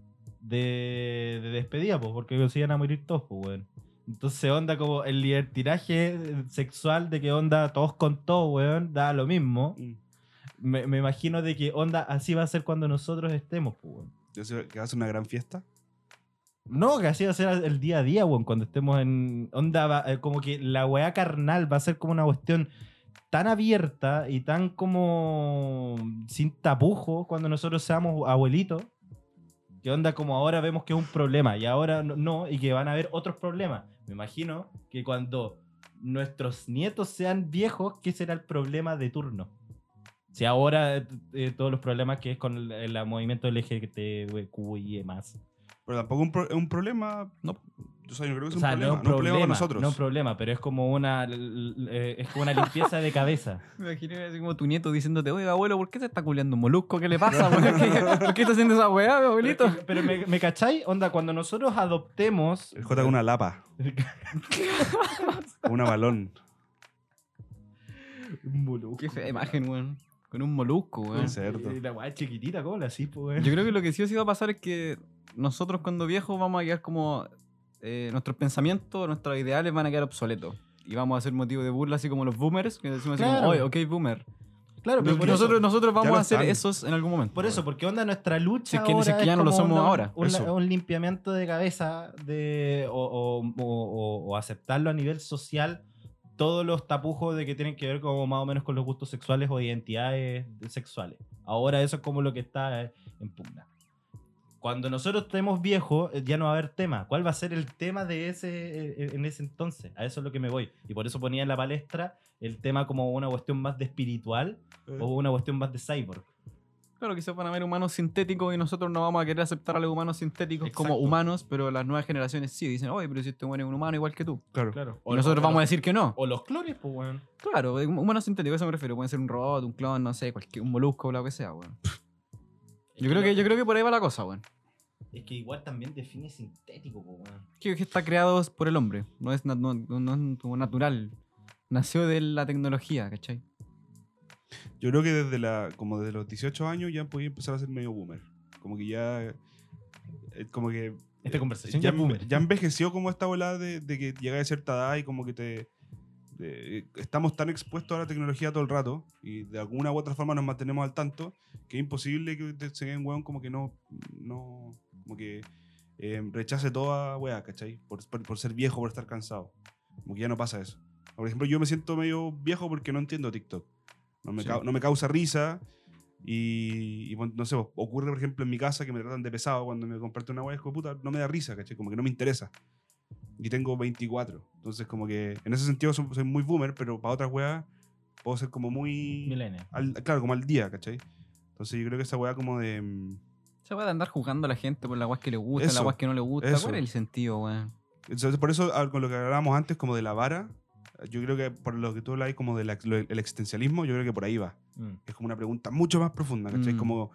S5: de, de despedida, pues, porque se iban a morir todos, pues, weón. Entonces, onda, como el libertinaje sexual de que onda todos con todo, weón, da lo mismo.
S3: Mm.
S5: Me, me imagino de que onda así va a ser cuando nosotros estemos, pues, weón.
S3: Yo sé que hace una gran fiesta.
S5: No, que así va a ser el día a día, weón, cuando estemos en. Onda, va- eh, como que la weá carnal va a ser como una cuestión tan abierta y tan como. sin tapujos cuando nosotros seamos abuelitos. Que onda, como ahora vemos que es un problema y ahora no- no, y que van a haber otros problemas. Me imagino que cuando nuestros nietos sean viejos, ¿qué será el problema de turno? Si ahora eh, eh, todos los problemas que es con el, el movimiento LGTBQIE más.
S3: Pero tampoco un pro- es un problema.
S4: No.
S3: O sea, yo creo que es
S5: O
S3: un
S5: sea,
S3: problema.
S5: no es un problema,
S3: para nosotros.
S5: no es un problema, pero es como una, l- l- eh, es como una limpieza de cabeza.
S4: Me imaginé así como tu nieto diciéndote, oye, abuelo, ¿por qué se está culeando un molusco? ¿Qué
S3: [laughs]
S4: le pasa? ¿Por qué, por qué está haciendo esa weá, abuelito?
S5: Pero, pero me, me cacháis, onda, cuando nosotros adoptemos.
S3: El J con una lapa. o una balón.
S5: Un molusco.
S4: Qué fea imagen, weón. Con un molusco, weón.
S3: Sí. Cerdo.
S5: Eh, La weá chiquitita, ¿cómo la así, pues?
S4: Yo creo que lo que sí o sí va a pasar es que nosotros cuando viejos vamos a quedar como... eh, nuestros pensamientos, nuestros ideales van a quedar obsoletos. Y vamos a ser motivo de burla, así como los boomers, que decimos así
S5: Claro.
S4: como, oye, ok, boomer.
S5: Claro, pero por
S4: nosotros,
S5: eso.
S4: nosotros
S3: lo
S4: vamos a ser
S3: están.
S4: esos en algún momento.
S5: Por eso, pues. porque onda nuestra lucha.
S4: Si es que- si es
S5: ahora
S4: que ya no lo
S5: como
S4: somos
S5: onda
S4: ahora,
S5: Un,
S3: eso.
S5: un limpiamiento de cabeza de, o, o- o- o- o aceptarlo a nivel social todos los tapujos de que tienen que ver como más o menos con los gustos sexuales o identidades sexuales. Ahora eso es como lo que está eh, en pugna. Cuando nosotros estemos viejos, eh, ya no va a haber tema. ¿Cuál va a ser el tema de ese eh, en ese entonces? A eso es lo que me voy. Y por eso ponía en la palestra el tema como una cuestión más de espiritual o una cuestión más de cyborg.
S4: Claro, quizás van a haber humanos sintéticos y nosotros no vamos a querer aceptar a los humanos sintéticos como
S5: Exacto.
S4: humanos, pero las nuevas generaciones sí dicen, oye, pero si este bueno es un humano igual que tú.
S3: Claro.
S5: Claro.
S4: Y nosotros vamos a decir que no.
S5: O los clones, pues, weón.
S4: Claro, eh, humanos sintéticos, a eso me refiero. Pueden ser un robot, un clon, no sé, cualquier, un molusco o lo que sea, weón. Yo creo que, yo creo que por ahí va la cosa, weón.
S5: Es que igual también define sintético, pues, weón.
S4: Que que está creado por el hombre, no es, nat- no, no- no es como natural. Nació de la tecnología, ¿cachai?
S3: Yo creo que desde la, como desde los 18 años ya podía empezar a ser medio boomer. Como que ya. eh, Como que.
S5: Esta
S3: eh,
S5: conversación
S3: ya,
S5: ya es boomer.
S3: ya envejeció como esta volada de, de que llega de cierta edad y como que te. eh, estamos tan expuestos a la tecnología todo el rato y de alguna u otra forma nos mantenemos al tanto que es imposible que te- se quede un weón como que no, no como que eh, rechace toda weá, ¿cachai? Por, por- por ser viejo, por estar cansado. Como que ya no pasa eso. Por ejemplo, yo me siento medio viejo porque no entiendo TikTok. No me,
S5: Sí.
S3: cau- no me causa risa. Y, y, bueno, no sé, ocurre por ejemplo en mi casa que me tratan de pesado cuando me comparto una weá, es como puta, no me da risa, ¿cachai? Como que no me interesa. Y tengo 24. Entonces, como que en ese sentido so- soy, muy boomer, pero para otras weas puedo ser como muy.
S5: Milenio.
S3: al- claro, como al día, ¿cachai? Entonces, yo creo que esa wea como de. mm,
S4: Se puede andar jugando a la gente por la guas que le gusta,
S3: Eso,
S4: la guas que no le gusta.
S3: eso.
S4: ¿Cuál es el sentido, weón?
S3: Entonces, por eso, al- con lo que hablábamos antes, como de la vara, yo creo que por lo que tú hablas, como del el existencialismo, yo creo que por ahí va.
S5: Mm.
S3: Es como una pregunta mucho más profunda, ¿cachai?
S4: Mm.
S3: Como,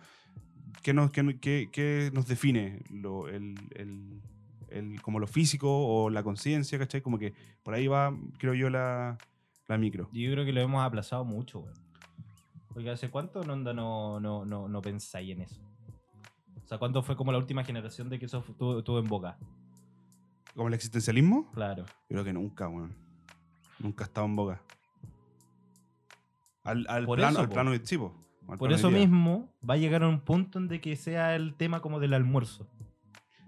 S3: ¿qué nos, qué- qué- qué nos define lo, el, el- el- como lo físico o la conciencia, ¿cachai? Como que por ahí va, creo yo, la, la micro.
S5: Yo creo que lo hemos aplazado mucho, weón. Porque hace cuánto no, anda- no, no, no, no pensáis en eso. O sea, ¿cuánto fue como la última generación de que eso fu- tuvo, tuvo en boca?
S3: ¿Como el existencialismo?
S5: Claro.
S3: Yo creo que nunca, weón. Nunca ha estado en boga. Al, al
S5: Por
S3: plano,
S5: eso,
S3: al
S5: po.
S3: plano de tipo. al
S5: Por
S3: plano
S5: eso
S3: de día.
S5: mismo va a llegar a un punto en de que sea el tema como del almuerzo.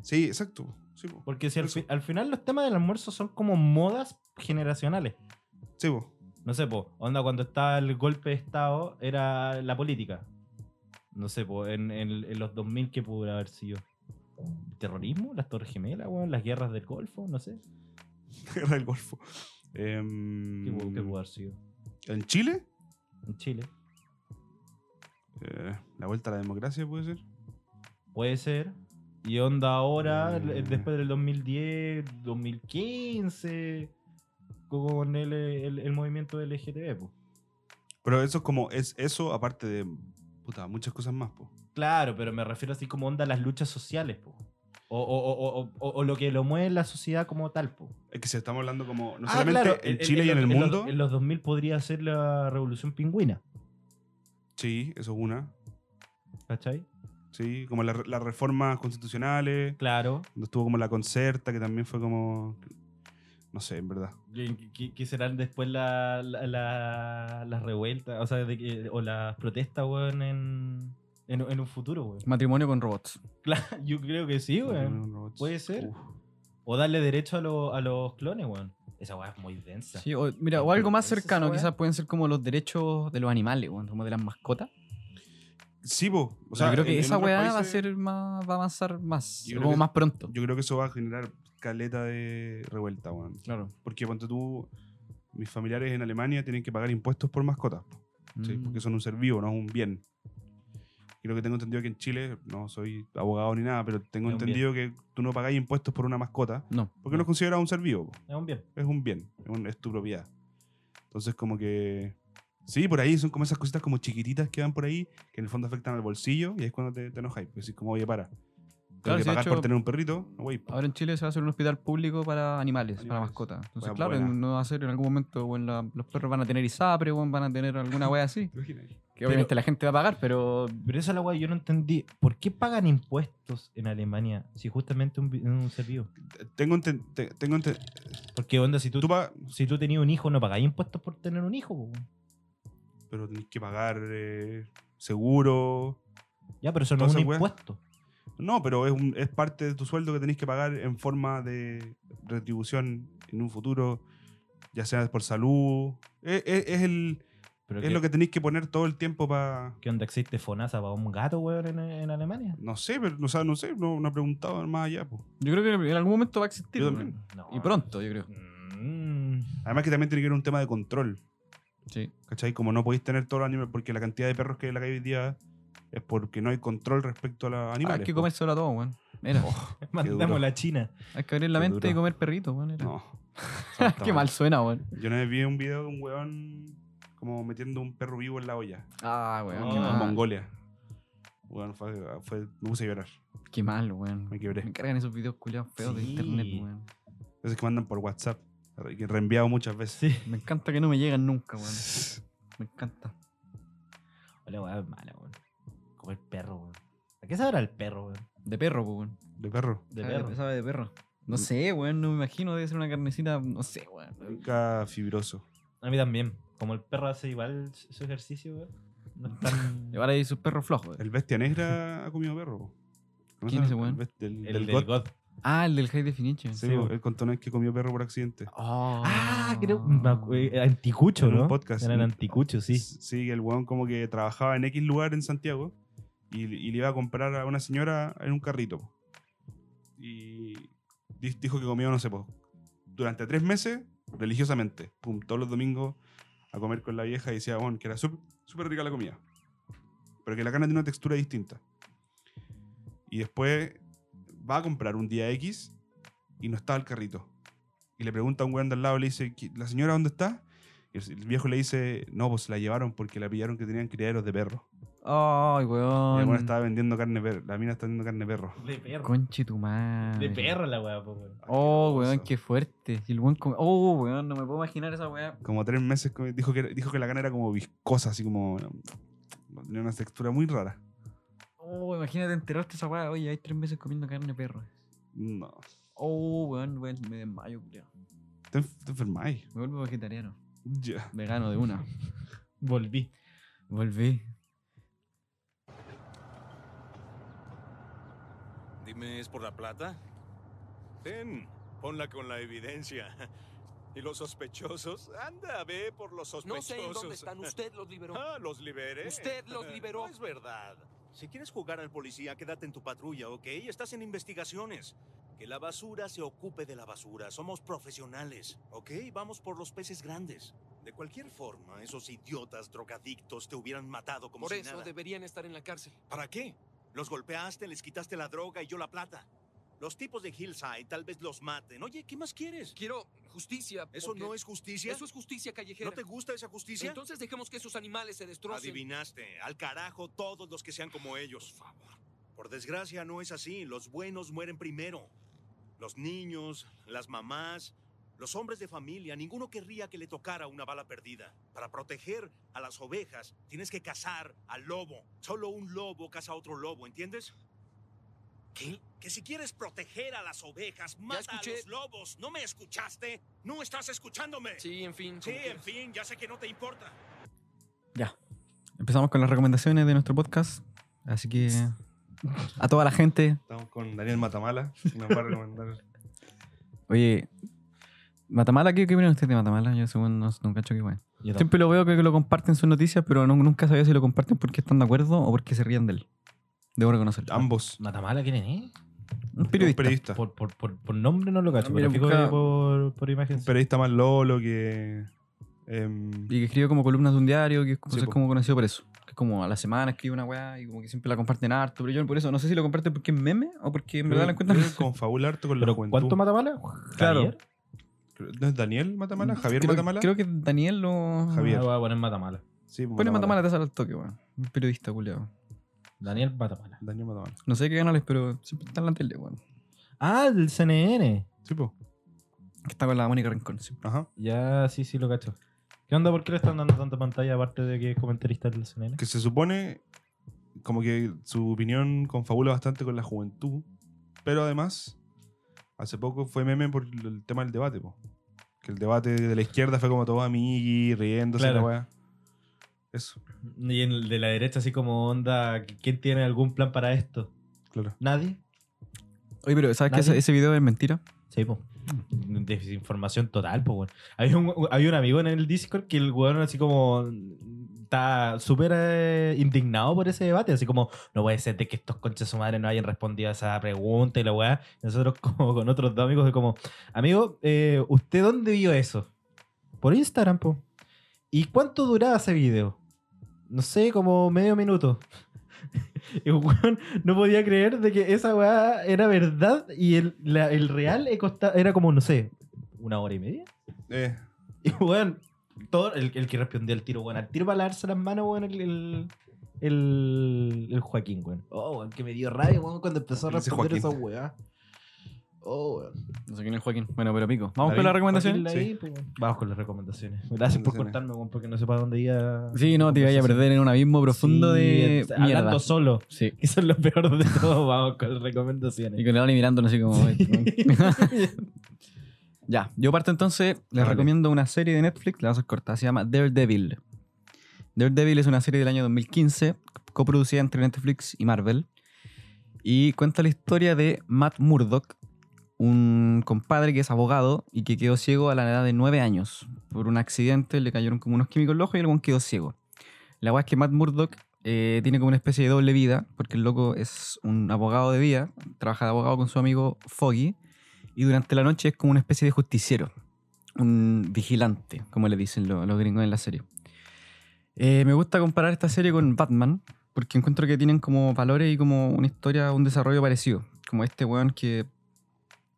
S3: Sí, exacto. Sí, po.
S5: Porque si al,
S3: Eso.
S5: fi- al final los temas del almuerzo son como modas generacionales.
S3: Sí, po. [laughs]
S5: No sé, po, onda cuando estaba el golpe de Estado era la política. No sé, po, en, en- en los 2000 que pudo haber sido. ¿Terrorismo? ¿Las Torres Gemelas, weón? ¿Las guerras del Golfo? No sé.
S3: Guerra del Golfo.
S5: ¿Qué,
S3: Em,
S5: pudo- qué pudo haber sido?
S3: ¿En Chile?
S5: En Chile.
S3: Eh, la vuelta a la democracia puede ser.
S5: Puede ser. Y onda ahora,
S3: Eh.
S5: eh, después del 2010, 2015, con el, el, el movimiento LGTB, po.
S3: Pero eso es como, es eso aparte de puta, muchas cosas más, po.
S5: Claro, pero me refiero así como onda las luchas sociales, po. O, o- o- o- o- o lo que lo mueve la sociedad como tal, po.
S3: Es que si estamos hablando como, no
S5: Ah,
S3: solamente
S5: claro,
S3: en Chile y en
S5: los-
S3: el
S5: los-
S3: mundo.
S5: En los 2000 podría ser la revolución pingüina,
S3: Sí, eso es una.
S5: ¿cachai?
S3: Sí, como la- las reformas constitucionales.
S5: Claro.
S3: Cuando estuvo como la concerta, que también fue como. No sé, en verdad.
S5: ¿Qué, qué- qué serán después la- la- la- las revueltas, o sea, de que- o las protestas, weón, en, en, en un futuro, weón? [laughs]
S4: Matrimonio con robots.
S5: Claro, yo creo que sí, weón.
S3: Robots.
S5: puede ser.
S3: Uf.
S5: O darle derecho a, lo- a los clones, weón. Esa weá es muy densa.
S4: Sí, o- mira, o algo más
S5: ¿Es esa
S4: cercano,
S5: weá?
S4: quizás pueden ser como los derechos de los animales, weón, como de las mascotas.
S3: Sí, po. O
S4: O
S3: sea,
S4: sea, creo que
S3: en- en
S4: esa
S3: otros
S4: weá va a
S3: países-
S4: ser más, va a avanzar más,
S3: Yo creo
S4: como
S3: que-
S4: más pronto.
S3: Yo creo que eso va a generar caleta de revuelta, weón.
S4: Claro.
S3: Porque ponte tú, mis familiares en Alemania tienen que pagar impuestos por mascotas, po, ¿sí?
S4: Mm.
S3: porque son un ser vivo, no es un bien. Creo que tengo entendido que en Chile, no soy abogado ni nada, pero tengo
S5: Es un bien.
S3: entendido que tú no pagás impuestos por una mascota,
S4: No.
S3: porque no es considerado un ser vivo, po.
S5: Es un bien.
S3: es un bien, es, un- es tu propiedad. Entonces como que... Sí, por ahí son como esas cositas como chiquititas que van por ahí, que en el fondo afectan al bolsillo y ahí es cuando te, te enojáis, porque es como, oye, para. Tengo
S4: Claro,
S3: que
S4: sí, de
S3: pagar por
S4: hecho-
S3: tener un perrito, no voy. po.
S4: Ahora en Chile se va a hacer un hospital público para animales, para
S3: Animales.
S4: mascotas. Entonces,
S3: Weá
S4: claro,
S3: buena.
S4: no va a ser en algún momento, weón, la- los perros van a tener isapre, weón, van a tener alguna weá
S3: [laughs]
S4: así.
S3: ¿Te imaginas?
S4: Que obviamente la gente va a pagar, pero
S5: Pero esa es la weá, yo no entendí. ¿Por qué pagan impuestos en Alemania si justamente un, vi- un ser vivo?
S3: Tengo, enten- te- tengo enten-
S5: Porque onda, si tú,
S3: tú pa-
S5: si tú tenías un hijo, no pagáis impuestos por tener un hijo, po, weón.
S3: pero tenés que pagar eh, seguro.
S5: Ya, pero eso no
S3: Todas
S5: es un
S3: esas weas.
S5: impuesto.
S3: No, pero es, un- es parte de tu sueldo que tenés que pagar en forma de retribución en un futuro, ya sea por salud. Es, es- es el,
S5: Pero
S3: es lo que tenéis que poner todo el tiempo para...
S5: ¿Qué onda existe FONASA para un gato, weón, en, en Alemania?
S3: No sé, pero o sea, no sé, no, no he preguntado más allá. po.
S4: yo creo que en algún momento va a existir.
S3: Yo
S4: weón.
S3: también.
S5: No.
S4: Y pronto, yo creo.
S5: Mm. [laughs]
S3: Además que también tiene que ver un tema de control,
S4: Sí.
S3: ¿cachai? Como no podéis tener todos los animales, porque la cantidad de perros que hay en la calle hoy día es porque no hay control respecto a los animales.
S4: hay que
S3: po.
S4: comerse ahora todo, weón. Era.
S5: Mandamos la China.
S4: Hay que abrir la
S3: Qué
S4: mente y
S3: duro.
S4: comer perrito, weón. era. [laughs]
S3: No.
S4: Qué mal suena, weón.
S3: Yo una vez vi un video de un weón como metiendo un perro vivo en la olla.
S4: Ah, weón.
S5: No,
S4: qué
S3: en
S5: Ah.
S4: mal.
S3: Mongolia. Weón, fue, fue- me puse a llorar.
S4: Qué mal, weón.
S3: Me quebré.
S4: Me cargan esos videos culiados feos de
S5: Sí.
S4: internet, weón.
S3: Esos que mandan por WhatsApp. Que reenviado muchas veces.
S5: Sí.
S4: Me encanta que no me llegan nunca, weón. Me encanta.
S5: Hola, weón, es mala, weón. Como el perro, weón. ¿A qué sabrá el perro, weón?
S4: De perro, po, weón.
S3: De perro.
S5: De
S4: Sabe
S5: perro. Mm.
S4: Sabe de perro. No sé, weón. No me imagino. Debe ser una carnecita, no sé, weón.
S3: Nunca fibroso.
S5: A mí también. Como el perro hace igual su su ejercicio, weón. No es
S4: [laughs]
S5: tan-
S4: Ahora hay sus perros flojos.
S3: El bestia negra ha comido perro. po. ¿No
S4: ¿Quién es ese
S3: sabes?
S4: weón?
S3: El best- del,
S5: el
S3: del
S5: del
S3: God.
S5: God.
S4: Ah, el del High Definition.
S3: Sí,
S5: sí,
S3: po,
S5: po.
S3: el contonés que comió perro por accidente.
S5: Ah, creo. me acu- eh, Anticucho,
S3: En un
S5: ¿no?
S3: podcast.
S5: Era el anticucho, sí.
S3: S- Sí, el weón como que trabajaba en X lugar en Santiago y, y le iba a comprar a una señora en un carrito. po. Y di- dijo que comió, no sé, po, durante tres meses, religiosamente, pum, todos los domingos a comer con la vieja y decía, bueno, que era sup- súper rica la comida. Pero que la carne tiene una textura distinta. Y después va a comprar un día X y no está el carrito. Y le pregunta a un weón de al lado, le dice, "¿Qui- ¿la señora dónde está? Y el el viejo le dice, no, pues la llevaron porque la pillaron que tenían criaderos de perro.
S4: Ay,
S3: Y la
S4: weón.
S3: mina estaba vendiendo carne perro. La mina está vendiendo carne perro.
S5: De perro.
S4: Conche tu madre.
S5: De perro la weá, po, weón.
S4: Oh, weón,
S3: Asqueroso.
S4: qué fuerte. Y el weón come- Oh, weón, no me puedo imaginar esa weá.
S3: Como tres meses comi- dijo que, dijo que la carne era como viscosa, así como... Tenía una textura muy rara.
S4: Oh, imagínate enterarte esa weá. Oye, hay tres meses comiendo carne de perro.
S3: No.
S4: Oh, weón, weón, me desmayo, culiao.
S3: Te, enf- te enfermáis.
S4: Me vuelvo vegetariano.
S3: Ya.
S4: Vegano de una.
S5: [laughs] Volví.
S4: Volví.
S8: Dime, ¿es por la plata?
S9: Ten, ponla con la evidencia. [laughs] ¿Y los sospechosos? Anda, ve por los
S8: No
S9: sospechosos.
S8: sé en dónde están. Usted los liberó.
S9: Ah, los liberé.
S8: Usted
S9: [laughs]
S8: los liberó.
S9: No es verdad. Si quieres jugar al policía, quédate en tu patrulla, ¿ok? Estás en investigaciones. Que la basura se ocupe de la basura. Somos profesionales, ¿ok? Vamos por los peces grandes. De cualquier forma, esos idiotas drogadictos te hubieran matado como
S8: Por
S9: si
S8: eso
S9: nada.
S8: deberían estar en la cárcel.
S9: ¿Para qué? Los golpeaste, les quitaste la droga y yo la plata. Los tipos de Hillside tal vez los maten. Oye, ¿qué más quieres?
S8: Quiero justicia.
S9: ¿Eso
S8: porque
S9: no es justicia?
S8: Eso es justicia callejera.
S9: ¿No te gusta esa justicia?
S8: Entonces dejemos que esos animales se destrocen.
S9: Adivinaste. Al carajo todos los que sean como ellos.
S8: Por favor.
S9: Por desgracia no es así. Los buenos mueren primero. Los niños, las mamás, los hombres de familia. Ninguno querría que le tocara una bala perdida. Para proteger a las ovejas tienes que cazar al lobo. Solo un lobo caza a otro lobo, ¿entiendes?
S8: ¿Qué?
S9: Que si quieres proteger a las ovejas, mata
S8: escuché.
S9: a los lobos. ¿No me escuchaste? ¿No estás escuchándome?
S8: Sí, en fin.
S9: Sí,
S8: como
S9: en
S8: quieras.
S9: fin, ya sé que no te importa.
S4: Empezamos con las recomendaciones de nuestro podcast. Así que a toda la gente,
S3: Estamos con Daniel Matamala. que nos va a recomendar.
S4: oye, Matamala, ¿qué, qué opinan ustedes de Matamala? Yo según no, no cacho qué weón.
S5: Yo tampoco.
S4: Siempre lo veo que que lo comparten sus noticias, pero no- nunca sabía si lo comparten porque están de acuerdo o porque se ríen de él. Debo
S3: [laughs]
S4: reconocerlo.
S3: Ambos.
S5: Matamala, ¿quieren, eh?
S4: Un
S3: Un
S4: periodista.
S3: periodista.
S5: Por, por, por, por nombre no lo cacho,
S4: Ah, mira,
S5: pero fijo
S4: busca-
S5: que por, por imagen.
S3: Un periodista más lolo que... em,
S4: Y que escribe como columnas de un diario, que es como,
S3: Sí,
S4: es
S3: po.
S4: como conocido por eso. Que es como a la semana escribe una weá y como que siempre la comparten harto. Pero yo por eso no sé si lo comparten porque es meme o porque en
S3: creo-
S4: verdad la encuentran.
S3: creo que confabula harto con la
S5: ¿Pero
S3: juventud.
S5: cuánto Matamala?
S4: Claro.
S5: ¿Javier?
S3: Creo- ¿No es Daniel Matamala? ¿Javier
S4: Mm, [laughs] creo,
S3: Matamala?
S4: Creo que Daniel lo.
S3: Javier.
S5: Ah, voy a poner Matamala.
S3: Sí,
S4: Pone Matamala, te sale al toque, weón. Un periodista, culiao.
S5: Daniel Matamala.
S3: Daniel Matamala.
S4: No sé qué canales, pero siempre está en la tele, weón.
S5: Ah, del CNN.
S3: Sí, po.
S4: Que está con la Mónica Rincón. siempre.
S3: Ajá.
S5: Ya, sí, sí, lo cacho. ¿Qué onda? ¿Por qué le están dando tanta pantalla aparte de que es comentarista del CNN?
S3: Que se supone como que su opinión confabula bastante con la juventud. Pero además, hace poco fue meme por el el tema del debate, po. Que el debate de la izquierda fue como todo amigui, riéndose
S5: Claro.
S3: la weá. Eso,
S5: Y en el de la derecha, así como onda, ¿quién tiene algún plan para esto?
S3: claro.
S5: ¿Nadie?
S4: Oye, pero ¿sabes que
S5: Nadie.
S4: ese, ese video es mentira?
S5: Sí, po. Desinformación total, po, weón. Había un, había un amigo en el Discord que el weón así como mm, está súper eh, indignado por ese debate. Así como, no puede ser de que estos conches su madre no hayan respondido a esa pregunta y la weá. Y Nosotros [laughs] como con otros dos amigos de como, amigo, eh, ¿usted dónde vio eso? Por Instagram, po. ¿Y cuánto duraba ese video? No sé, como medio minuto. [laughs] Y el weón no podía creer de que esa weá era verdad y el, la- el real e costa- era como, no sé, una hora y media.
S3: Eh,
S5: [laughs] Y weón, todo, el, el que respondió al tiro, weón, al tiro para lavarse las manos, weón, el, el, el, el Joaquín, weón. Oh, weón, que me dio rabia, weón, cuando empezó a
S3: Ese
S5: responder esa
S3: Joaquín.
S5: weá. Oh, weón.
S4: No sé quién es Joaquín. Bueno, pero pico. ¿Vamos
S3: David,
S4: con la recomendación?
S5: Joaquín Lavín, pues, weón. Vamos con las recomendaciones. Gracias por
S3: Recomendaciones.
S5: cortarme, weón, porque no sé para dónde iba.
S4: Sí, no, te vayas a perder en un abismo profundo
S5: Sí,
S4: de.
S5: hablando
S4: Mierda.
S5: solo.
S4: Sí.
S5: Eso es lo peor de [laughs] todo. Vamos con las
S4: [laughs]
S5: recomendaciones.
S4: Y con el Dani mirándonos así como. "Ay, este weón". Ya, yo parto entonces, les
S3: Dale.
S4: recomiendo una serie de Netflix, la vas a cortar, se llama Daredevil. Daredevil es una serie del año 2015, coproducida entre Netflix y Marvel, y cuenta la historia de Matt Murdock, un compadre que es abogado y que quedó ciego a la edad de 9 años. Por un accidente le cayeron como unos químicos en el ojo y el weón quedó ciego. La weá es que Matt Murdock eh, tiene como una especie de doble vida, porque el loco es un abogado de vida, trabaja de abogado con su amigo Foggy, y durante la noche es como una especie de justiciero, un vigilante, como le dicen lo- los gringos en la serie. Eh, me gusta comparar esta serie con Batman, porque encuentro que tienen como valores y como una historia, un desarrollo parecido. Como este weón que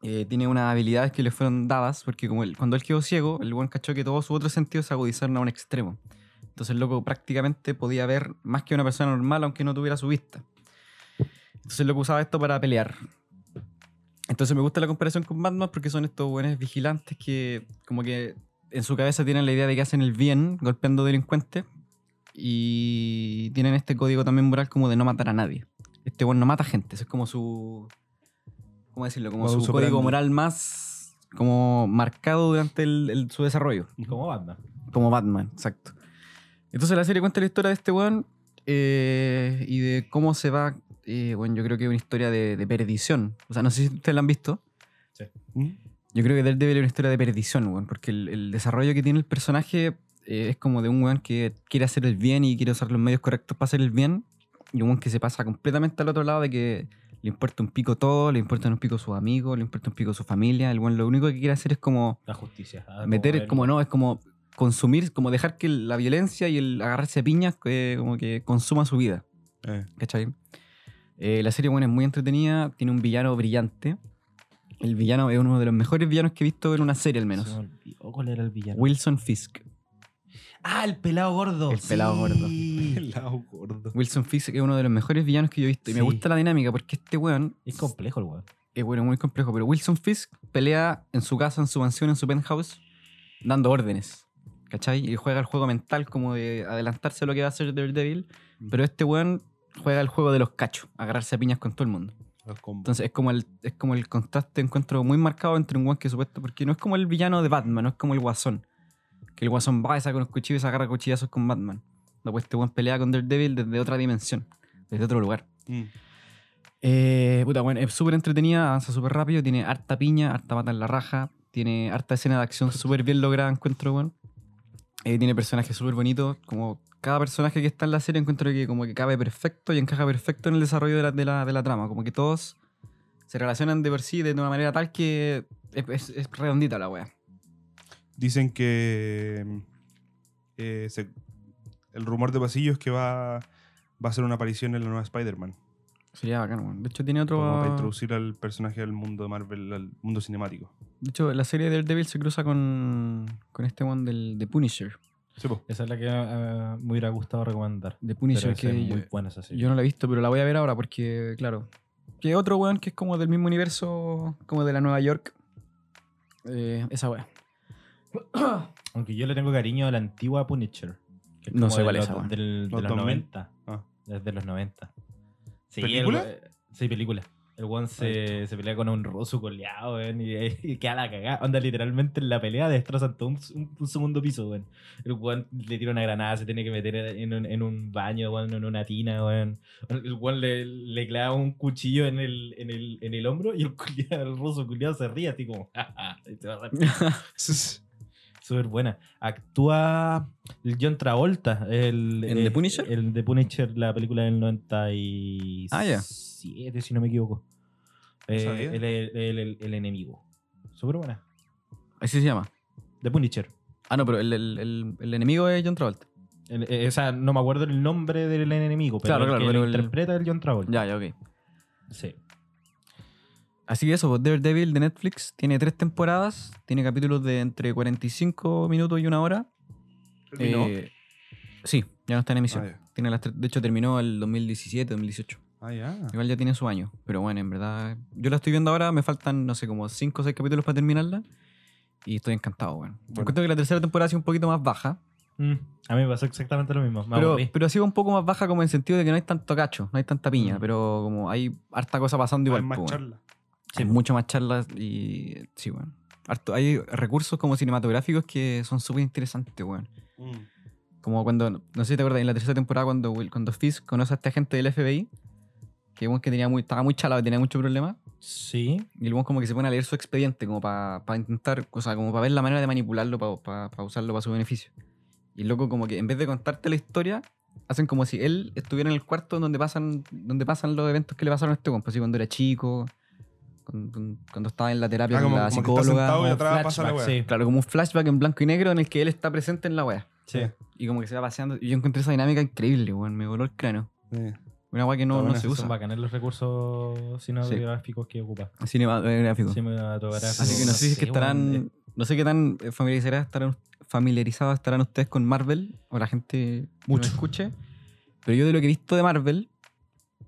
S4: eh, tiene unas habilidades que le fueron dadas, porque como él- cuando él quedó ciego, el weón cachó que todos sus otros sentidos se agudizaron a un extremo. Entonces el loco prácticamente podía ver más que una persona normal, aunque no tuviera su vista. Entonces el loco usaba esto para pelear. Entonces me gusta la comparación con Batman porque son estos buenos vigilantes que como que en su cabeza tienen la idea de que hacen el bien golpeando delincuentes y tienen este código también moral como de no matar a nadie. Este bueno no mata gente, ese es como su ¿cómo decirlo? Como
S3: Modus
S4: su código
S3: operandi.
S4: moral más como marcado durante el- el- su desarrollo.
S5: Como banda.
S4: Como Batman, exacto. Entonces la serie cuenta la historia de este weón eh, y de cómo se va. eh, bueno, yo creo que es una historia de, de perdición. O sea, no sé si ustedes la han visto.
S3: ¿Mm?
S4: Yo creo que Daredevil es una historia de perdición, weón, porque el, el desarrollo que tiene el personaje eh, es como de un weón que quiere hacer el bien y quiere usar los medios correctos para hacer el bien, y un weón que se pasa completamente al otro lado de que le importa un pico todo, le importan un pico sus amigos, le importa un pico su familia. El weón lo único que quiere hacer es como
S5: La justicia. Ah,
S4: a meter es
S5: el-
S4: como no es como consumir como dejar que la violencia y el agarrarse a piñas eh, como que consuma su vida
S3: Eh.
S4: ¿cachai? Eh, la serie bueno es muy entretenida tiene un villano brillante el villano es uno de los mejores villanos que he visto en una serie al
S5: Se
S4: menos
S5: me olvidó cuál era el villano.
S4: Wilson Fisk
S5: Ah, el pelado gordo.
S4: El pelado
S5: [laughs] gordo.
S3: Pelado gordo.
S4: Wilson Fisk es uno de los mejores villanos que yo he visto y me
S5: Sí.
S4: gusta la dinámica porque este weón
S5: Es complejo el weón.
S4: es bueno muy complejo pero Wilson Fisk pelea en su casa en su mansión en su penthouse dando órdenes ¿cachai? Y juega el juego mental como de adelantarse a lo que va a hacer Daredevil. Pero este weón juega el juego de los cachos, agarrarse a piñas con todo el mundo.
S3: Los combos.
S4: Entonces es como el, es como el contraste encuentro muy marcado entre un weón que supuesto, porque no es como el villano de Batman, no es como el guasón. Que el guasón va y saca unos cuchillos y se agarra a cuchillazos con Batman. No, pues este weón pelea con Daredevil desde otra dimensión, desde otro lugar.
S3: Mm.
S4: Eh, puta, bueno, es súper entretenida, avanza súper rápido, tiene harta piña, harta pata en la raja, tiene harta escena de acción súper bien lograda, encuentro, bueno. Eh, tiene personajes súper bonitos, como cada personaje que está en la serie encuentro que como que cabe perfecto y encaja perfecto en el desarrollo de la, de la, de la trama, como que todos se relacionan de por sí de una manera tal que es, es- es redondita la wea.
S3: Dicen que eh, se- el rumor de pasillo es que va, va a ser una aparición en la nueva Spider-Man.
S4: Sería bacán, weón. De hecho, tiene
S3: Como para
S4: otro...
S3: introducir al personaje del mundo de Marvel, al mundo cinemático.
S4: De hecho, la serie de Daredevil se cruza con, con este one del de Punisher.
S3: Sí, po.
S5: Esa es la que ah, me hubiera gustado recomendar.
S4: De
S5: Pero
S4: Punisher
S5: esa es
S4: que yo-
S5: muy buena esa serie.
S4: Yo no la he visto, pero la voy a ver ahora porque, claro. Que otro weón que es como del mismo universo, como de la Nueva York. Eh, esa weá.
S5: Aunque yo le tengo cariño a la antigua Punisher. que
S4: No
S5: como
S4: sé
S5: de
S4: cuál
S5: los-
S4: es esa, weón.
S5: Del, de
S3: ¿Los
S5: los
S3: 2000?
S5: 90.
S3: Ah.
S5: Desde los 90. Sí,
S3: ¿Película?
S5: el- sí, película. El weón se, se pelea con un ruso coleado, weón, y, y [laughs] queda la cagada. Onda, literalmente en la pelea destrozan todo un, un- un segundo piso, weón. El weón le tira una granada, se tiene que meter en un, en un baño, weón, en una tina, weón. El weón le, le clava un cuchillo en el, en el, en el hombro y el, culiao- el ruso culiado se ríe así como, [laughs] "Ja, ja", y se va a Súper buena. Actúa el John Travolta. El,
S4: ¿En
S5: eh,
S4: The Punisher?
S5: El de Punisher, la película del 97,
S4: Ah, ya.
S5: si no me equivoco. Eh,
S3: sabía.
S5: el, el- el- el- el enemigo. Súper buena.
S4: [laughs] Así se llama.
S5: The Punisher.
S4: Ah, no, pero el, el- el- el enemigo es John Travolta.
S5: El- eh, o sea, no me acuerdo el nombre del enemigo, pero
S4: Claro,
S5: el
S4: claro,
S5: que lo
S4: pero el-
S5: interpreta el John Travolta.
S4: Ya, ya, ok.
S5: Sí.
S4: Así que eso, pues, Daredevil de Netflix tiene tres temporadas, tiene capítulos de entre 45 minutos y una hora.
S3: Terminó.
S4: Eh, sí, ya no está en emisión.
S3: Ah, ya.
S4: Tiene las tres- de hecho, terminó el 2017, 2018.
S3: Ah, ya.
S4: Igual ya tiene su año, pero bueno, en verdad. Yo la estoy viendo ahora, me faltan, no sé, como 5 o 6 capítulos para terminarla. Y estoy encantado, bueno.
S3: Bueno.
S4: Encuentro que la tercera temporada ha sido un poquito más baja,
S5: Mm, a mí me pasó exactamente lo mismo. Me
S4: pero,
S5: aburrí.
S4: pero ha sido un poco más baja como en el sentido de que no hay tanto cacho, no hay tanta piña,
S5: Mm.
S4: pero como hay harta cosa pasando igual.
S3: Hay Ah, más
S4: pues, bueno.
S3: charla.
S4: Hay mucho más charlas y. Sí, bueno. harto- hay recursos como cinematográficos que son súper interesantes, weón.
S3: Mm.
S4: Como cuando, no sé si te acuerdas, en la tercera temporada cuando, Will- cuando Fizz conoce a este agente del FBI, que, weón, que tenía muy, estaba muy chalado, tenía mucho problema,
S5: Sí.
S4: y el weón como que se pone a leer su expediente, como para intentar, o sea, como para ver la manera de manipularlo, para usarlo para su beneficio. Y el loco como que en vez de contarte la historia, hacen como si él estuviera en el cuarto donde pasan, donde pasan los eventos que le pasaron a este weón, pues sí, cuando era chico, con- con- cuando estaba en la terapia
S3: Ah,
S4: con
S3: como-
S4: la
S3: como que está
S4: psicóloga.
S3: sentado y
S4: como-
S3: atrás pasa la
S5: flashback,
S3: wea.
S5: sí.
S4: Claro, como un flashback en blanco y negro en el que él está presente en la wea.
S5: Sí.
S4: Y como que se va paseando. Y yo encontré esa dinámica increíble, weón. Me voló el cráneo.
S3: Sí.
S4: Una wea que no, no
S5: Está bueno,
S4: se
S5: esos
S4: usa.
S5: Son bacanes los recursos cinematográficos que ocupa.
S4: Cinematográfico.
S5: Cinematográficos.
S4: Así que no sé si es que
S5: weón,
S4: estarán. No sé qué tan eh, familiarizadas estarán, familiarizados estarán ustedes con Marvel o la gente mucho escuche. Pero yo de lo que he visto de Marvel,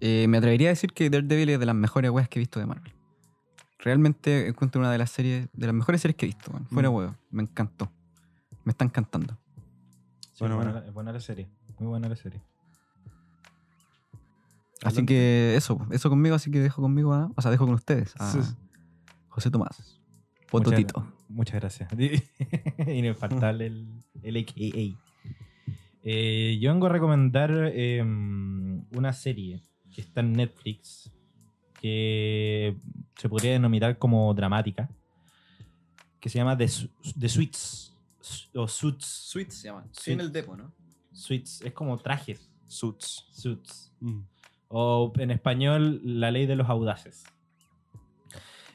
S4: eh, me atrevería a decir que Daredevil es de las mejores weas que he visto de Marvel. Realmente encuentro una de las series, de las mejores series que he visto. weón. Fuera huevo, me encantó. Me está encantando.
S5: Sí,
S3: Bueno,
S5: buena,
S3: bueno.
S5: la- buena la serie. Muy buena la serie.
S4: Así que eso, po. eso conmigo, así que dejo conmigo a, o sea, dejo con ustedes a
S3: Sí.
S4: José Tomás.
S5: Muchas-
S4: Pototito.
S5: Muchas gracias. [laughs] Inefaltable el, el AKA. Eh, yo vengo a recomendar eh, una serie que está en Netflix que se podría denominar como dramática que se llama The, Su- The Suits o Suits.
S4: Sweet se llama.
S5: Sí. en el
S4: depo, ¿no?
S5: Suits es como trajes.
S3: Suits.
S5: Suits.
S3: Mm.
S5: O en español, La Ley de los Audaces.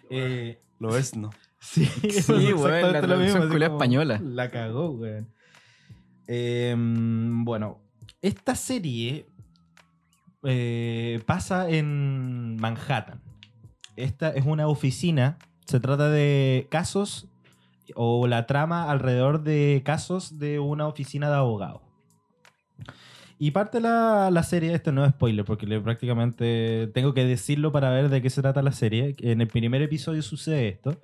S5: Eh,
S10: ¿Lo ves? No.
S4: [laughs]
S5: sí, eso es [laughs]
S4: weón, la
S5: exactamente lo
S4: traducción
S5: mismo, así
S4: culia
S5: como,
S4: española.
S5: La cagó, weón. Em, bueno, esta serie eh, pasa en Manhattan. Esta es una oficina. Se trata de casos o la trama alrededor de casos de una oficina de abogados. Y parte la, la serie, esto no es spoiler, porque le- prácticamente tengo que decirlo para ver de qué se trata la serie. En el primer episodio sucede esto.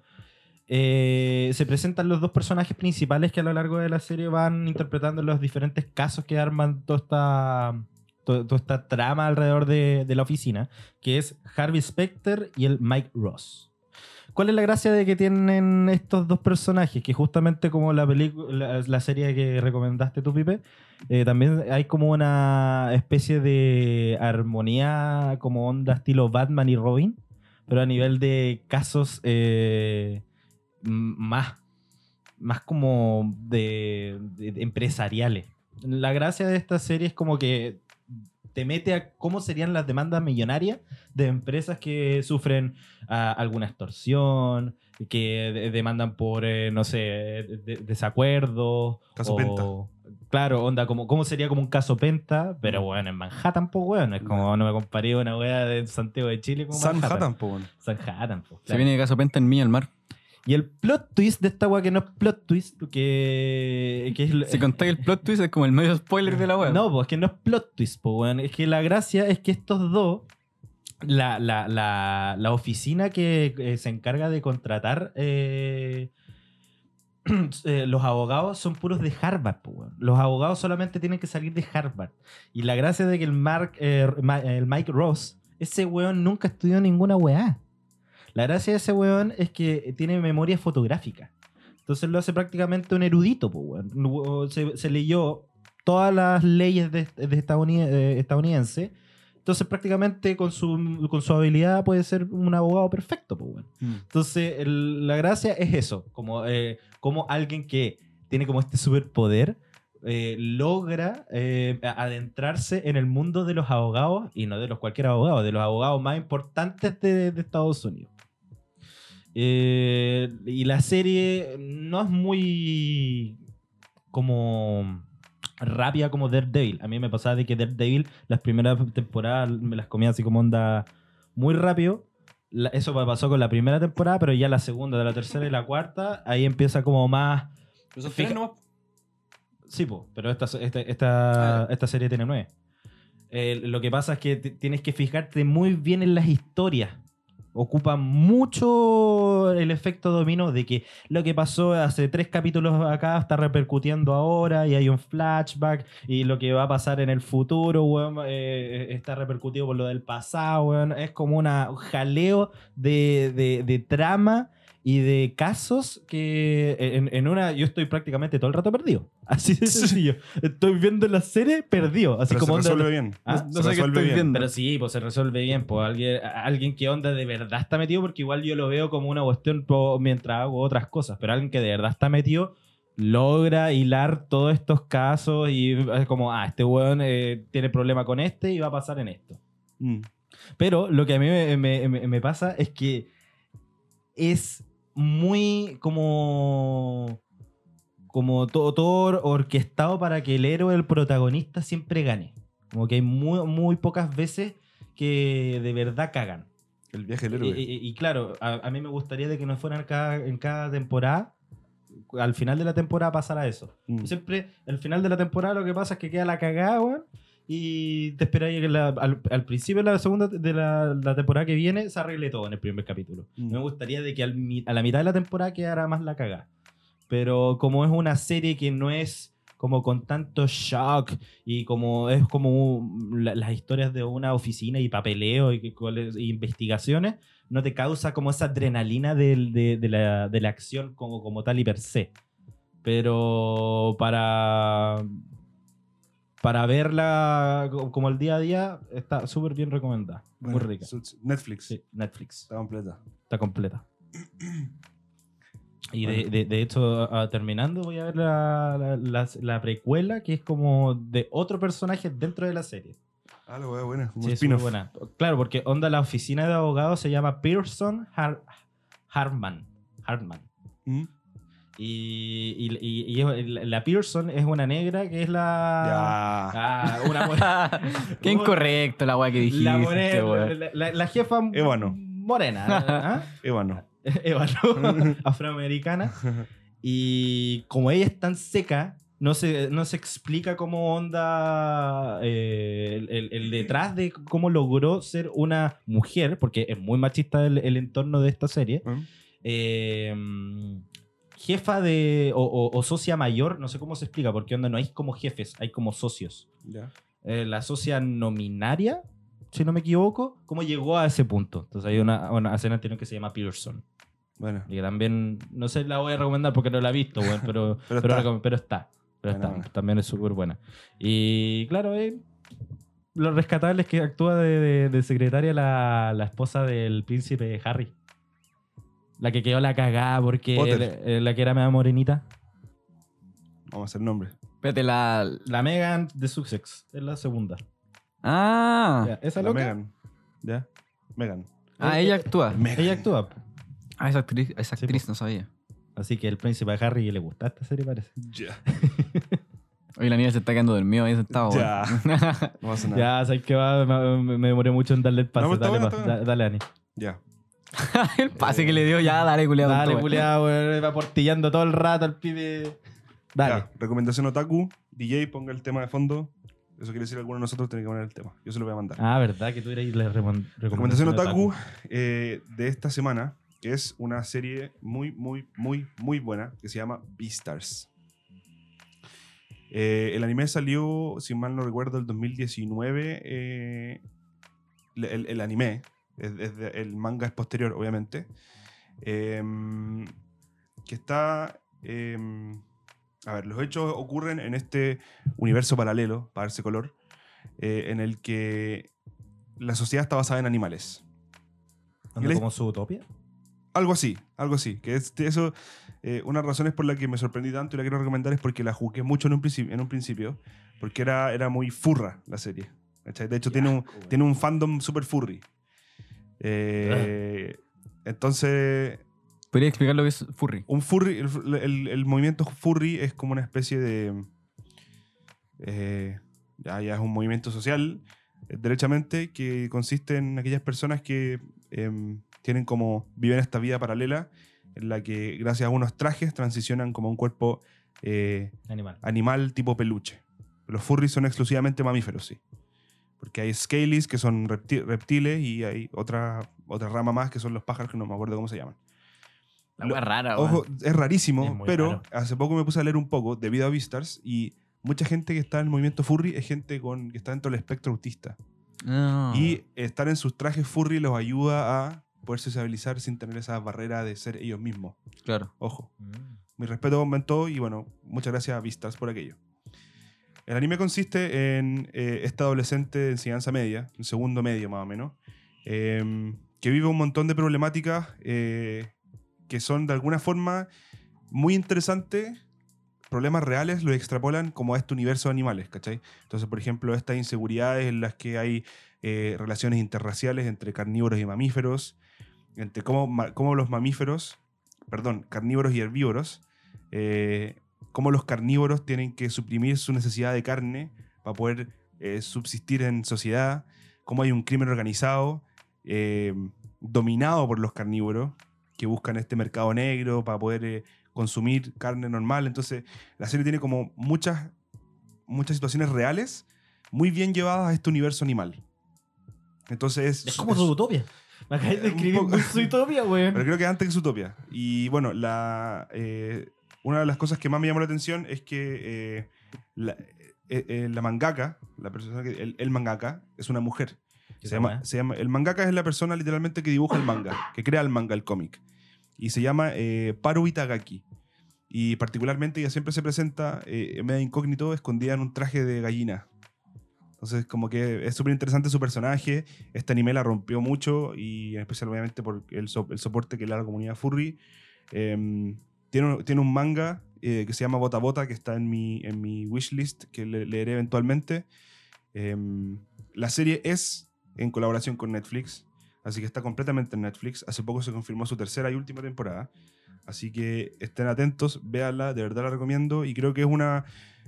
S5: Eh, se presentan los dos personajes principales que a lo largo de la serie van interpretando los diferentes casos que arman toda esta, to- toda esta trama alrededor de, de la oficina, que es Harvey Specter y el Mike Ross. ¿Cuál es la gracia de que tienen estos dos personajes? Que justamente como la, pelicu- la, la serie que recomendaste tú, Pipe, eh, también hay como una especie de armonía como onda estilo Batman y Robin, pero a nivel de casos eh, m- más, más como de, de- de empresariales. La gracia de esta serie es como que te mete a cómo serían las demandas millonarias de empresas que sufren ah, alguna extorsión, que de- demandan por, eh, no sé, de- de- desacuerdos.
S3: Caso
S5: o-
S3: Penta.
S5: Claro, onda, como, ¿cómo sería como un caso Penta?
S4: Mm.
S5: Pero bueno, en Manhattan, pues bueno, es como no me comparé una wea de Santiago de Chile con
S10: San
S5: Manhattan.
S10: Hatan, po, weón.
S5: Manhattan, pues.
S4: Se viene de caso Penta en Miña al Mar.
S5: Y el plot twist de esta wea que no es plot twist, que, que es... lo-
S4: Si contáis el plot twist es como el medio spoiler de la web.
S5: No, pues que no es plot twist, pues weón. Es que la gracia es que estos dos, la, la, la, la oficina que eh, se encarga de contratar eh, [clears throat] eh, los abogados son puros de Harvard, pues weón. Los abogados solamente tienen que salir de Harvard. Y la gracia de que el, Mark, eh, Ma- el Mike Ross, ese weón nunca estudió ninguna weá. La gracia de ese weón es que tiene memoria fotográfica. Entonces lo hace prácticamente un erudito, pues, weón. O Se, se leyó todas las leyes de, de estadouni- eh, estadounidense. Entonces prácticamente con su, con su habilidad puede ser un abogado perfecto, pues, weón.
S4: Mm.
S5: Entonces el- la gracia es eso, como, eh, como alguien que tiene como este superpoder eh, logra eh, a- adentrarse en el mundo de los abogados y no de los cualquier abogado, de los abogados más importantes de, de Estados Unidos. Eh, y la serie no es muy como rápida como Daredevil. A mí me pasaba de que Daredevil las primeras temporadas me las comía así como onda muy rápido. La- eso me pasó con la primera temporada, pero ya la segunda, de la tercera y la cuarta, ahí empieza como más tres Fija- Sí, po, pero esta, esta, esta, esta serie tiene nueve. Eh, lo que pasa es que t- tienes que fijarte muy bien en las historias. Ocupa mucho el efecto dominó de que lo que pasó hace tres capítulos acá está repercutiendo ahora y hay un flashback y lo que va a pasar en el futuro weón, eh, está repercutido por lo del pasado. weón. Es como una- un jaleo de, de- de trama y de casos que en, en una yo estoy prácticamente todo el rato perdido. [laughs] Así de sencillo. Estoy viendo la serie perdido. Así
S3: Pero se
S5: como onda-
S3: resuelve bien.
S5: Ah,
S3: Se
S4: no sé qué
S3: resuelve
S4: estoy
S3: bien.
S4: viendo.
S5: Pero sí, pues se resuelve bien. Pues alguien, a- alguien que onda de verdad está metido, porque igual yo lo veo como una cuestión po- mientras hago otras cosas. Pero alguien que de verdad está metido logra hilar todos estos casos y es como, ah, este weón eh, tiene problema con este y va a pasar en esto.
S3: Mm.
S5: Pero lo que a mí me, me- me- me pasa es que es muy como. Como todo, todo orquestado para que el héroe, el protagonista, siempre gane. Como que hay muy, muy pocas veces que de verdad cagan.
S11: El viaje del
S5: Y,
S11: héroe.
S5: y- y claro, a, a mí me gustaría de que no fueran cada, en cada temporada, al final de la temporada pasara eso.
S3: Mm.
S5: Siempre, al final de la temporada lo que pasa es que queda la cagada, weón. Y te esperáis que la- al, al principio de la segunda de la, la temporada que viene se arregle todo en el primer capítulo.
S3: Mm.
S5: Me gustaría de que al mi- a la mitad de la temporada quedara más la cagada. Pero como es una serie que no es como con tanto shock y como es como un- la- las historias de una oficina y papeleo y, que- cuáles- y investigaciones, no te causa como esa adrenalina del- de, de la, de la acción como, como tal y per se. Pero para, para verla co- como el día a día, está súper bien recomendada.
S3: Bueno,
S5: Muy rica.
S3: Suits- Netflix.
S5: Sí, Netflix.
S3: Está completa.
S5: Está completa. Y de, de- de hecho, a- a- terminando, voy a ver la, la- la- la precuela, que es como de otro personaje dentro de la serie.
S3: Ah, la hueá buena. Un
S5: Sí, es muy
S3: spin-off.
S5: buena. Claro, porque onda la oficina de abogados se llama Pearson Har- Hartman. Hartman.
S3: Mm.
S5: Y, y- y- y es- la Pearson es una negra que es la...
S11: Ya.
S5: Ah, una mora-
S4: Qué incorrecto la weá que dijiste.
S5: la, morena-
S4: weón.
S5: la- la- la jefa
S3: Ébano.
S5: morena. ¿ah?
S3: Ébano.
S5: [laughs] ébano, afroamericana. Y como ella es tan seca, no se, no se explica cómo onda eh, el, el- el detrás de cómo logró ser una mujer, porque es muy machista el, el entorno de esta serie.
S3: Mm.
S5: eh, jefa de. O, o- o socia mayor, no sé cómo se explica, porque onda no hay como jefes, hay como socios.
S3: Ya.
S5: Eh, la socia nominaria, si no me equivoco, cómo llegó a ese punto. Entonces hay una, una escena anterior que se llama Pearson.
S3: Bueno.
S5: Y que también, no sé, la voy a recomendar porque no la he visto, weón, pero,
S3: [laughs] Pero
S5: pero,
S3: está.
S5: recom- pero está.
S3: Buena,
S5: Pero está,
S3: buena.
S5: También es súper buena. Y claro, eh, lo rescatable es que actúa de, de- de secretaria la, la esposa del príncipe Harry. La que quedó la cagada porque
S3: Potter.
S5: eh, la que era media morenita.
S3: Vamos a hacer nombre.
S4: Espérate, la.
S5: La Megan de Sussex, es la segunda.
S4: Ah,
S5: Ya, esa
S3: La
S5: loca,
S3: Megan. ¿Ya? Megan.
S4: ah, ella actúa.
S5: Eh, ella actúa. po.
S4: Ah, esa actriz, esa
S5: Sí,
S4: actriz no sabía.
S5: Así que el príncipe Harry le gusta esta serie, parece.
S3: Ya.
S4: Hoy la niña se está quedando dormida ahí sentada,
S3: [laughs]
S4: weón.
S3: Ya. [laughs] No pasa nada.
S5: Ya, sabes que va, me, me- me demoré mucho en darle el pase.
S3: No, pero está
S5: dale,
S3: buena,
S5: pa-
S3: está buena.
S5: da- dale, Ani.
S3: Ya.
S4: [laughs] El pase que le dio, ya, dale, culiado.
S5: Dale, culiado, weón. Va portillando todo el rato el pibe. Dale.
S3: Ya, Recomendación otaku. DJ, ponga el tema de fondo. Eso quiere decir que alguno de nosotros tiene que poner el tema. Yo se lo voy a mandar.
S5: Ah, verdad que tú eres la recom-
S3: Recomendación
S5: recomendación
S3: otaku eh, de esta semana que es una serie muy, muy, muy, muy buena que se llama Beastars. Eh, el anime salió, si mal no recuerdo, el 2019. eh, el, el- el anime, es- es de- el manga es posterior, obviamente. em, que está. em, a ver, los hechos ocurren en este universo paralelo, para darse color, eh, en el que la sociedad está basada en animales.
S5: ¿Onda como su utopía?
S3: Algo así, algo así. Que es- eso, eh, una de las razones por la que me sorprendí tanto y la quiero recomendar es porque la jugué mucho en un, principio, en un principio, porque era, era muy furra la serie. ¿cachai? De hecho, tiene, un, tiene un fandom super furry. Eh, entonces,
S4: ¿Podría explicar lo que es furry?
S3: un furry, el, el- el movimiento furry es como una especie de. eh, ya, ya es un movimiento social, eh, derechamente, que consiste en aquellas personas que em, tienen como. viven esta vida paralela en la que, gracias a unos trajes, transicionan como a un cuerpo eh,
S5: Animal.
S3: animal tipo peluche. Los furries son exclusivamente mamíferos, sí. Porque hay scalies, que son repti- reptiles, y hay otra, otra rama más, que son los pájaros, que no me acuerdo cómo se llaman.
S4: La
S3: Lo-
S4: weá [laughs] rara, weón.
S3: Ojo, es rarísimo,
S5: Es muy
S3: pero
S5: raro.
S3: hace poco me puse a leer un poco debido a Beastars y mucha gente que está en el movimiento furry es gente con, que está dentro del espectro autista.
S4: Ah.
S3: Y estar en sus trajes furry los ayuda a poder sociabilizar sin tener esa barrera de ser ellos mismos.
S4: Claro.
S3: Ojo.
S5: Mm.
S3: Mi respeto aumentó y bueno, muchas gracias a Vistas por aquello. El anime consiste en eh, esta adolescente de enseñanza media, en segundo medio más o menos, eh, que vive un montón de problemáticas eh, que son de alguna forma muy interesantes. Problemas reales los extrapolan como a este universo de animales, ¿cachai? Entonces, por ejemplo, estas inseguridades en las que hay eh, relaciones interraciales entre carnívoros y mamíferos, entre cómo, ma- cómo los mamíferos, perdón, carnívoros y herbívoros, eh, cómo los carnívoros tienen que suprimir su necesidad de carne para poder eh, subsistir en sociedad, cómo hay un crimen organizado eh, dominado por los carnívoros que buscan este mercado negro para poder eh, consumir carne normal. Entonces, la serie tiene como muchas, muchas situaciones reales muy bien llevadas a este universo animal. Entonces,
S5: Es como Zootopia. Me acabas de
S3: Eh, un
S5: escribir
S3: poco.
S5: Zootopia, güey.
S3: Pero creo que antes que Zootopia. Y bueno, la, eh, una de las cosas que más me llamó la atención es que eh, la, eh, eh, la mangaka, la persona que, el, el mangaka, es una mujer.
S5: Qué
S3: Se llama,
S5: buena.
S3: se llama- el mangaka es la persona literalmente que dibuja el manga, que crea el manga, el cómic. Y se llama eh, Paru Itagaki. Y particularmente ella siempre se presenta eh, medio incógnito, escondida en un traje de gallina. Entonces, como que es súper interesante su personaje. Este anime la rompió mucho y en especial, obviamente, por el, so- el soporte que le da la comunidad furry. Eh, tiene, un- tiene un manga eh, que se llama Bota Bota, que está en mi, en mi wishlist, que le- leeré eventualmente. Eh, la serie es en colaboración con Netflix, así que está completamente en Netflix. Hace poco se confirmó su tercera y última temporada. Así que estén atentos, véanla, de verdad la recomiendo y creo que es una,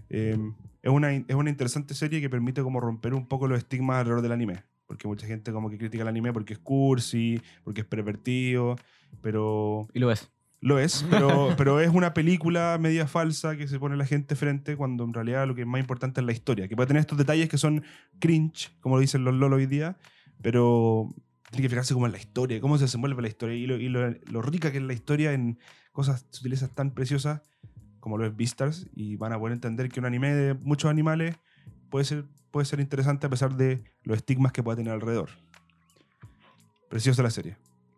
S3: eh, es una, es una interesante serie que permite como romper un poco los estigmas alrededor del anime. Porque mucha gente como que critica el anime porque es cursi, porque es pervertido, pero
S4: Y lo ves.
S3: lo es, pero, pero es una película media falsa que se pone la gente frente cuando en realidad lo que es más importante es la historia. Que puede tener estos detalles que son cringe, como lo dicen los LOL hoy día, pero tiene que fijarse cómo es la historia, cómo se desenvuelve la historia y lo, y lo- lo rica que es la historia en cosas sutilezas tan preciosas como lo es Beastars. Y van a poder entender que un anime de muchos animales puede ser, puede ser interesante a pesar de los estigmas que pueda tener alrededor. Preciosa la serie.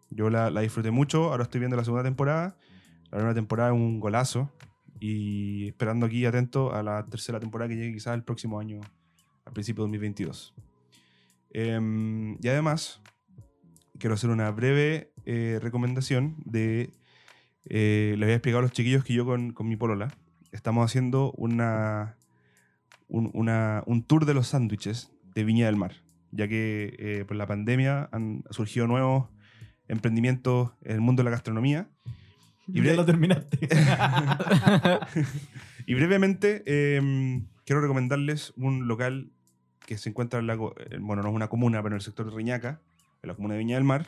S3: Yo la, la disfruté mucho. Ahora estoy viendo la segunda temporada. La primera temporada es un golazo. Y esperando aquí atento a la tercera temporada que llegue quizás el próximo año, al principio de 2022. Em, y además, quiero hacer una breve eh, recomendación de... eh, les había explicado a los chiquillos que yo con, con mi polola estamos haciendo una, un, una- un tour de los sándwiches de Viña del Mar, ya que eh, por la pandemia han surgido nuevos emprendimientos en el mundo de la gastronomía. Y
S5: ya
S3: bre- [laughs]
S5: lo terminaste.
S3: y brevemente, eh, quiero recomendarles un local que se encuentra en la. co- eh, Bueno, no es una comuna, pero en el sector de Riñaca, en la comuna de Viña del Mar,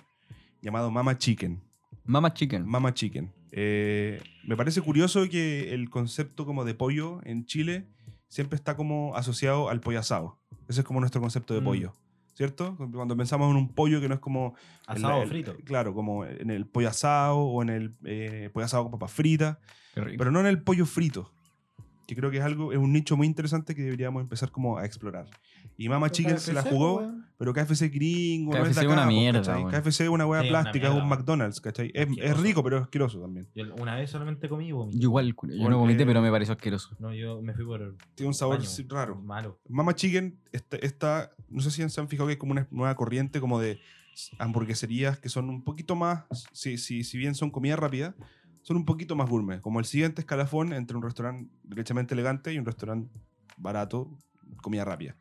S3: llamado Mama Chicken.
S4: Mama Chicken.
S3: Mama Chicken. Eh, me parece curioso que el concepto como de pollo en Chile siempre está como asociado al pollo asado. Ese es como nuestro concepto de
S5: Mm.
S3: pollo, ¿cierto? Cuando pensamos en un pollo que no es como... el-
S5: Asado
S3: el-
S5: frito.
S3: Claro, como en el pollo asado o en el eh, pollo asado con papas fritas,
S4: Qué rico.
S3: pero no en el pollo frito. Que creo que es algo, es un nicho muy interesante que deberíamos empezar como a explorar. Y Mama Chicken se la jugó pero KFC gringo, no es de
S4: KFC es
S3: acá,
S4: una
S3: po,
S4: mierda,
S3: ¿cachai?
S4: weón.
S3: KFC es una hueá
S5: Sí, es una
S3: plástica, es un
S5: mierda.
S3: McDonald's, ¿cachai? Es, es
S5: Asqueroso.
S3: rico, pero es asqueroso también.
S5: Yo una vez solamente comí y vomité.
S4: Yo igual, culo. Yo
S3: Bueno,
S4: no vomité,
S3: eh,
S4: pero me pareció asqueroso.
S5: No, yo me fui por el
S3: Tiene un sabor
S5: baño.
S3: sí, raro.
S5: Malo.
S3: Mama Chicken está, está- no sé si se han fijado que es como una nueva corriente como de hamburgueserías que son un poquito más, si, si, si bien son comida rápida, son un poquito más gourmet. Como el siguiente escalafón entre un restaurante derechamente elegante y un restaurante barato, comida rápida.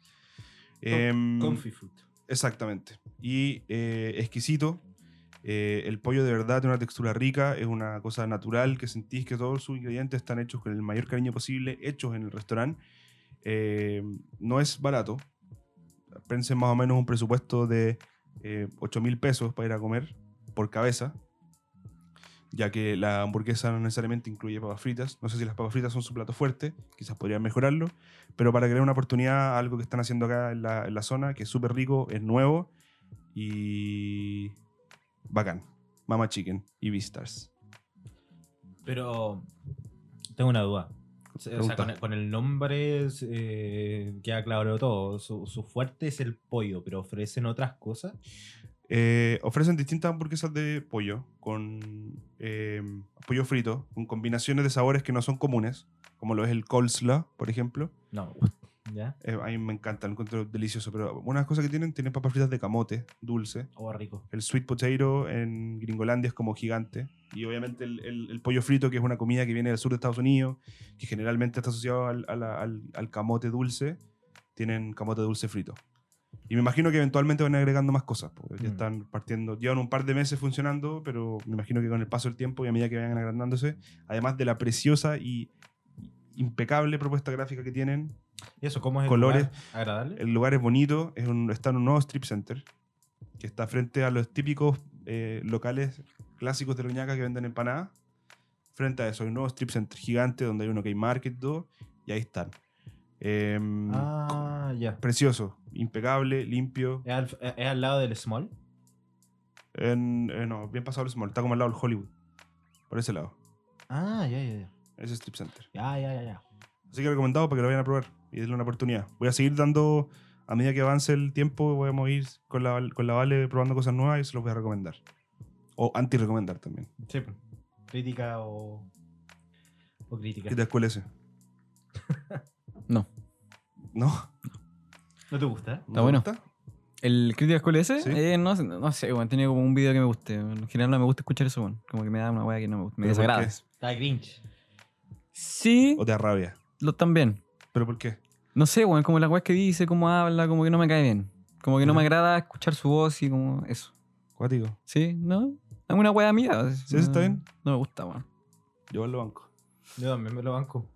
S3: Em,
S5: Comfy food.
S3: Exactamente. Y eh, exquisito. Eh, el pollo de verdad tiene una textura rica, es una cosa natural que sentís que todos sus ingredientes están hechos con el mayor cariño posible, hechos en el restaurante. Eh, no es barato. Pensen más o menos un presupuesto de eh, 8 mil pesos para ir a comer por cabeza, ya que la hamburguesa no necesariamente incluye papas fritas. No sé si las papas fritas son su plato fuerte, quizás podrían mejorarlo pero para crear una oportunidad a algo que están haciendo acá en la, en la zona, que es súper rico, es nuevo y bacán. Mama Chicken y Beastars.
S5: Pero tengo una duda. O sea,
S3: Pregunta.
S5: con, el, con el nombre es, eh, queda claro todo. Su, su fuerte es el pollo, pero ofrecen otras cosas.
S3: Eh, ofrecen distintas hamburguesas de pollo con eh, pollo frito, con combinaciones de sabores que no son comunes, como lo es el coleslaw, por ejemplo.
S5: No, [laughs] ¿ya?
S3: Eh, a mí me encanta, lo encuentro delicioso. Pero unas cosas que tienen, tienen papas fritas de camote, dulce.
S5: Oh, rico.
S3: El sweet potato en Gringolandia es como gigante. Y obviamente el, el- el pollo frito, que es una comida que viene del sur de Estados Unidos, que generalmente está asociado al, a la- al- al camote dulce, tienen camote dulce frito. Y me imagino que eventualmente van agregando más cosas, porque ya
S5: Mm.
S3: están partiendo, llevan un par de meses funcionando, pero me imagino que con el paso del tiempo y a medida que vayan agrandándose, además de la preciosa y impecable propuesta gráfica que tienen,
S5: ¿Y eso cómo es el
S3: Colores.
S5: lugar? ¿Agradable?
S3: el lugar es bonito, es un- está en un nuevo strip center que está frente a los típicos eh, locales clásicos de Loñaca que venden empanadas. Frente a eso, hay un nuevo strip center gigante donde hay uno que hay market, todo, y ahí están. Em,
S5: Ah, ya.
S3: Precioso, impecable, limpio.
S5: ¿Es al, es al lado del small?
S3: En- eh, no, bien pasado el small, está como al lado del Hollywood. Por ese lado,
S5: Ah, ya, ya, ya. Ah,
S3: ese strip center.
S5: Ya, ya, ya, ya.
S3: Así que recomendado para que lo vayan a probar y denle una oportunidad. Voy a seguir dando, a medida que avance el tiempo, voy a ir con la, Val- con la Vale probando cosas nuevas y se los voy a recomendar. O anti-recomendar también.
S5: Sí. pues. Crítica o. O crítica.
S3: ¿Qué te escuela ese?
S4: No.
S3: ¿No?
S5: ¿No te gusta?
S3: ¿No
S4: Está
S3: te
S4: bueno.
S3: gusta?
S4: ¿El Critical School ese?
S3: Sí.
S4: Eh, no, sé- no sé, weón. Tenía como un video que me guste. En general no me gusta escuchar eso, weón. Como que me da una weá que no me gusta. Me
S3: ¿Pero por
S4: desagrada.
S3: qué?
S5: Está cringe.
S4: Sí,
S3: ¿O te da rabia?
S4: lo también.
S3: ¿Pero por qué?
S4: No sé, weón. Como la weá que dice, cómo habla, como que no me cae bien. Como que no me agrada escuchar su voz y como eso.
S3: Cuático.
S4: ¿Sí? ¿No? Es una weá mía.
S3: Sí, está bien.
S4: No me gusta, weón.
S3: Yo lo banco.
S5: Yo también me lo banco.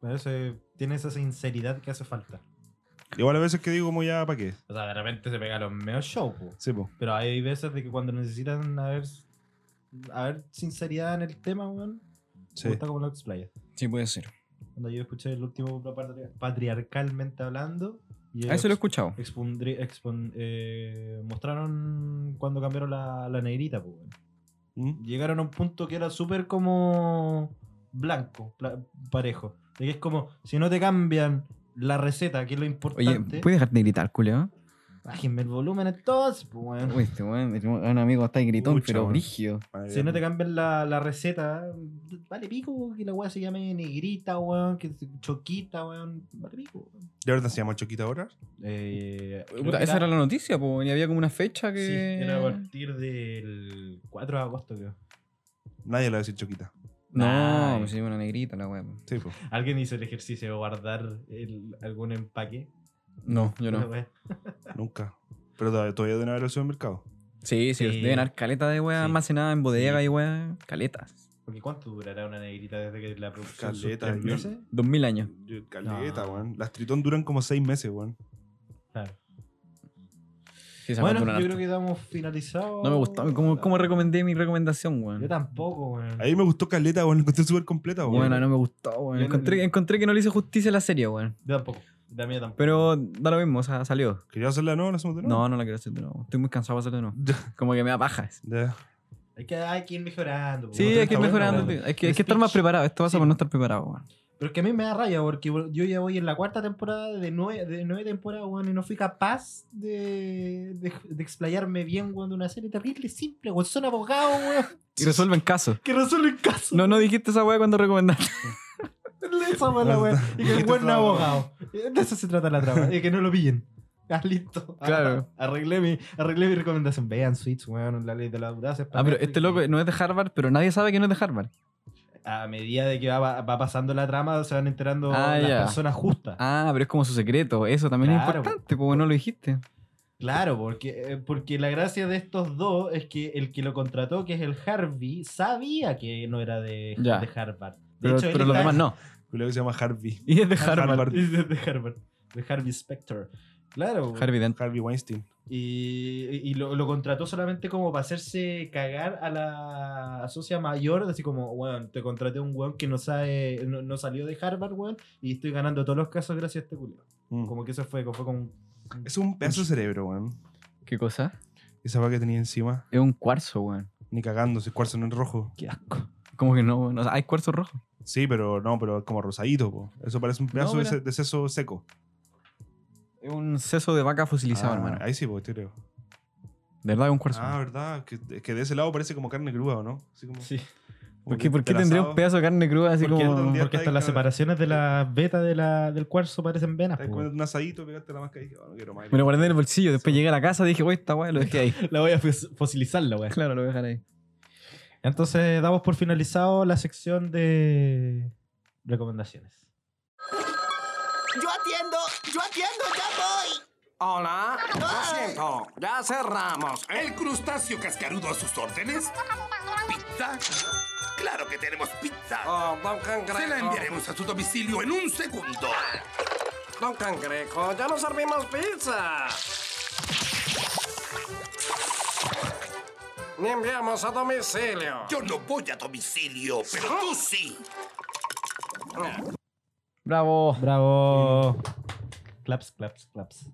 S5: Pero ese- tiene esa sinceridad que hace falta.
S3: Igual a veces que digo como ya, ¿para qué?
S5: O sea, de repente se pega los medios show, po.
S3: Sí, po.
S5: Pero hay veces de que cuando necesitan haber, haber sinceridad en el tema, weón.
S3: Sí.
S5: Me gusta como lo explaya.
S4: Sí, puede ser.
S5: Cuando yo escuché el último patri- patriarcalmente hablando. Y
S4: A Ah, eso lo he
S5: ellos
S4: escuchado.
S5: expondri- expon- eh, mostraron cuando cambiaron la, la negrita, pues. weón.
S3: ¿Mm?
S5: Llegaron a un punto que era súper como blanco, pla- parejo. De que es como, si no te cambian la receta, que es lo
S4: Oye,
S5: importante.
S4: ¿puedes dejar de gritar, culeo?
S5: Bájenme el volumen entonces, pues, weón.
S4: Uy, este weón, es un amigo está ahí gritón,
S3: Pucha,
S4: pero
S3: weón.
S4: brígido.
S3: Para
S5: Si no te
S3: que-
S5: cambian la, la receta, vale pico que la weá se llame negrita, weón, que se- choquita, weón, vale pico. weón.
S3: ¿De verdad se llama Choquita ahora?
S5: Eh, creo
S4: Puta,
S5: que
S4: esa era la noticia, po. Y había como una fecha que.
S5: Sí, era a partir del 4 de agosto, creo.
S3: Nadie le va a decir Choquita.
S4: No,
S5: Ay.
S4: pues se llama una negrita la weá. po.
S3: Sí, po.
S5: ¿Alguien hizo el ejercicio de guardar el- algún empaque?
S4: No, yo
S5: La
S4: no.
S5: weá.
S3: Nunca. Pero todavía todavía deben haber el supermercado.
S4: Sí, sí,
S5: Sí.
S4: deben haber caleta de weá
S5: eh, Sí.
S4: almacenada en bodega y weá. Caletas.
S5: Porque ¿cuánto durará una negrita desde que la producción? sus
S3: Caleta,
S5: tres
S3: yo-
S5: meses?
S4: Dos mil años.
S3: Yo- Caleta,
S5: No.
S3: weón. Las Tritón duran como seis meses, weón.
S5: Claro.
S4: Sí, esa
S5: Bueno,
S4: weá duran
S5: yo creo
S4: harto.
S5: que estamos finalizados.
S4: No me gustó. ¿Cómo, cómo recomendé mi recomendación,
S5: Yo
S4: weón?
S5: tampoco, weón.
S3: A mí me gustó Caleta, weón. La encontré súper completa, weón.
S4: Bueno, no me gustó, weón.
S5: Yo no-
S4: Encontré, encontré que no le hice justicia a la serie, weón.
S5: Yo tampoco. La mía tampoco.
S4: Pero da lo mismo, o sea, salió.
S3: ¿Quería hacerla? No, la hacemos de nuevo.
S4: No, no la quiero hacer de nuevo. Estoy muy cansado de hacerlo de nuevo. Como que me da paja.
S3: Ya.
S5: Hay que, hay que ir mejorando. po.
S4: Sí,
S5: Nosotros
S4: hay que ir
S5: estamos
S4: mejorando.
S5: mejorando.
S4: tío. Hay que, hay
S5: El
S4: que estar más
S5: speech-
S4: preparado. Esto pasa
S5: Sí.
S4: por no estar preparado, weón.
S5: Pero es que a mí me da rabia porque bueno, yo ya voy en la cuarta temporada de nueve, de nueve temporadas, weón, y no fui capaz de, de, de explayarme bien, weón, de una serie terrible, simple, weón. Son abogados, weón, [laughs]
S4: Y resuelven casos.
S5: que resuelven [laughs] casos.
S4: No, no dijiste esa weá cuando
S5: [laughs]
S4: recomendaste.
S5: Esa fue la weón. Y que el weón no es
S3: Traba.
S5: abogado. De eso se trata la trama, de que no lo pillen. Ah, listo. Ah,
S4: Claro.
S5: [laughs] arreglé, mi, arreglé mi recomendación. Vean Switch, weón, la ley de la audacia.
S4: Ah, pero este loco no es de Harvard, pero nadie sabe que no es de Harvard.
S5: A medida de que va, va pasando la trama, se van enterando
S4: Ah,
S5: las
S4: ya.
S5: personas justas.
S4: Ah, pero es como su secreto. Eso también es
S5: Claro,
S4: importante, porque no lo dijiste.
S5: Claro, porque, eh, porque la gracia de estos dos es que el que lo contrató, que es el Harvey, sabía que no era de,
S4: Ya.
S5: de Harvard. De
S4: Pero,
S5: hecho, él
S4: pero los
S5: está-
S4: demás no.
S3: Julio que se llama Harvey.
S4: Y es de
S5: Harvard,
S4: Harvard.
S5: [laughs] es de, de Harvard. De Harvey Specter. Claro. güey.
S4: Harvey Dent.
S3: Harvey Weinstein.
S5: Y, y lo, lo contrató solamente como para hacerse cagar a la socia mayor, así como, weón, te contraté un weón que no sabe, no, no salió de Harvard, weón, y estoy ganando todos los casos gracias a este culo.
S3: Mm.
S5: Como que eso fue, fue como... un-
S3: Es un pedazo de cerebro, weón.
S4: ¿Qué cosa?
S3: Esa va que tenía encima.
S4: Es un cuarzo, weón.
S3: Ni cagando, ese cuarzo no es rojo.
S5: Qué asco.
S4: Como que no, weón. O sea, hay cuarzo rojo.
S3: Sí, pero no, pero es como rosadito, po. Eso parece un pedazo
S4: No,
S3: de,
S4: mira.
S3: se- de seso seco.
S4: Es un seso de vaca fosilizado,
S3: Ah,
S4: hermano.
S3: Ahí sí, po, te creo.
S4: De verdad, un cuarzo.
S3: Ah, ¿verdad? Que, que de ese lado parece como carne cruda, ¿o no? Así como,
S5: Sí.
S3: como
S4: ¿Por
S3: que
S4: qué, por qué
S3: del
S4: tendría
S3: asado.
S4: un pedazo de carne cruda así
S3: Porque
S4: como.?
S3: entendí-
S5: Porque hasta las separaciones de la beta de la, del cuarzo parecen venas.
S3: Estás
S5: po.
S3: comiendo un asadito, pegaste la máscara y dije, oh, no quiero más.
S4: [laughs] Me lo guardé en el bolsillo. Después llegué a la casa y dije, uy, esta weá lo dejé
S5: [laughs]
S4: ahí.
S5: La voy a fos- fosilizar la weá.
S4: claro, lo voy a dejar ahí.
S5: Entonces damos por finalizado la sección de recomendaciones.
S2: Yo atiendo, yo atiendo, ya voy.
S8: Hola, lo siento, ya cerramos. ¿El crustáceo cascarudo a sus órdenes?
S2: ¿Pizza? Claro que tenemos pizza.
S8: Oh, don Cangrejo.
S2: Se la enviaremos a su domicilio en un segundo.
S8: Don Cangrejo, ya no servimos pizza. Ni enviamos a domicilio.
S2: Yo no voy a domicilio, pero
S1: ¿Ah?
S2: tú sí.
S4: Bravo.
S5: Bravo. Claps, claps, claps.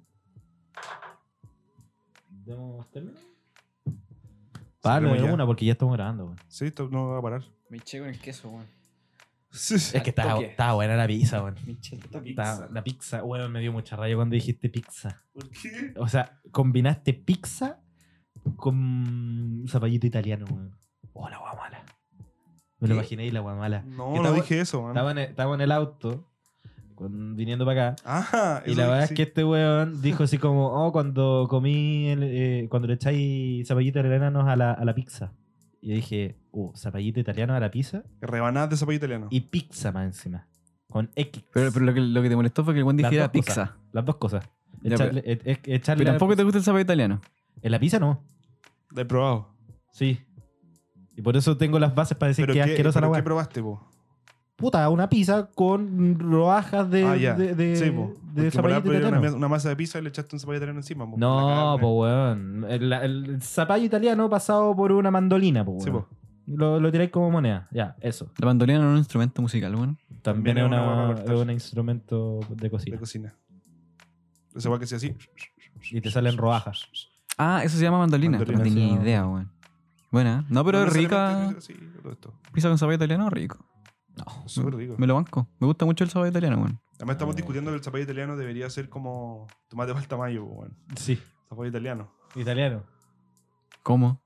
S5: ¿Damos término? Palo
S3: Cerremos
S5: de
S3: ya.
S5: una porque ya estamos grabando. weón.
S3: Sí, esto no va a
S4: [laughs]
S3: parar.
S4: Me eché con el queso, weón.
S5: Es que estaba,
S4: toque.
S5: estaba buena la pizza, weón.
S4: Me eché al toque.
S5: Estaba- La pizza, weón, me dio mucha raya cuando dijiste pizza.
S3: ¿Por qué?
S5: O sea, combinaste pizza con zapallito italiano, weón. Oh, la guamala. Me
S3: ¿Qué?
S5: lo imaginé y la guamala.
S3: No,
S5: Que
S3: no
S5: estaba-
S3: dije eso, man.
S5: Estaba en, estaba en el auto con- viniendo para acá.
S3: Ajá.
S5: Y
S3: Ah, eso
S5: la verdad
S3: sí.
S5: es que este weón dijo
S3: [laughs]
S5: así como, oh, cuando comí, el, eh, cuando le echáis zapallito italiano a la, a la pizza. Y yo dije, oh, zapallito italiano a la pizza
S3: Rebanadas de zapallo italiano.
S5: y pizza más encima. Con X.
S4: Pero, pero lo, que, lo que te molestó fue que el buen
S5: Las
S4: dijera
S5: dos cosas,
S4: pizza.
S5: Las dos cosas.
S4: Ya,
S5: Echarle, e- e- echarle
S4: Pero
S5: a la-
S4: tampoco te gusta el sabor italiano.
S5: En la pizza no.
S3: La he probado.
S5: Sí. Y por eso tengo las bases para decir
S3: Pero
S5: que es
S3: ¿qué,
S5: asquerosa la
S3: pero
S5: weá.
S3: ¿qué probaste, po?
S5: Puta, una pizza con rodajas de,
S3: ah, ya.
S5: Eh, de, de-
S3: sí, po.
S5: de
S3: Porque por
S5: zapallito
S3: ahí ponía
S5: italiano.
S3: una, mes- una masa de pizza y le echaste un zapallo italiano encima. po, con la eh,
S5: No,
S3: carne.
S5: po, weón. El, el zapallo italiano pasado por una mandolina, po, weón.
S3: Sí, po.
S5: Lo, lo tiráis como moneda. Ya, eso.
S4: La bandolina no es un instrumento musical, weón.
S5: También,
S3: También
S5: es,
S3: es una hueá
S5: una-
S3: para cortar.
S5: es un instrumento de cocina.
S3: De cocina. Esa weá que sea así.
S5: Y te salen rodajas.
S4: Ah, eso se llama mandolina.
S3: Mandolina,
S4: no
S3: sí,
S4: tenía
S3: no.
S4: idea, weón. Buena, ¿eh? no, pero
S3: No
S4: es rica.
S3: necesariamente- Sí, todo esto.
S4: Pizza con sabor italiano, rico.
S3: Súper rico.
S4: Me lo banco. Me gusta mucho el sabor italiano, weón.
S3: Además, estamos discutiendo que el zapallo italiano debería ser como tomate palta mayo, po, weón.
S5: Sí.
S3: Zapallo italiano.
S5: Italiano.
S4: ¿Cómo?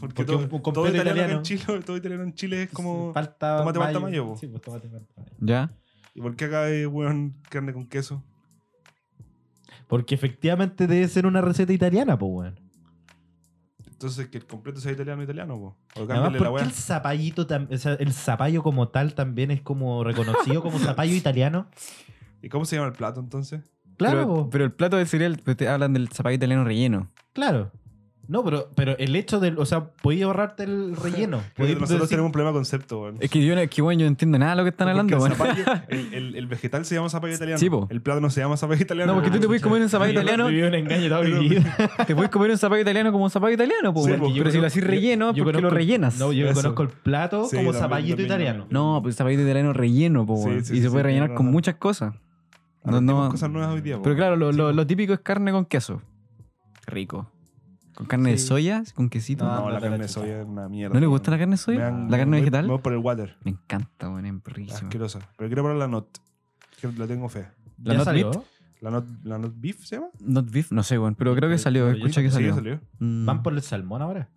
S3: Porque,
S5: Porque
S3: todo,
S5: un- un
S3: todo
S5: completo
S3: italiano, acá
S5: italiano.
S3: En Chile, todo italiano en Chile es como.
S5: Falta
S3: tomate palta mayo, po.
S5: Sí, pues tomate palta mayo.
S4: ¿Ya?
S3: ¿Y por qué acá hay, weón, carne con queso?
S5: Porque efectivamente debe ser una receta italiana, pues, weón.
S3: Entonces, que el completo sea italiano, italiano, po. O
S5: Además,
S3: cámbiale la
S5: porque
S3: weá.
S5: el zapallito, tam- o sea, el zapallo como tal también es como reconocido
S3: [laughs]
S5: como zapallo italiano.
S3: ¿Y cómo se llama el plato entonces?
S5: Claro,
S4: Pero,
S5: po,
S4: pero el plato de cereal, pues, te hablan del zapallo italiano relleno.
S5: claro. No, pero, pero el hecho del, o sea, podía ahorrarte
S3: [laughs]
S5: el relleno.
S3: Porque
S5: Podía
S3: nosotros
S5: decir-
S3: tenemos un problema de concepto, weón.
S4: pues Es que yo, es que, weón, yo no entiendo nada de lo que están hablando,
S3: Porque
S4: weón.
S3: el zapallo- El, el- el vegetal se llama zapallo italiano.
S4: Sí, po.
S3: El plátano se llama zapallo italiano.
S4: No, porque tú te puedes comer un zapallo
S5: Viví-
S4: italiano.
S5: viví un engaño [laughs] toda mi vida.
S4: [laughs] Te puedes comer un zapallo italiano como un zapallo italiano, po,
S3: Sí,
S4: weón.
S3: po.
S4: pero si lo haces
S5: Yo-
S4: relleno, es
S5: yo
S4: porque
S5: conozco-
S4: lo rellenas.
S5: No, yo
S3: Eso.
S5: conozco el plato
S3: Sí,
S5: como
S3: también,
S5: zapallito
S3: también,
S5: italiano.
S3: también.
S4: No, pues zapallito italiano relleno, po,
S3: Sí,
S4: weón.
S3: sí,
S4: y se
S3: sí,
S4: puede
S3: sí,
S4: rellenar
S3: tienes
S4: con
S3: razón.
S4: muchas cosas. No, no.
S3: Aprendimos cosas nuevas hoy día, po.
S4: Pero claro, lo, lo-
S3: Sí, po.
S4: lo típico es carne con queso. Rico. Con carne de
S5: Sí.
S4: soya, con quesito.
S3: No,
S4: No,
S5: Ándate
S3: la carne
S5: la
S3: de soya es una mierda.
S4: le gusta la carne de soya? ¿La carne vegetal?
S3: Vamos por el water.
S4: Me encanta, weón, es riquísima.
S3: Asquerosa. Pero quiero probar la not. Que La tengo fe.
S4: ¿La
S5: ¿Ya
S4: not
S5: salió?
S4: meat?
S3: ¿La not, la not beef se llama?
S4: Not beef, no sé, weón, pero creo que salió,
S5: Pero yo
S4: escuché que
S3: Sí,
S4: salió.
S3: salió.
S4: Mm.
S5: ¿Van por el salmón ahora?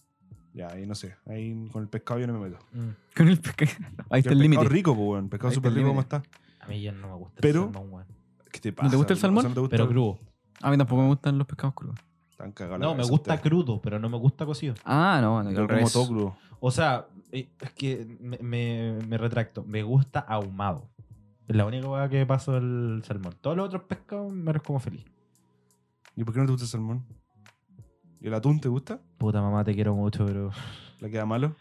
S3: Ya, ahí no sé. Ahí con el pescado yo no me meto.
S4: [laughs]
S5: Mm.
S4: Con el pesca- Ahí
S3: Yo
S4: está el límite.
S3: Pescado rico, pues, weón. Pescado
S4: Ahí está
S3: súper
S4: el
S3: rico, ¿cómo
S4: límite.
S3: está?
S5: A mí ya no me gusta
S3: Pero-
S5: el salmón, weón.
S3: ¿Qué te pasa?
S4: te gusta el
S3: weón?
S4: salmón?
S3: ¿No te gusta?
S5: Pero crudo.
S4: A mí tampoco me gustan los pescados crudos.
S3: Están cagados la
S5: No, me
S3: cabeza
S5: gusta
S3: ustedes.
S5: crudo, pero no me gusta cocido.
S4: Ah, no, no,
S3: Yo como
S4: al revés.
S3: todo crudo.
S5: O sea, eh, es que me, me- me retracto. Me gusta ahumado. Es la única cosa que paso el salmón. Todos los otros pescados me los como feliz.
S3: ¿Y por qué no te gusta el salmón? ¿Y el atún te gusta?
S5: Puta mamá, te quiero mucho, pero.
S3: ¿La queda malo?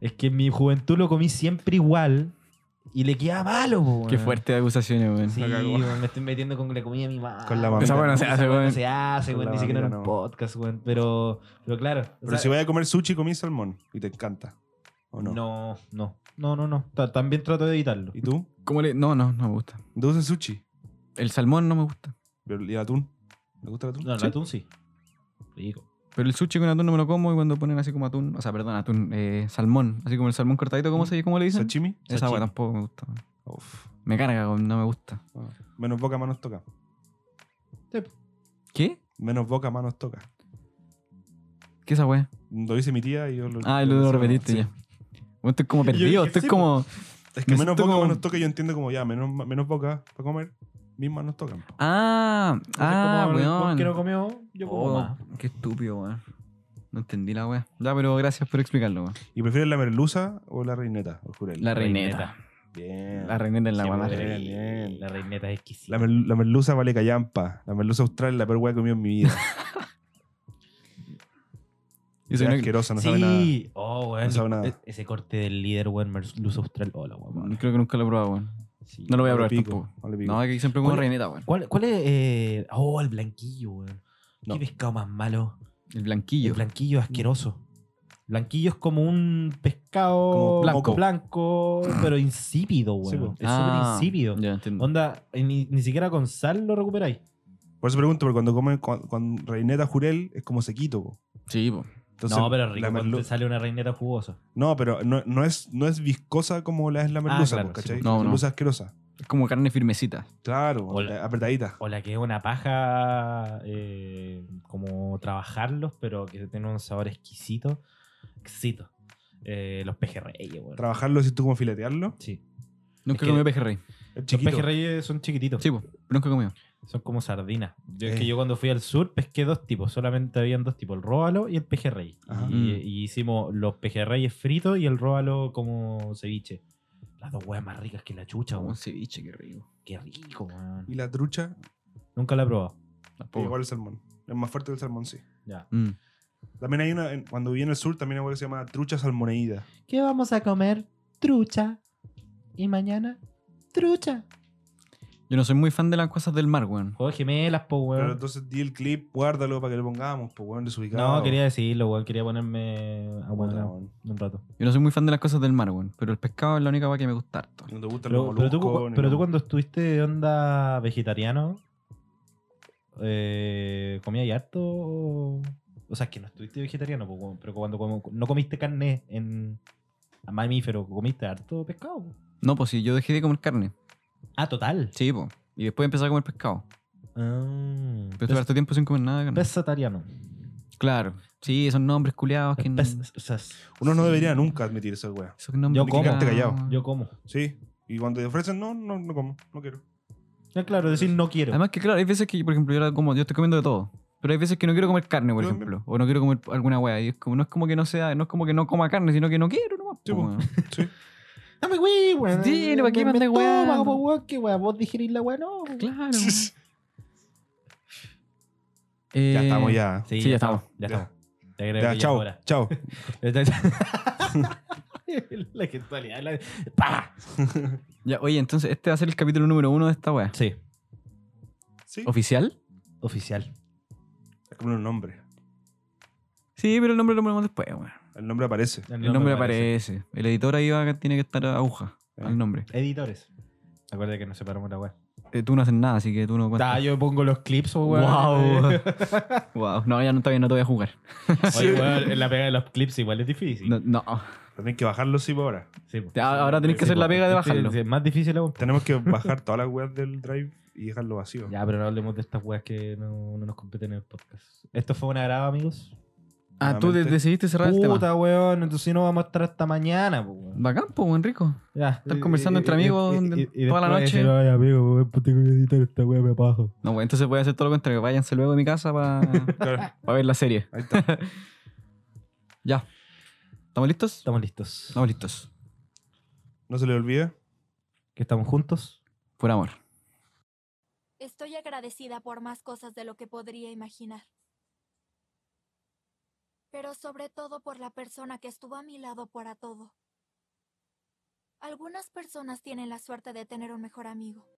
S5: Es que en mi juventud lo comí siempre igual y le queda malo, po,
S4: Qué
S5: weón.
S4: fuerte de acusaciones, weón.
S5: Sí,
S3: La cagó.
S5: weón, me estoy metiendo con la comida de mi mamá.
S3: Con la mamita.
S4: Esa weá no se
S5: Esa
S4: hace,
S5: weá no
S4: weón.
S5: se hace,
S3: Con
S5: weón.
S3: la
S5: Ni siquiera en
S3: mamita
S5: un
S3: no.
S5: podcast, weón. Pero, pero claro. o
S3: Pero
S5: sea,
S3: si voy a comer sushi, comí salmón. Y te encanta. ¿O no?
S5: No, no. No, no, no. Ta- También trato de evitarlo.
S3: ¿Y tú?
S4: ¿Cómo le.? No, no, no me gusta.
S3: ¿No ¿Te gusta el sushi?
S4: El salmón no me gusta.
S3: Pero- ¿Y el atún? ¿Me gusta el atún?
S5: No, el
S4: Sí.
S5: atún sí. Rico.
S4: Pero el sushi con atún no me lo como y cuando ponen así como atún, o sea, perdón, atún, eh, salmón, así como el salmón cortadito, ¿cómo, se, cómo le dicen?
S3: ¿Sashimi?
S4: Esa
S5: sashimi.
S4: agua tampoco me gusta. weón.
S3: Uf.
S4: Me carga, weón, no me gusta.
S3: Bueno, menos boca, manos toca.
S4: ¿Qué?
S3: Menos boca, manos toca.
S4: ¿Qué es esa weá?
S3: Lo dice mi tía y yo lo.
S4: Ah, lo, lo repetiste ya. Bueno, estoy como
S3: Y yo
S4: perdido,
S3: dije,
S4: estoy
S3: sí,
S4: como.
S3: Es que
S4: me
S3: menos
S4: siento
S3: poca,
S4: como-
S3: menos toque, yo entiendo como ya, menos, menos poca para comer, mismas nos tocan.
S4: Ah, ah,
S5: como el
S4: weón.
S5: weón que no comió, yo como
S4: Oh,
S5: más.
S4: Qué estúpido, weón. No entendí la weá. Ya, pero gracias por explicarlo, weón.
S3: ¿Y prefieres la merluza o la reineta? o jurel?
S4: La reineta.
S3: Bien.
S4: La reineta es la weá
S5: pues,
S4: más
S3: bien,
S4: rica.
S3: bien.
S5: La reineta es exquisita.
S3: La, merlu- la merluza vale callampa. La merluza austral es la peor hueá que he comido en mi vida.
S4: Y
S3: Es
S4: soy una-
S3: asquerosa, no sabe nada.
S5: sí, oh, weón.
S3: No sabe nada.
S5: e- Ese corte del líder, weón, versus Luz Austral. Oh, Hola, weón.
S4: Creo que nunca lo he probado, weón. No lo voy
S3: vale
S4: a probar
S3: pico,
S4: tampoco.
S3: vale pico.
S4: No, es que siempre como
S5: ¿Cuál-
S4: reineta, weón.
S5: ¿Cuál, cuál es? eh, oh, el blanquillo, weón.
S3: No. Mm.
S5: ¿Qué pescado más malo?
S4: El blanquillo.
S5: El blanquillo es asqueroso. Blanquillo es como un pescado
S4: Como blanco.
S5: blanco,
S3: [clears throat]
S5: pero insípido, weón.
S3: Sí, po.
S5: es
S4: Ah,
S5: súper insípido.
S4: Ya, entiendo.
S5: Onda, eh, ni, ni siquiera con sal lo recuperáis.
S3: Por eso pregunto, porque cuando comen con, con reineta jurel es como sequito. po.
S4: Sí, po.
S3: Entonces,
S5: no, pero es
S3: la
S5: rico
S3: merlu-
S5: cuando te sale una reineta jugosa.
S3: No, pero no, no es, no es viscosa como la es la merluza,
S5: Ah, claro,
S3: po,
S5: sí,
S3: ¿cachai?
S4: po. No,
S3: la
S4: no.
S3: merluza es asquerosa.
S4: Es como carne firmecita.
S3: Claro,
S5: O la-
S3: apretadita.
S5: O la que es una paja, eh, como trabajarlos, pero que tiene un sabor exquisito. Exquisito. Eh, los pejerreyes, weón.
S3: Trabajarlo si tú como filetearlo.
S5: Sí.
S4: Nunca
S5: que-
S4: he comido pejerrey.
S3: Es
S5: Los
S3: chiquito.
S5: pejerreyes son chiquititos.
S4: Sí, po. Nunca he comido.
S5: Son como sardinas. Yo, Es
S3: Eh.
S5: que yo cuando fui al sur pesqué dos tipos. Solamente habían dos tipos, el róbalo y el pejerrey.
S3: Ajá.
S5: Y,
S4: Mm.
S5: y hicimos los pejerreyes fritos y el róbalo como ceviche. Las dos huevas más ricas que la chucha,
S4: Un
S5: weón.
S4: ceviche, qué rico.
S5: Qué rico, weón.
S3: Y la trucha,
S5: Nunca la he probado.
S3: igual el salmón. Es más fuerte que el salmón, sí.
S5: Ya.
S4: Mm.
S3: También hay una, en- cuando viví en el sur, también hay algo que se llama trucha salmoneída.
S5: ¿Qué vamos a comer? Trucha. Y mañana, trucha.
S4: Yo no soy muy fan de las cosas del mar, weón.
S5: Juego de Oh, gemelas, po,
S3: Pero
S5: weón.
S3: entonces di el clip, guárdalo para que lo pongamos, pues weón, desubicado.
S5: No, quería decirlo, weón. Quería ponerme a
S3: Puta,
S5: weón
S3: weón.
S5: un rato.
S4: Yo no soy muy fan de las cosas del mar, weón. Pero el pescado es la única weá que me gusta harto.
S3: No te gustan
S5: Pero,
S3: los
S5: pero tú,
S3: moluscos,
S5: cu-
S3: ni
S5: pero tú
S3: nada.
S5: cuando estuviste de onda vegetariano, eh, ¿comías harto? O o sea, es que no estuviste vegetariano, po, weón, pero cuando como- no comiste carne en a mamífero, ¿comiste harto pescado? po?
S4: No, pues sí, yo dejé de comer carne.
S5: Ah, total.
S4: Sí, po. Y después empecé a comer pescado.
S5: Ah,
S4: Pero estuve harto tiempo sin comer nada de carne.
S5: pesatariano.
S4: Claro. Sí, esos nombres culiados que.
S5: Pes-
S4: Esos
S5: o sea, s-
S3: Uno no debería nunca admitir esa weá.
S4: nombres
S5: Yo como.
S4: culiados.
S3: Quedarte callado.
S5: Yo como.
S3: Sí. Y cuando te ofrecen, no, no, no como, no quiero.
S5: Ya, Ah, claro, decir no quiero.
S4: Además que claro, hay veces que, por ejemplo, yo, ahora como, yo estoy comiendo de todo. Pero hay veces que no quiero comer carne, por
S3: Yo
S4: ejemplo. O no quiero comer alguna hueá. Y es como, no es como que no sea, no es como que no coma carne, sino que no quiero nomás.
S3: Sí,
S4: po,
S3: po.
S4: weón.
S3: Sí.
S5: Dame güey, weón.
S4: Sí, ¿para qué me andas weando?
S5: po, weón, que weón, vos digerís la weón, no. weón.
S4: Claro.
S3: Ya
S4: Eh,
S3: estamos ya.
S4: Sí, ya estamos.
S3: Ya.
S5: Ya estamos. Ya creo
S3: Ya,
S5: que ya
S3: chao,
S5: ahora. [laughs]
S3: chao.
S5: la gestualidad. La... ¡Pah!
S4: Ya, oye, entonces este va a ser el capítulo número uno de esta weá.
S5: Sí,
S3: Sí.
S4: ¿Oficial?
S5: oficial.
S3: Es como un nombre.
S4: Sí, pero el nombre lo ponemos después, weón.
S3: El nombre aparece.
S4: El nombre aparece. El editor ahí va, tiene que estar aguja
S3: Eh.
S4: al nombre.
S5: Editores. Acuérdate que nos separamos la weá. Ah,
S4: Eh, tú no haces nada, así que tú no cuentas.
S5: yo pongo los clips, Eh,
S4: Wow. [laughs] wow. No, ya no está bien, no te voy a jugar. [laughs]
S5: Oye, weón, la pega de los clips igual es difícil.
S4: No. no.
S3: Tenés que bajarlo, sí, por ahora.
S5: Sí, po.
S4: Te- ahora tenés que hacer
S5: po.
S4: la pega de
S5: Este-
S4: bajarlo.
S5: este Es más difícil aún.
S3: Tenemos que bajar todas las weas del drive y dejarlo vacío.
S5: Ya, pero no hablemos de estas weas que no, no nos competen en el podcast. Esto fue una graba, amigos.
S4: Ah, tú de-
S3: Nuevamente.
S4: decidiste cerrar el tema.
S5: Puta, weón. Entonces si no vamos a estar hasta mañana, po, weón.
S4: Bacán, po, Enrico.
S5: Ya.
S4: Estar conversando entre amigos donde- toda la noche.
S5: Ay, amigo, weón, pues tengo que editar esta weá, me apago.
S4: No, pues entonces voy a hacer todo lo contrario. Váyanse luego de mi
S3: [laughs]
S4: casa para
S3: Claro,
S4: ver la serie.
S3: ahí está.
S4: [laughs] Ya. ¿Estamos listos?
S5: Estamos listos.
S4: Estamos listos.
S3: No se le olvide.
S5: Que estamos juntos.
S4: Por amor.
S12: Estoy agradecida por más cosas de lo que podría imaginar. Pero sobre todo por la persona que estuvo a mi lado para todo. Algunas personas tienen la suerte de tener un mejor amigo.